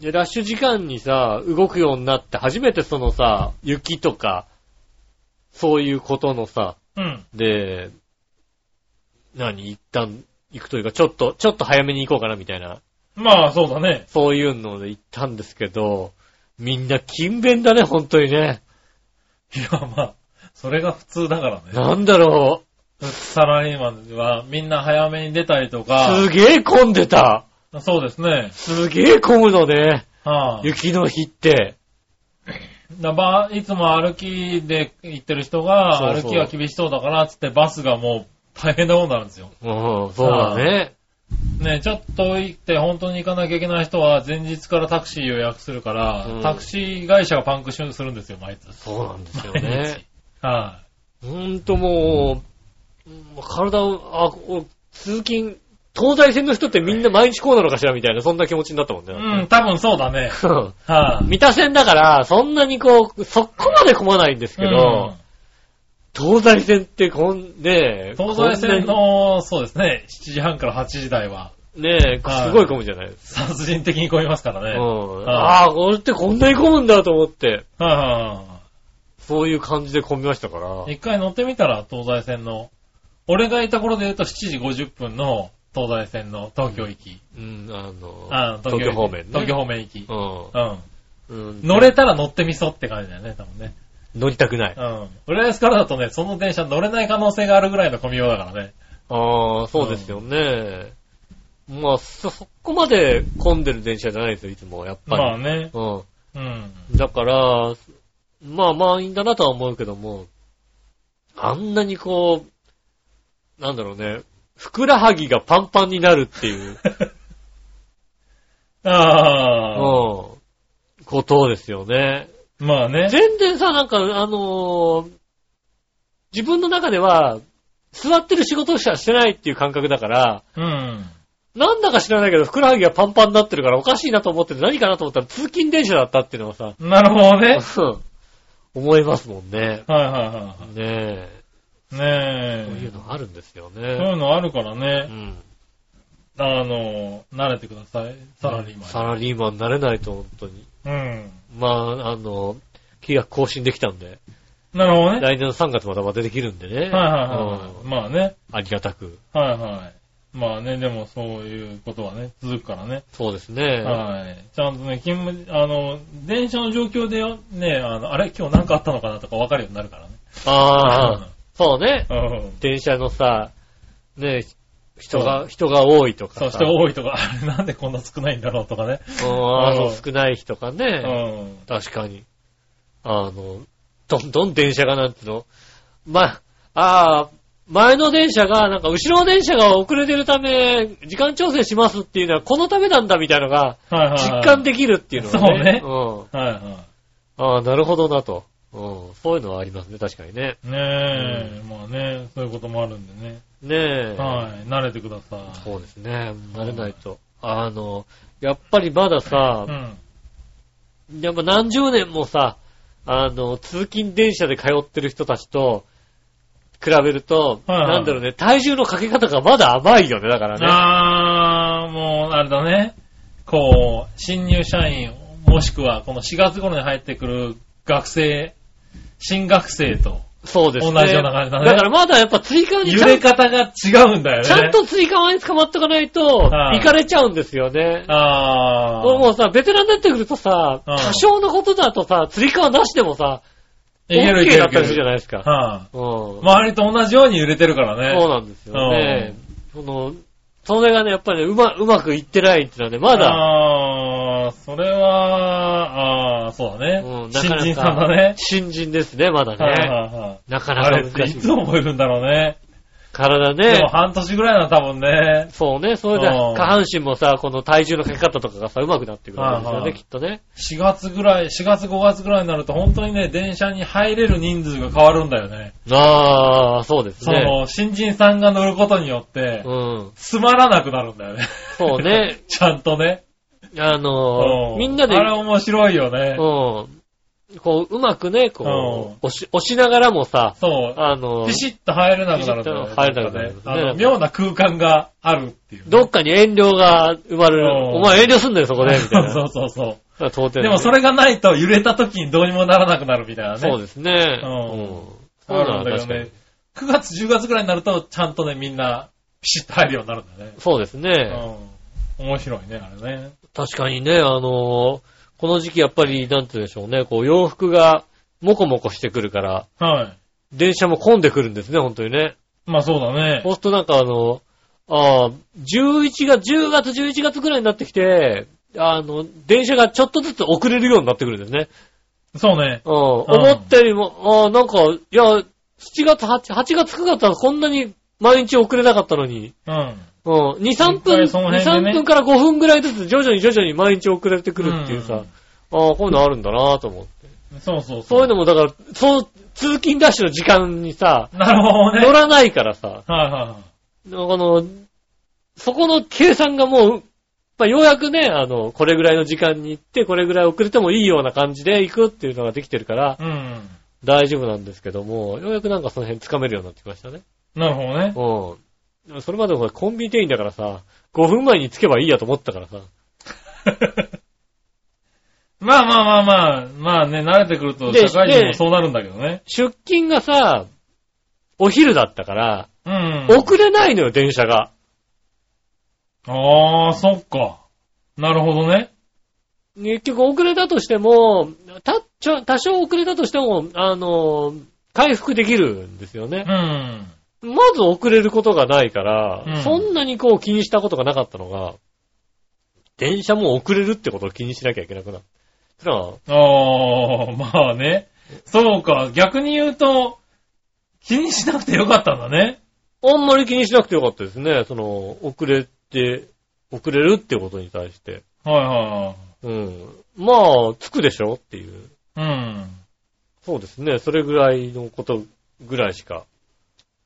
[SPEAKER 2] で、ラッシュ時間にさ、動くようになって、初めてそのさ、雪とか、そういうことのさ、
[SPEAKER 3] うん。
[SPEAKER 2] で、何、一旦行くというか、ちょっと、ちょっと早めに行こうかなみたいな、
[SPEAKER 3] まあそうだね。
[SPEAKER 2] そういうので行ったんですけど、みんな勤勉だね、本当にね。
[SPEAKER 3] いや、まあ、それが普通だからね。
[SPEAKER 2] なんだろ
[SPEAKER 3] サラリーマンはみんな早めに出たりと
[SPEAKER 2] う。
[SPEAKER 3] か
[SPEAKER 2] す。げえ混んでた。
[SPEAKER 3] そうですね。
[SPEAKER 2] すげえ混むのね。
[SPEAKER 3] はい、
[SPEAKER 2] 雪の日って。
[SPEAKER 3] だばいつも歩きで行ってる人が、
[SPEAKER 2] そう
[SPEAKER 3] 歩
[SPEAKER 2] そう
[SPEAKER 3] きが厳しそうだから、つってバスがもう大変なことになるんですよ。
[SPEAKER 2] うん、そうだね。
[SPEAKER 3] ね、ちょっと行って本当に行かなきゃいけない人は、前日からタクシー予約するから、
[SPEAKER 2] うん
[SPEAKER 3] タクシー会社がパンクするんですよ、毎日。
[SPEAKER 2] そうなんですよ
[SPEAKER 3] 毎
[SPEAKER 2] ね
[SPEAKER 3] 日。。は
[SPEAKER 2] ほんともう、もう体を、あ、こう通勤、東西線の人ってみんな毎日こうなのかしらみたいな、そんな気持ちになったもん
[SPEAKER 3] い。
[SPEAKER 2] ね。
[SPEAKER 3] うん、多分そうだね。はい、
[SPEAKER 2] 三田線だから、そんなにこう、そこまで混まないんですけど、東西線ってこん、ねえ、
[SPEAKER 3] うん東西線
[SPEAKER 2] こ
[SPEAKER 3] の、そうですね、7時半から8時台は、
[SPEAKER 2] んなに、ねえ、
[SPEAKER 3] はい
[SPEAKER 2] すごい混むじゃないです
[SPEAKER 3] 殺人的に混みますからね。
[SPEAKER 2] か。
[SPEAKER 3] はい、
[SPEAKER 2] うん。
[SPEAKER 3] はい
[SPEAKER 2] ああ、これってこんなに混むんだと思って、
[SPEAKER 3] はいはいはい
[SPEAKER 2] そういう感じで混みましたから。
[SPEAKER 3] 一回乗ってみたら、東西線の。俺がいた頃で言うと7時50分の東西線の東京行き。
[SPEAKER 2] うん、あの、
[SPEAKER 3] あ
[SPEAKER 2] 東京
[SPEAKER 3] 行き
[SPEAKER 2] 方面ね。
[SPEAKER 3] 東京方面行き。うん。
[SPEAKER 2] うん。うん
[SPEAKER 3] 乗れたら乗ってみそうって感じだよね、多分ね。
[SPEAKER 2] 乗りたくない。
[SPEAKER 3] うん。浦安からだとね、その電車乗れない可能性があるぐらいの混みようだからね。
[SPEAKER 2] ああ、そうですよね。まあ、そ、そこまで混んでる電車じゃないですよ、いつも、やっぱり。
[SPEAKER 3] まあね。うん。
[SPEAKER 2] うん。だから、まあ満員だなとは思うけども、あんなにこう、なんだろうね、ふくらはぎがパンパンになるって いう、うん、
[SPEAKER 3] ああ。
[SPEAKER 2] ことですよね。
[SPEAKER 3] まあね。
[SPEAKER 2] 全然さ、なんか、あのー自分の中では、座ってる仕事しかしてないっていう感覚だから、
[SPEAKER 3] うん。
[SPEAKER 2] なんだか知らないけど、ふくらはぎがパンパンになってるからおかしいなと思ってて何かなと思ったら通勤電車だったっていうのはさ、
[SPEAKER 3] なるほどね。
[SPEAKER 2] うん 思いますもんね。
[SPEAKER 3] はいは
[SPEAKER 2] ねえ。そ
[SPEAKER 3] いはい。
[SPEAKER 2] うい
[SPEAKER 3] ね
[SPEAKER 2] うのあるんですよ
[SPEAKER 3] え。そうい
[SPEAKER 2] ね。
[SPEAKER 3] うのあるから
[SPEAKER 2] う
[SPEAKER 3] ね。
[SPEAKER 2] ん。
[SPEAKER 3] あの、慣れてください。サラリーマン。
[SPEAKER 2] サラリーマンになれないと本当に。
[SPEAKER 3] うん。
[SPEAKER 2] まあ、あの、契約更新できたんで、
[SPEAKER 3] なるほどね。
[SPEAKER 2] 来年の3月またまたできるんでね。
[SPEAKER 3] はいはいはい。
[SPEAKER 2] うん
[SPEAKER 3] まあね。
[SPEAKER 2] ありがたく。
[SPEAKER 3] はいはい。まあね、でもそういうことはね、続くからね。
[SPEAKER 2] そうですね。
[SPEAKER 3] はい。ちゃんとね、勤務、あの、電車の状況でよね、あの、あれ今日何かあったのかなとか分かるようになるからね。
[SPEAKER 2] ああ、そうね。
[SPEAKER 3] うん。
[SPEAKER 2] 電車のさ、ねえ、人が、人が多いとか
[SPEAKER 3] そ
[SPEAKER 2] さ。
[SPEAKER 3] う、人が多いとか、あれなんでこんな少ないんだろうとかね。
[SPEAKER 2] うんあの少ない日とかね。
[SPEAKER 3] うん。
[SPEAKER 2] 確かに。あの、どんどん電車がなんていうのま、ああ、前の電車が、なんか後ろの電車が遅れてるため、時間調整しますっていうのはこのためなんだみたいなのが、
[SPEAKER 3] はいはいはい。
[SPEAKER 2] 実感できるっていうのがね。
[SPEAKER 3] そう
[SPEAKER 2] ね。
[SPEAKER 3] はいは
[SPEAKER 2] うん。ああ、なるほどなと。うん。そういうのはありますね、確かにね。
[SPEAKER 3] ねえ、まあね、そういうこともあるんでね。
[SPEAKER 2] ねえ。
[SPEAKER 3] はい、慣れてください。
[SPEAKER 2] そうですね。慣れないと。あの、やっぱりまださ
[SPEAKER 3] う、ん。
[SPEAKER 2] やっぱ何十年もさ、あの、通勤電車で通ってる人たちと、比べると、
[SPEAKER 3] はいはい
[SPEAKER 2] なんだろうね、体重のかけ方がまだ甘いよね、だからね。
[SPEAKER 3] あー、もう、あれだね。こう、新入社員、もしくは、この4月頃に入ってくる学生、新学生と、
[SPEAKER 2] そうですね。
[SPEAKER 3] 同じような感じだね
[SPEAKER 2] からまだやっぱ追加にち
[SPEAKER 3] 揺
[SPEAKER 2] ゃ
[SPEAKER 3] れ
[SPEAKER 2] ん
[SPEAKER 3] 方が違うんだよね。
[SPEAKER 2] ちゃんと追加前に捕まっとかないと、
[SPEAKER 3] はい
[SPEAKER 2] 行かれちゃうんですよね。
[SPEAKER 3] あ
[SPEAKER 2] もう
[SPEAKER 3] ー。
[SPEAKER 2] もうさ、ベテランになってくるとさ、
[SPEAKER 3] うん
[SPEAKER 2] 多少のことだとさ、釣り革なしでもさ、
[SPEAKER 3] いけるい
[SPEAKER 2] OK
[SPEAKER 3] ける
[SPEAKER 2] だ
[SPEAKER 3] い
[SPEAKER 2] っ
[SPEAKER 3] け
[SPEAKER 2] たりするじゃ
[SPEAKER 3] る。
[SPEAKER 2] ないですか。
[SPEAKER 3] は
[SPEAKER 2] うん。
[SPEAKER 3] い。周りと同じように揺れてるからね。
[SPEAKER 2] そうなんですよね。その、それがね、やっぱりねうま、うまくいってないっていうのはね、まだ、
[SPEAKER 3] ああ、それは、ああ、そうだね。
[SPEAKER 2] うんなかな
[SPEAKER 3] 新
[SPEAKER 2] か
[SPEAKER 3] 人さんだね。
[SPEAKER 2] 新人ですね、まだ
[SPEAKER 3] はいはい
[SPEAKER 2] ね。
[SPEAKER 3] はい。
[SPEAKER 2] なかな
[SPEAKER 3] あ
[SPEAKER 2] か
[SPEAKER 3] れって
[SPEAKER 2] 難
[SPEAKER 3] い
[SPEAKER 2] しい。
[SPEAKER 3] つ覚えるんだろうね。
[SPEAKER 2] 体
[SPEAKER 3] でも
[SPEAKER 2] ね。
[SPEAKER 3] 半年ぐらいな、多分ね。
[SPEAKER 2] そうね、それで
[SPEAKER 3] うん
[SPEAKER 2] 下半身もさ、この体重のかけ方とかがさ、うまくなってくるんですよ
[SPEAKER 3] はいは
[SPEAKER 2] ね、
[SPEAKER 3] い
[SPEAKER 2] きっとね。
[SPEAKER 3] 4月ぐらい、4月5月ぐらいになると本当にね、電車に入れる人数が変わるんだよね。
[SPEAKER 2] ああ、そうです
[SPEAKER 3] そ
[SPEAKER 2] ね。
[SPEAKER 3] の、新人さんが乗ることによって、
[SPEAKER 2] うん。
[SPEAKER 3] つまらなくなるんだよね。
[SPEAKER 2] そう。ね。
[SPEAKER 3] ちゃんとね。
[SPEAKER 2] あの
[SPEAKER 3] う
[SPEAKER 2] ー、みんなで、
[SPEAKER 3] あれ面白いよね。
[SPEAKER 2] うん。こう、うまくね、こう、押し、押しながらもさ、
[SPEAKER 3] そう。
[SPEAKER 2] あのー
[SPEAKER 3] ピ、シッと入れなくなるんだよね。
[SPEAKER 2] ピシッと入れなくなる
[SPEAKER 3] んかねあの妙な空間があるっていうね。
[SPEAKER 2] どっかに遠慮が生まれる。
[SPEAKER 3] うん
[SPEAKER 2] お前遠慮すんだよ、そ こで、みたいな。
[SPEAKER 3] そうそうそうそ
[SPEAKER 2] だから到底
[SPEAKER 3] う。でもそれがないと揺れた時にどうにもならなくなるみたいなね。
[SPEAKER 2] そうですね。
[SPEAKER 3] うん
[SPEAKER 2] そう
[SPEAKER 3] あ
[SPEAKER 2] な
[SPEAKER 3] るん
[SPEAKER 2] の
[SPEAKER 3] だよ
[SPEAKER 2] 確かに
[SPEAKER 3] ね。。9月、10月ぐらいになると、ちゃんとね、みんな、ピシッと入るようになるんだね。
[SPEAKER 2] そうですね。
[SPEAKER 3] うん。面白いね、あれね。
[SPEAKER 2] 確かにね、あのー、この時期やっぱり、なんて言うんでしょうね、こう洋服がもこもこしてくるから、
[SPEAKER 3] はい。
[SPEAKER 2] 電車も混んでくるんですね、本当にね。
[SPEAKER 3] まあそうだね。
[SPEAKER 2] そうするとなんかあの、ああ、11月、10月、11月ぐらいになってきて、あの、電車がちょっとずつ遅れるようになってくるんですね。
[SPEAKER 3] そうね。
[SPEAKER 2] うん。思ったよりも、ああ、なんか、いや、7月、8, 8月、9月はこんなに毎日遅れなかったのに、
[SPEAKER 3] うん。
[SPEAKER 2] うん、2、3分、
[SPEAKER 3] 一回その辺でね
[SPEAKER 2] 2、3分から5分ぐらいずつ徐々に徐々に毎日遅れてくるっていうさ、
[SPEAKER 3] うん
[SPEAKER 2] ああ、こういうのあるんだなと思って。
[SPEAKER 3] そうそう
[SPEAKER 2] そういう
[SPEAKER 3] の。
[SPEAKER 2] のもだから、そう、通勤ダッシュの時間にさ、
[SPEAKER 3] なるほどね。
[SPEAKER 2] 乗らないからさ、
[SPEAKER 3] はいはいはい。
[SPEAKER 2] この、そこの計算がもう、まあ、ようやくね、あの、これぐらいの時間に行って、これぐらい遅れてもいいような感じで行くっていうのができてるから、
[SPEAKER 3] うん。
[SPEAKER 2] 大丈夫なんですけども、ようやくなんかその辺つかめるようになってきましたね。
[SPEAKER 3] なるほどね。
[SPEAKER 2] うん。それまで俺コンビニ店員だからさ、5分前に着けばいいやと思ったからさ。
[SPEAKER 3] まあまあまあまあ、まあね、慣れてくると、
[SPEAKER 2] で
[SPEAKER 3] 社会人
[SPEAKER 2] で
[SPEAKER 3] もそうなるんだけどね。
[SPEAKER 2] 出勤がさ、お昼だったから、
[SPEAKER 3] うん。
[SPEAKER 2] 遅れないのよ、電車が。
[SPEAKER 3] ああ、そっか。なるほどね。
[SPEAKER 2] 結局遅れたとしても、た、ちょ、多少遅れたとしても、あの、回復できるんですよね
[SPEAKER 3] う。ん。
[SPEAKER 2] まず遅れることがないから、
[SPEAKER 3] うん
[SPEAKER 2] そんなにこう気にしたことがなかったのが、電車も遅れるってことを気にしなきゃいけなくなった。だから
[SPEAKER 3] ああ、まあね。そうか。逆に言うと、気にしなくてよかったんだね。
[SPEAKER 2] あんまり気にしなくてよかったですね。その、遅れて、遅れるってことに対して。
[SPEAKER 3] はいは
[SPEAKER 2] うん。まあ、着くでしょっていう。
[SPEAKER 3] いはい。
[SPEAKER 2] そうですね。それぐらいのことぐらいしか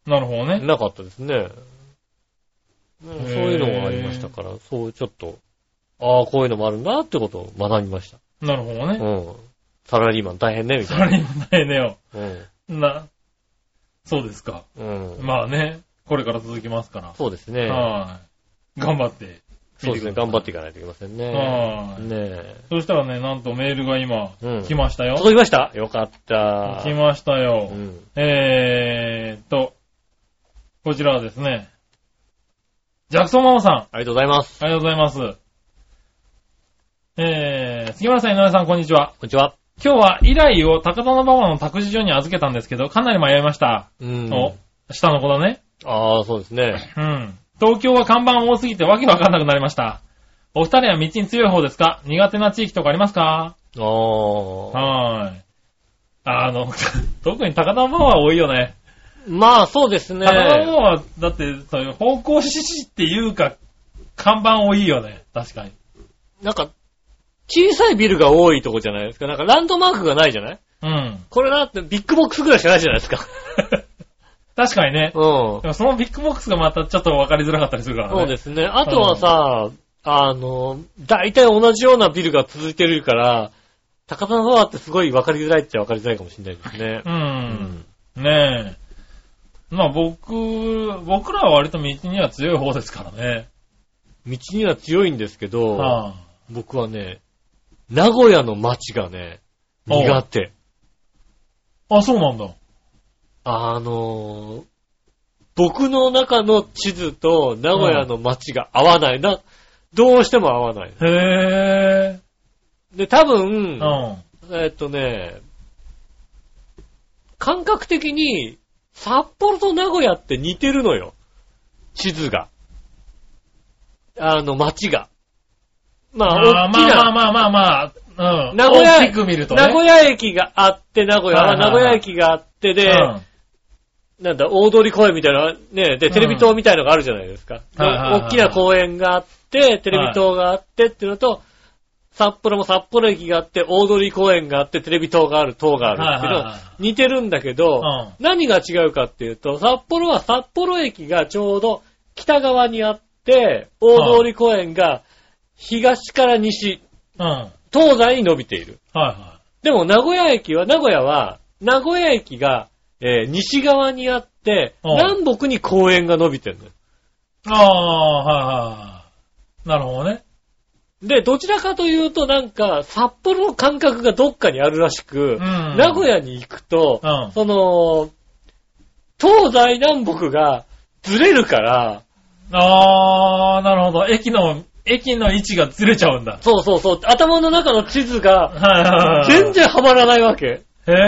[SPEAKER 3] うん。なるほどね。
[SPEAKER 2] なかったですね。うんそういうのがありましたから、そう、ちょっと、ああ、こういうのもあるんだってことを学びました。
[SPEAKER 3] なるほど
[SPEAKER 2] う
[SPEAKER 3] ね。
[SPEAKER 2] ん。サラリーマン大変ね、み
[SPEAKER 3] そ
[SPEAKER 2] たいな。
[SPEAKER 3] れにもないねよ。
[SPEAKER 2] うん。
[SPEAKER 3] な、そうですか。
[SPEAKER 2] うん。
[SPEAKER 3] まあね。これから続きますから。
[SPEAKER 2] そうですね。
[SPEAKER 3] はい。頑張って。
[SPEAKER 2] そうですね。頑張っていかないといけませんね。
[SPEAKER 3] はい
[SPEAKER 2] ねえ。
[SPEAKER 3] そしたらね、なんとメールが今
[SPEAKER 2] うん、
[SPEAKER 3] 来ましたよ。
[SPEAKER 2] 届きましたよかった。
[SPEAKER 3] 来ましたよ。
[SPEAKER 2] うん。
[SPEAKER 3] えーっと、こちらはですね、ジャクソンママさん。
[SPEAKER 2] ありがとうございます。
[SPEAKER 3] ありがとうございます。えー、杉村さん、井上さん、こんにちは。
[SPEAKER 2] こんにちは。
[SPEAKER 3] 今日は依頼を高田馬場の託児所に預けたんですけど、かなり迷いました。
[SPEAKER 2] うん
[SPEAKER 3] お、下の子だね。
[SPEAKER 2] ああ、そうですね。
[SPEAKER 3] うん。東京は看板多すぎてわけわかんなくなりました。お二人は道に強い方ですか苦手な地域とかありますか
[SPEAKER 2] ああ。
[SPEAKER 3] はーい。あの、 特に高田馬場は多いよね。
[SPEAKER 2] まあ、そうですね
[SPEAKER 3] 高。田馬場は、だって、そういう方向指示っていうか、看板多いよね。確かに。
[SPEAKER 2] なんか、小さいビルが多いとこじゃないですか。なんかランドマークがないじゃない
[SPEAKER 3] うん。
[SPEAKER 2] これだってビッグボックスぐらいしかないじゃないですか。
[SPEAKER 3] 確かにね。
[SPEAKER 2] うん
[SPEAKER 3] で。もそのビッグボックスがまたちょっと分かりづらかったりするからね。
[SPEAKER 2] そうですね。あとはさ、あの、大体同じようなビルが続いてるから、高田の方ってすごい分かりづらいっちゃ分かりづらいかもしれないですね
[SPEAKER 3] う。。。
[SPEAKER 2] うん
[SPEAKER 3] ねえ。まあ僕、僕らは割と道には強い方ですからね。
[SPEAKER 2] 道には強いんですけど、
[SPEAKER 3] はあ、
[SPEAKER 2] 僕はね、名古屋の街がね、苦手。
[SPEAKER 3] あ、そうなんだ。
[SPEAKER 2] あのー僕の中の地図と名古屋の街が合わないな。どうしても合わない。
[SPEAKER 3] へえ。
[SPEAKER 2] で、多
[SPEAKER 3] う
[SPEAKER 2] 分
[SPEAKER 3] ん。、あ
[SPEAKER 2] えっとね、感覚的に札幌と名古屋って似てるのよ。地図が。あの、街が。まあ、
[SPEAKER 3] あ
[SPEAKER 2] 大き
[SPEAKER 3] ま
[SPEAKER 2] な
[SPEAKER 3] あまあまあまあまあ。うん。
[SPEAKER 2] 名古屋
[SPEAKER 3] 大きく見るとね。
[SPEAKER 2] 名古屋駅があって、名古屋、
[SPEAKER 3] はいはいはい
[SPEAKER 2] 名古屋駅があってで、なんだ、大通公園みたいな、ね、で、テレビ塔みたいのがあるじゃないですか。
[SPEAKER 3] はいはいはい
[SPEAKER 2] 大きな公園があって、テレビ塔があってっていうのと、札幌も札幌駅があって、大通公園があって、テレビ塔がある、塔があるっていうの
[SPEAKER 3] はいはいはい
[SPEAKER 2] 似てるんだけど、
[SPEAKER 3] う
[SPEAKER 2] 何が違うかっていうと、札幌は札幌駅がちょうど北側にあって、大通公園が東から西、
[SPEAKER 3] うん。うん。
[SPEAKER 2] 東西に伸びている。
[SPEAKER 3] はいは
[SPEAKER 2] でも名古屋駅は、名古屋は、名古屋駅が、えー西側にあって、
[SPEAKER 3] うん
[SPEAKER 2] 南北に公園が伸びてるのよ。
[SPEAKER 3] い。ああ、はいはい。なるほどね。
[SPEAKER 2] で、どちらかというと、なんか、札幌の感覚がどっかにあるらしく、
[SPEAKER 3] ん
[SPEAKER 2] 名古屋に行くと、
[SPEAKER 3] うん
[SPEAKER 2] その、東西南北がずれるから、
[SPEAKER 3] ああ、なるほど。駅の、駅の位置がずれちゃうんだ。
[SPEAKER 2] そうそうそう、頭の中の地図
[SPEAKER 3] はい
[SPEAKER 2] が
[SPEAKER 3] はいはい。
[SPEAKER 2] 全。然はまらないわけ。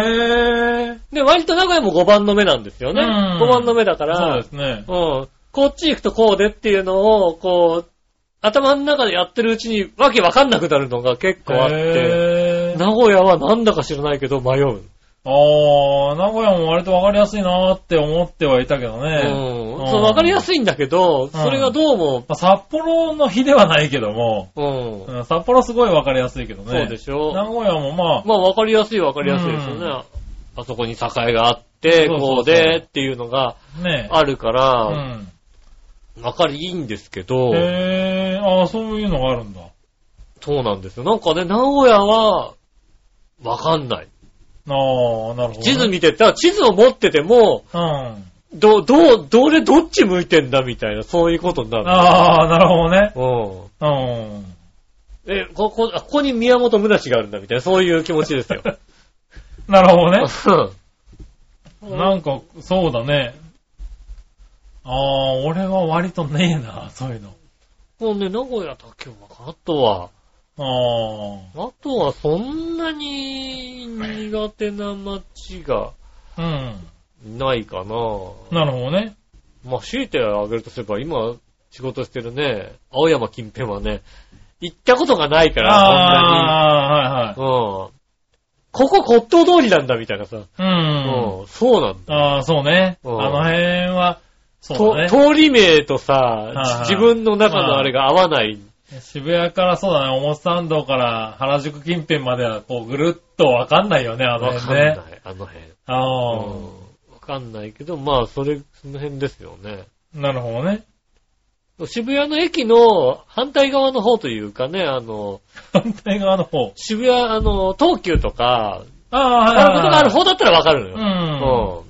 [SPEAKER 3] へえ。
[SPEAKER 2] で、割と名古屋も5番の目なんですよね。
[SPEAKER 3] うん
[SPEAKER 2] 5番の目だから、
[SPEAKER 3] そうですね。
[SPEAKER 2] うん。こっち行くとこうでっていうのを、こう、頭の中でやってるうちにわけわかんなくなるのが結構あって、
[SPEAKER 3] へー
[SPEAKER 2] 名古屋はなんだか知らないけど迷う。
[SPEAKER 3] ああ、名古屋も割とわかりやすいなーって思ってはいたけどね。
[SPEAKER 2] うん。そう、わかりや
[SPEAKER 3] い。
[SPEAKER 2] すいんだけど、それがどうも、
[SPEAKER 3] まあ札幌の日ではないけども、
[SPEAKER 2] うん。
[SPEAKER 3] うん札幌すごいわかりやすいけどね。
[SPEAKER 2] そうでしょ
[SPEAKER 3] 名古屋もまあ、
[SPEAKER 2] まあ、わかりやすいわかりやすいですよ
[SPEAKER 3] う
[SPEAKER 2] ね。あそこに境があって、
[SPEAKER 3] そうそうそう
[SPEAKER 2] こうでっていうのが
[SPEAKER 3] ね
[SPEAKER 2] あるか
[SPEAKER 3] う
[SPEAKER 2] ら、
[SPEAKER 3] ん。
[SPEAKER 2] わかりいいんですけど、
[SPEAKER 3] へえ、ああ、そういうのがあるんだ。
[SPEAKER 2] そうなんですよ。なんかね、名古屋は、わかんない。
[SPEAKER 3] ああ、なるほどね、
[SPEAKER 2] 地図見てたら、地図を持ってても、
[SPEAKER 3] うん。あ
[SPEAKER 2] ど、どう、どれどっち向いてんだみたいな、そういうことになる。
[SPEAKER 3] あ、なるほどね。
[SPEAKER 2] うん。
[SPEAKER 3] うん。
[SPEAKER 2] え、ここ、あここに宮本むなしがあるんだみたいな、そういう気持ちですよ。
[SPEAKER 3] なるほどね。
[SPEAKER 2] う
[SPEAKER 3] なんか、そうだね。ああ、俺は割とねえな、そういうの。
[SPEAKER 2] ん。もうね、名古屋だけは、あとは、
[SPEAKER 3] あ
[SPEAKER 2] あとはそんなに苦手な街が
[SPEAKER 3] あ、うん。
[SPEAKER 2] ないかな。
[SPEAKER 3] なるほどね。
[SPEAKER 2] まあ、強いてあげるとすれば、今、仕事してるね、青山近辺はね、行ったことがないから、
[SPEAKER 3] ああ
[SPEAKER 2] そんなに。うん。ここ骨董通りなんだみたいなさ。
[SPEAKER 3] ー、はいはい。
[SPEAKER 2] うん。そうなんだ。
[SPEAKER 3] うん。ああ、そうね。あ
[SPEAKER 2] うん
[SPEAKER 3] の辺は、そうだ
[SPEAKER 2] と
[SPEAKER 3] ね。
[SPEAKER 2] 通り名とさ
[SPEAKER 3] いはい、
[SPEAKER 2] 自分の中のあれが合わない。
[SPEAKER 3] 渋谷からそうだね、表参道から原宿近辺までは、こう、ぐるっとわかんないよね、あの
[SPEAKER 2] わかん
[SPEAKER 3] 辺
[SPEAKER 2] な
[SPEAKER 3] ね。
[SPEAKER 2] い、あの辺。
[SPEAKER 3] ああ
[SPEAKER 2] う、んわかんないけど、まあ、それ、その辺ですよね。
[SPEAKER 3] なるほどね。
[SPEAKER 2] 渋谷の駅の反対側の方というかね、あの、
[SPEAKER 3] 反対側の方。
[SPEAKER 2] 渋谷、あの、東急とか、
[SPEAKER 3] あ
[SPEAKER 2] あ
[SPEAKER 3] あ、
[SPEAKER 2] ういうことがある
[SPEAKER 3] 方
[SPEAKER 2] 方だったらわかるの
[SPEAKER 3] う
[SPEAKER 2] よ。う
[SPEAKER 3] ん。
[SPEAKER 2] ん。うん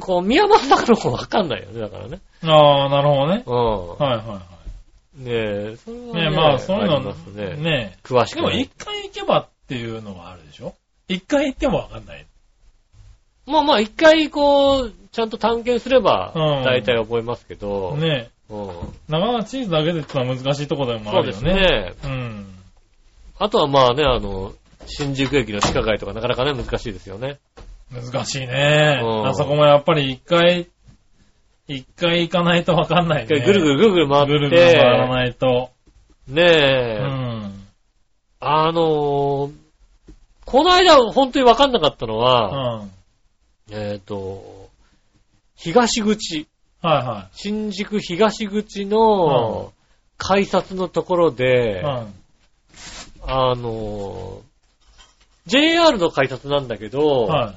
[SPEAKER 2] こう、宮本だからわかんないよね、だからね。
[SPEAKER 3] ああ、なるほどね。
[SPEAKER 2] う
[SPEAKER 3] はいはいは。
[SPEAKER 2] ん。ねえ、それはい
[SPEAKER 3] ねまあ、そういう
[SPEAKER 2] あり
[SPEAKER 3] の
[SPEAKER 2] ますね。
[SPEAKER 3] ね
[SPEAKER 2] 詳し
[SPEAKER 3] で
[SPEAKER 2] く
[SPEAKER 3] も、
[SPEAKER 2] ない
[SPEAKER 3] 一回行けばっていうのはあるでしょ一回行ってもわかんない。
[SPEAKER 2] まあまあ、一回こう、ちゃんと探検すれば、
[SPEAKER 3] うん
[SPEAKER 2] 大体覚えますけど、
[SPEAKER 3] ね
[SPEAKER 2] うん
[SPEAKER 3] なかなかチーズだけでってのは難しいところでも
[SPEAKER 2] そ
[SPEAKER 3] あ
[SPEAKER 2] う
[SPEAKER 3] る
[SPEAKER 2] で
[SPEAKER 3] よ
[SPEAKER 2] す
[SPEAKER 3] ね。
[SPEAKER 2] ね。
[SPEAKER 3] うん。
[SPEAKER 2] あとはまあね、あの、新宿駅の地下街とかなかなかね、難しいですよね。
[SPEAKER 3] 難しいね。
[SPEAKER 2] うん
[SPEAKER 3] あそこもやっぱり一回、一回行かないとわかんない
[SPEAKER 2] 一
[SPEAKER 3] ね。
[SPEAKER 2] 回ぐるぐるぐるぐる回って、
[SPEAKER 3] ぐるぐる回らないと。
[SPEAKER 2] ねえ、
[SPEAKER 3] うん。
[SPEAKER 2] あのーこの間本当にわかんなかったの
[SPEAKER 3] うん。
[SPEAKER 2] は、
[SPEAKER 3] はい
[SPEAKER 2] えっ、と、東口、
[SPEAKER 3] は
[SPEAKER 2] 新宿東口の改札のところ
[SPEAKER 3] い。
[SPEAKER 2] で、
[SPEAKER 3] うん。
[SPEAKER 2] あのー JR の改札なんだけど、
[SPEAKER 3] は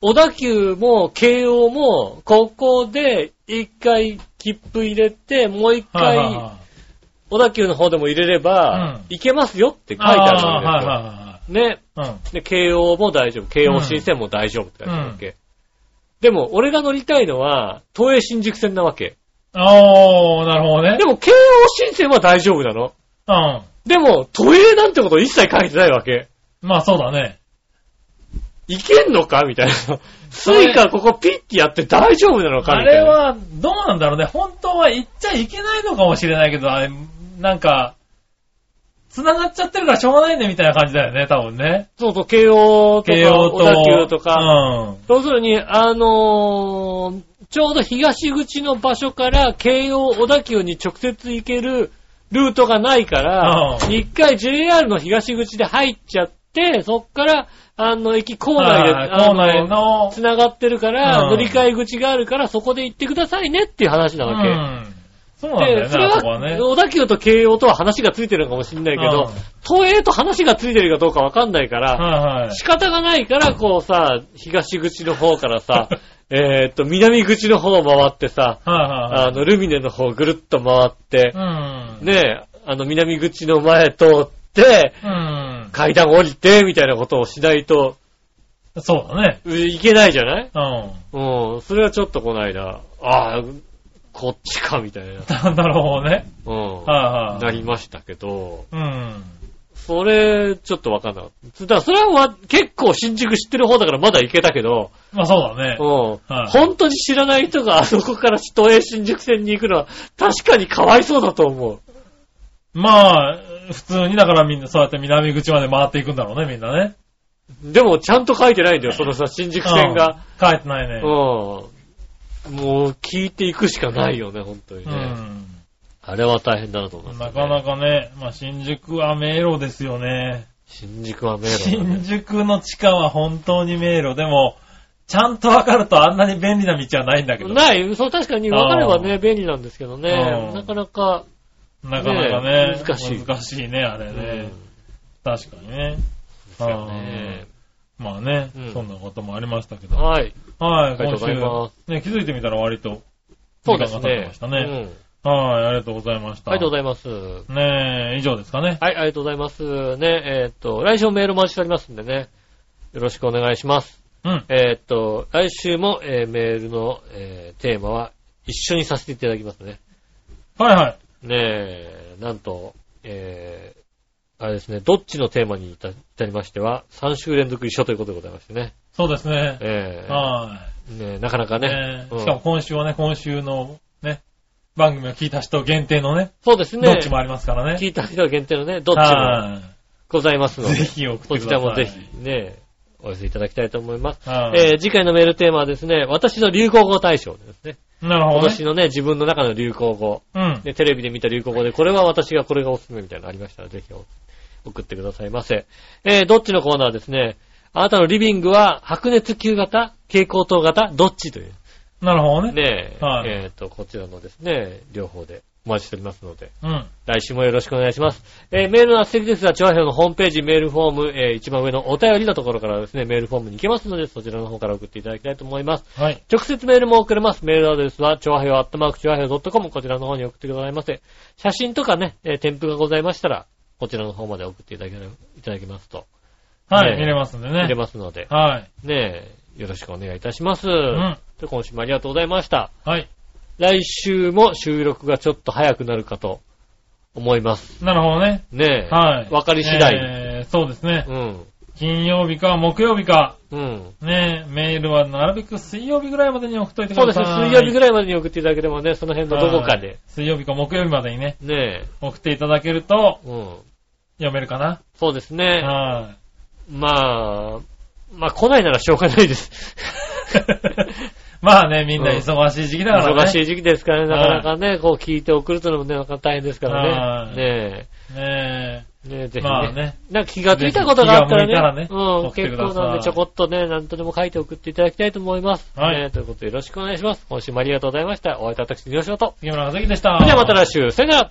[SPEAKER 2] 小田急も京王も、ここで一回切符入れて、もう一
[SPEAKER 3] い。はい。
[SPEAKER 2] 回、
[SPEAKER 3] はいはい。
[SPEAKER 2] 小田急の方でも入れれば、
[SPEAKER 3] うん
[SPEAKER 2] 行けますよって書いてあるわけですよ。
[SPEAKER 3] あ
[SPEAKER 2] ね。
[SPEAKER 3] ーはいはいはい。
[SPEAKER 2] で、慶応も大丈夫。慶応新線も大丈夫って書いてあるわけ。でも、俺が乗りたいのは、東映新宿線なわけ。
[SPEAKER 3] うん。おー、なるほどね
[SPEAKER 2] で。も、慶応新線は大丈夫なの。
[SPEAKER 3] う
[SPEAKER 2] でも、都営なんてこと一切書いてないわけ。
[SPEAKER 3] ん。まあそうだね。
[SPEAKER 2] いけんのかみたいな。スイカここピッてやって大丈夫なのか
[SPEAKER 3] あ
[SPEAKER 2] みたいな。
[SPEAKER 3] れは、どうなんだろうね。本当は言っちゃいけないのかもしれないけど、あれ、なんか、繋がっちゃってるからしょうがないねみたいな感じだよね、多分ね。
[SPEAKER 2] そうそう、慶応と
[SPEAKER 3] 慶
[SPEAKER 2] か、
[SPEAKER 3] 応と。
[SPEAKER 2] 小田急とか。
[SPEAKER 3] うん。
[SPEAKER 2] 要するに、あのーちょうど東口の場所から京王小田急に直接行けるルートがないから、
[SPEAKER 3] うん
[SPEAKER 2] 一回 JR の東口で入っちゃって、そっから、あの、駅構内で、
[SPEAKER 3] あー構内
[SPEAKER 2] あ
[SPEAKER 3] の。
[SPEAKER 2] 繋がってるから、
[SPEAKER 3] うん
[SPEAKER 2] 乗り換え口があるから、そこで行ってくださいねっていう話なわけ。
[SPEAKER 3] うん。そうなんだよね、
[SPEAKER 2] で、それ
[SPEAKER 3] あそこはね
[SPEAKER 2] は、。小田急と京王とは話がついてるのかもしれないけど、
[SPEAKER 3] うん
[SPEAKER 2] 東映と話がついてるかどうかわかんないから、
[SPEAKER 3] はいはい。
[SPEAKER 2] 仕方がないから、こうさ、東口の方からさ、えーっと、南口の方を回ってさ、
[SPEAKER 3] はいはい
[SPEAKER 2] あ
[SPEAKER 3] はい。
[SPEAKER 2] の、ルミネの方をぐるっと回って
[SPEAKER 3] う、ん。
[SPEAKER 2] ねえ、あの、南口の前通って、
[SPEAKER 3] うん。
[SPEAKER 2] 階段降りて、みたいなことをしないと、
[SPEAKER 3] そうだね。
[SPEAKER 2] ういけないじゃない
[SPEAKER 3] うん。
[SPEAKER 2] うん、それはちょっとこないだ、ああ、こっちか、みたいな、
[SPEAKER 3] なんだろうね。
[SPEAKER 2] うん、
[SPEAKER 3] はいは。
[SPEAKER 2] ないりましたけど、
[SPEAKER 3] うん。
[SPEAKER 2] それ、ちょっとわかんなかった。だから、それはわ結構新宿知ってる方だからまだ行けたけど、
[SPEAKER 3] まあそうだね。
[SPEAKER 2] うん。
[SPEAKER 3] はい
[SPEAKER 2] 本当に知らない人があそこから都営新宿線に行くのは確かにかわいそうだと思う。
[SPEAKER 3] まあ、普通にだからみんなそうやって南口まで回っていくんだろうね、みんなね。
[SPEAKER 2] でもちゃんと書いてないんだよ、そのさ、新宿線が。
[SPEAKER 3] うん。帰ってないね
[SPEAKER 2] うん。。もう聞いていくしかないよね、本当に
[SPEAKER 3] う
[SPEAKER 2] ね。
[SPEAKER 3] ん。
[SPEAKER 2] あれは大変だなと思います、
[SPEAKER 3] な
[SPEAKER 2] ね。
[SPEAKER 3] かなかね、まあ新宿は迷路ですよね。
[SPEAKER 2] 新宿は迷路だ
[SPEAKER 3] 新
[SPEAKER 2] ね。
[SPEAKER 3] 宿の地下は本当に迷路。でも、ちゃんとわかるとあんなに便利な道はないんだけど。な
[SPEAKER 2] ない、そう確かに分かればね、便利なんですけどね
[SPEAKER 3] う、ん
[SPEAKER 2] なかなか、
[SPEAKER 3] かなかね
[SPEAKER 2] ね難しい
[SPEAKER 3] 難しいね、あれ
[SPEAKER 2] う
[SPEAKER 3] ね
[SPEAKER 2] ん。
[SPEAKER 3] 確かにね。
[SPEAKER 2] ですよね。
[SPEAKER 3] まあね、
[SPEAKER 2] うん
[SPEAKER 3] そんなこともありましたけど。
[SPEAKER 2] はい。
[SPEAKER 3] はい、
[SPEAKER 2] ありがとうございま
[SPEAKER 3] 今週、ね、気づいてみたら割と、
[SPEAKER 2] そうです
[SPEAKER 3] 時間が経って
[SPEAKER 2] ね
[SPEAKER 3] ま。した
[SPEAKER 2] う
[SPEAKER 3] ね
[SPEAKER 2] ん。あり
[SPEAKER 3] はい、ありがとうございました。
[SPEAKER 2] がとうございます。
[SPEAKER 3] ねえ、以上ですかね。
[SPEAKER 2] はい、ありがとうございます。ね、えーっと、来週もメールお待ちしておりますんでね、よろしくお願いします。
[SPEAKER 3] うん。
[SPEAKER 2] えーっと、来週も、えーメールの、えーテーマは一緒にさせていただきますね。
[SPEAKER 3] はいはい。
[SPEAKER 2] ねえ、なんと、えーあれですね、どっちのテーマに至至りましては、3週連続一緒ということでございましてね。
[SPEAKER 3] そうですね。
[SPEAKER 2] えー
[SPEAKER 3] は
[SPEAKER 2] ねえなかなか
[SPEAKER 3] い。
[SPEAKER 2] ね
[SPEAKER 3] ね、
[SPEAKER 2] うん
[SPEAKER 3] しかも今週はね、今週のね、番組を聞いた人限定のね、
[SPEAKER 2] そうですね、
[SPEAKER 3] どっちもありますからね。
[SPEAKER 2] 聞いた人限定のね、どっちも
[SPEAKER 3] は
[SPEAKER 2] ございますの
[SPEAKER 3] い。ぜ
[SPEAKER 2] で、
[SPEAKER 3] ひ送って
[SPEAKER 2] こ
[SPEAKER 3] く
[SPEAKER 2] ち
[SPEAKER 3] ださ
[SPEAKER 2] らも
[SPEAKER 3] い。
[SPEAKER 2] ぜひね、お寄せいただきたいと思います。
[SPEAKER 3] はい。
[SPEAKER 2] えー次回のメールテーマはですね、私の流行語大賞ですね。
[SPEAKER 3] なる
[SPEAKER 2] 今
[SPEAKER 3] ほど、ね
[SPEAKER 2] 年。のね、自分の中の流行語。
[SPEAKER 3] うん。
[SPEAKER 2] で、テレビで見た流行語で、これは私がこれがおすすめみたいなのありましたら、ぜひ送ってくださいませ。えーどっちのコーナーはですね、あなたのリビングは白熱球型、蛍光灯型、どっちという。
[SPEAKER 3] なるほどね。
[SPEAKER 2] ねえ、
[SPEAKER 3] はい
[SPEAKER 2] えっ、と、こちらのですね、両方でお待ちしておりますので。
[SPEAKER 3] うん。
[SPEAKER 2] 来週もよろしくお願いします。えーメールの素敵ですが、調和表のホームページ、メールフォーム、えー一番上のお便りのところからですね、メールフォームに行けますので、そちらの方から送っていただきたいと思います。
[SPEAKER 3] はい。
[SPEAKER 2] 直接メールも送れます。メールアドレスは、調和表、アットマーク、調和表 .com、こちらの方に送ってくださいませ。写真とかね、えー添付がございましたら、こちらの方まで送っていただけるいただけますと、
[SPEAKER 3] はい、
[SPEAKER 2] ね
[SPEAKER 3] 見れますんでね。
[SPEAKER 2] 見れますので、
[SPEAKER 3] はい。
[SPEAKER 2] ねえ、よろしくお願いいたします。
[SPEAKER 3] うん。
[SPEAKER 2] で今週もありがとうございました。
[SPEAKER 3] はい。
[SPEAKER 2] 来週も収録がちょっと早くなるかと思います。
[SPEAKER 3] なるほどね。
[SPEAKER 2] ねえ、
[SPEAKER 3] はい。
[SPEAKER 2] わかり次第。
[SPEAKER 3] えーそうですね。
[SPEAKER 2] うん。
[SPEAKER 3] 金曜日か木曜日か、
[SPEAKER 2] うん。
[SPEAKER 3] ねメールはなるべく水曜日ぐらいまでに送っといてく
[SPEAKER 2] そう
[SPEAKER 3] だ
[SPEAKER 2] です
[SPEAKER 3] さい
[SPEAKER 2] ね。。水曜日ぐ
[SPEAKER 3] ら
[SPEAKER 2] ら
[SPEAKER 3] い
[SPEAKER 2] いまでに送っていただければね、その辺のどこかで。。
[SPEAKER 3] 水曜日か木曜日までにね、
[SPEAKER 2] ね
[SPEAKER 3] 送っていただけると
[SPEAKER 2] え。うん。
[SPEAKER 3] 読めるかな。
[SPEAKER 2] そうですね。
[SPEAKER 3] は
[SPEAKER 2] まあ、まあ来ないならしょうがない です。
[SPEAKER 3] い。 まあね、みんな忙しい時期だからね。
[SPEAKER 2] 忙し
[SPEAKER 3] い。
[SPEAKER 2] い時期ですからね、なかなかね、こう聞いて送るというのもね、なかなか大変ですから
[SPEAKER 3] は
[SPEAKER 2] ね。
[SPEAKER 3] い
[SPEAKER 2] ね
[SPEAKER 3] ね
[SPEAKER 2] え。ねえ、ぜひ
[SPEAKER 3] ま
[SPEAKER 2] ね。
[SPEAKER 3] あね。
[SPEAKER 2] なんか気がついたことがあったらねう
[SPEAKER 3] ぜ。ひ気が向いたらね送
[SPEAKER 2] ん、
[SPEAKER 3] って
[SPEAKER 2] 結
[SPEAKER 3] ください
[SPEAKER 2] 構なんでちょこっとね、なんとでも書いて送っていただきたいと思います。
[SPEAKER 3] はい
[SPEAKER 2] ねえということでよろしくお願いします。今週もありがとうございました。お会いいた私、吉本。
[SPEAKER 3] 杉村和樹でした。
[SPEAKER 2] じゃあまた来週。さよなら。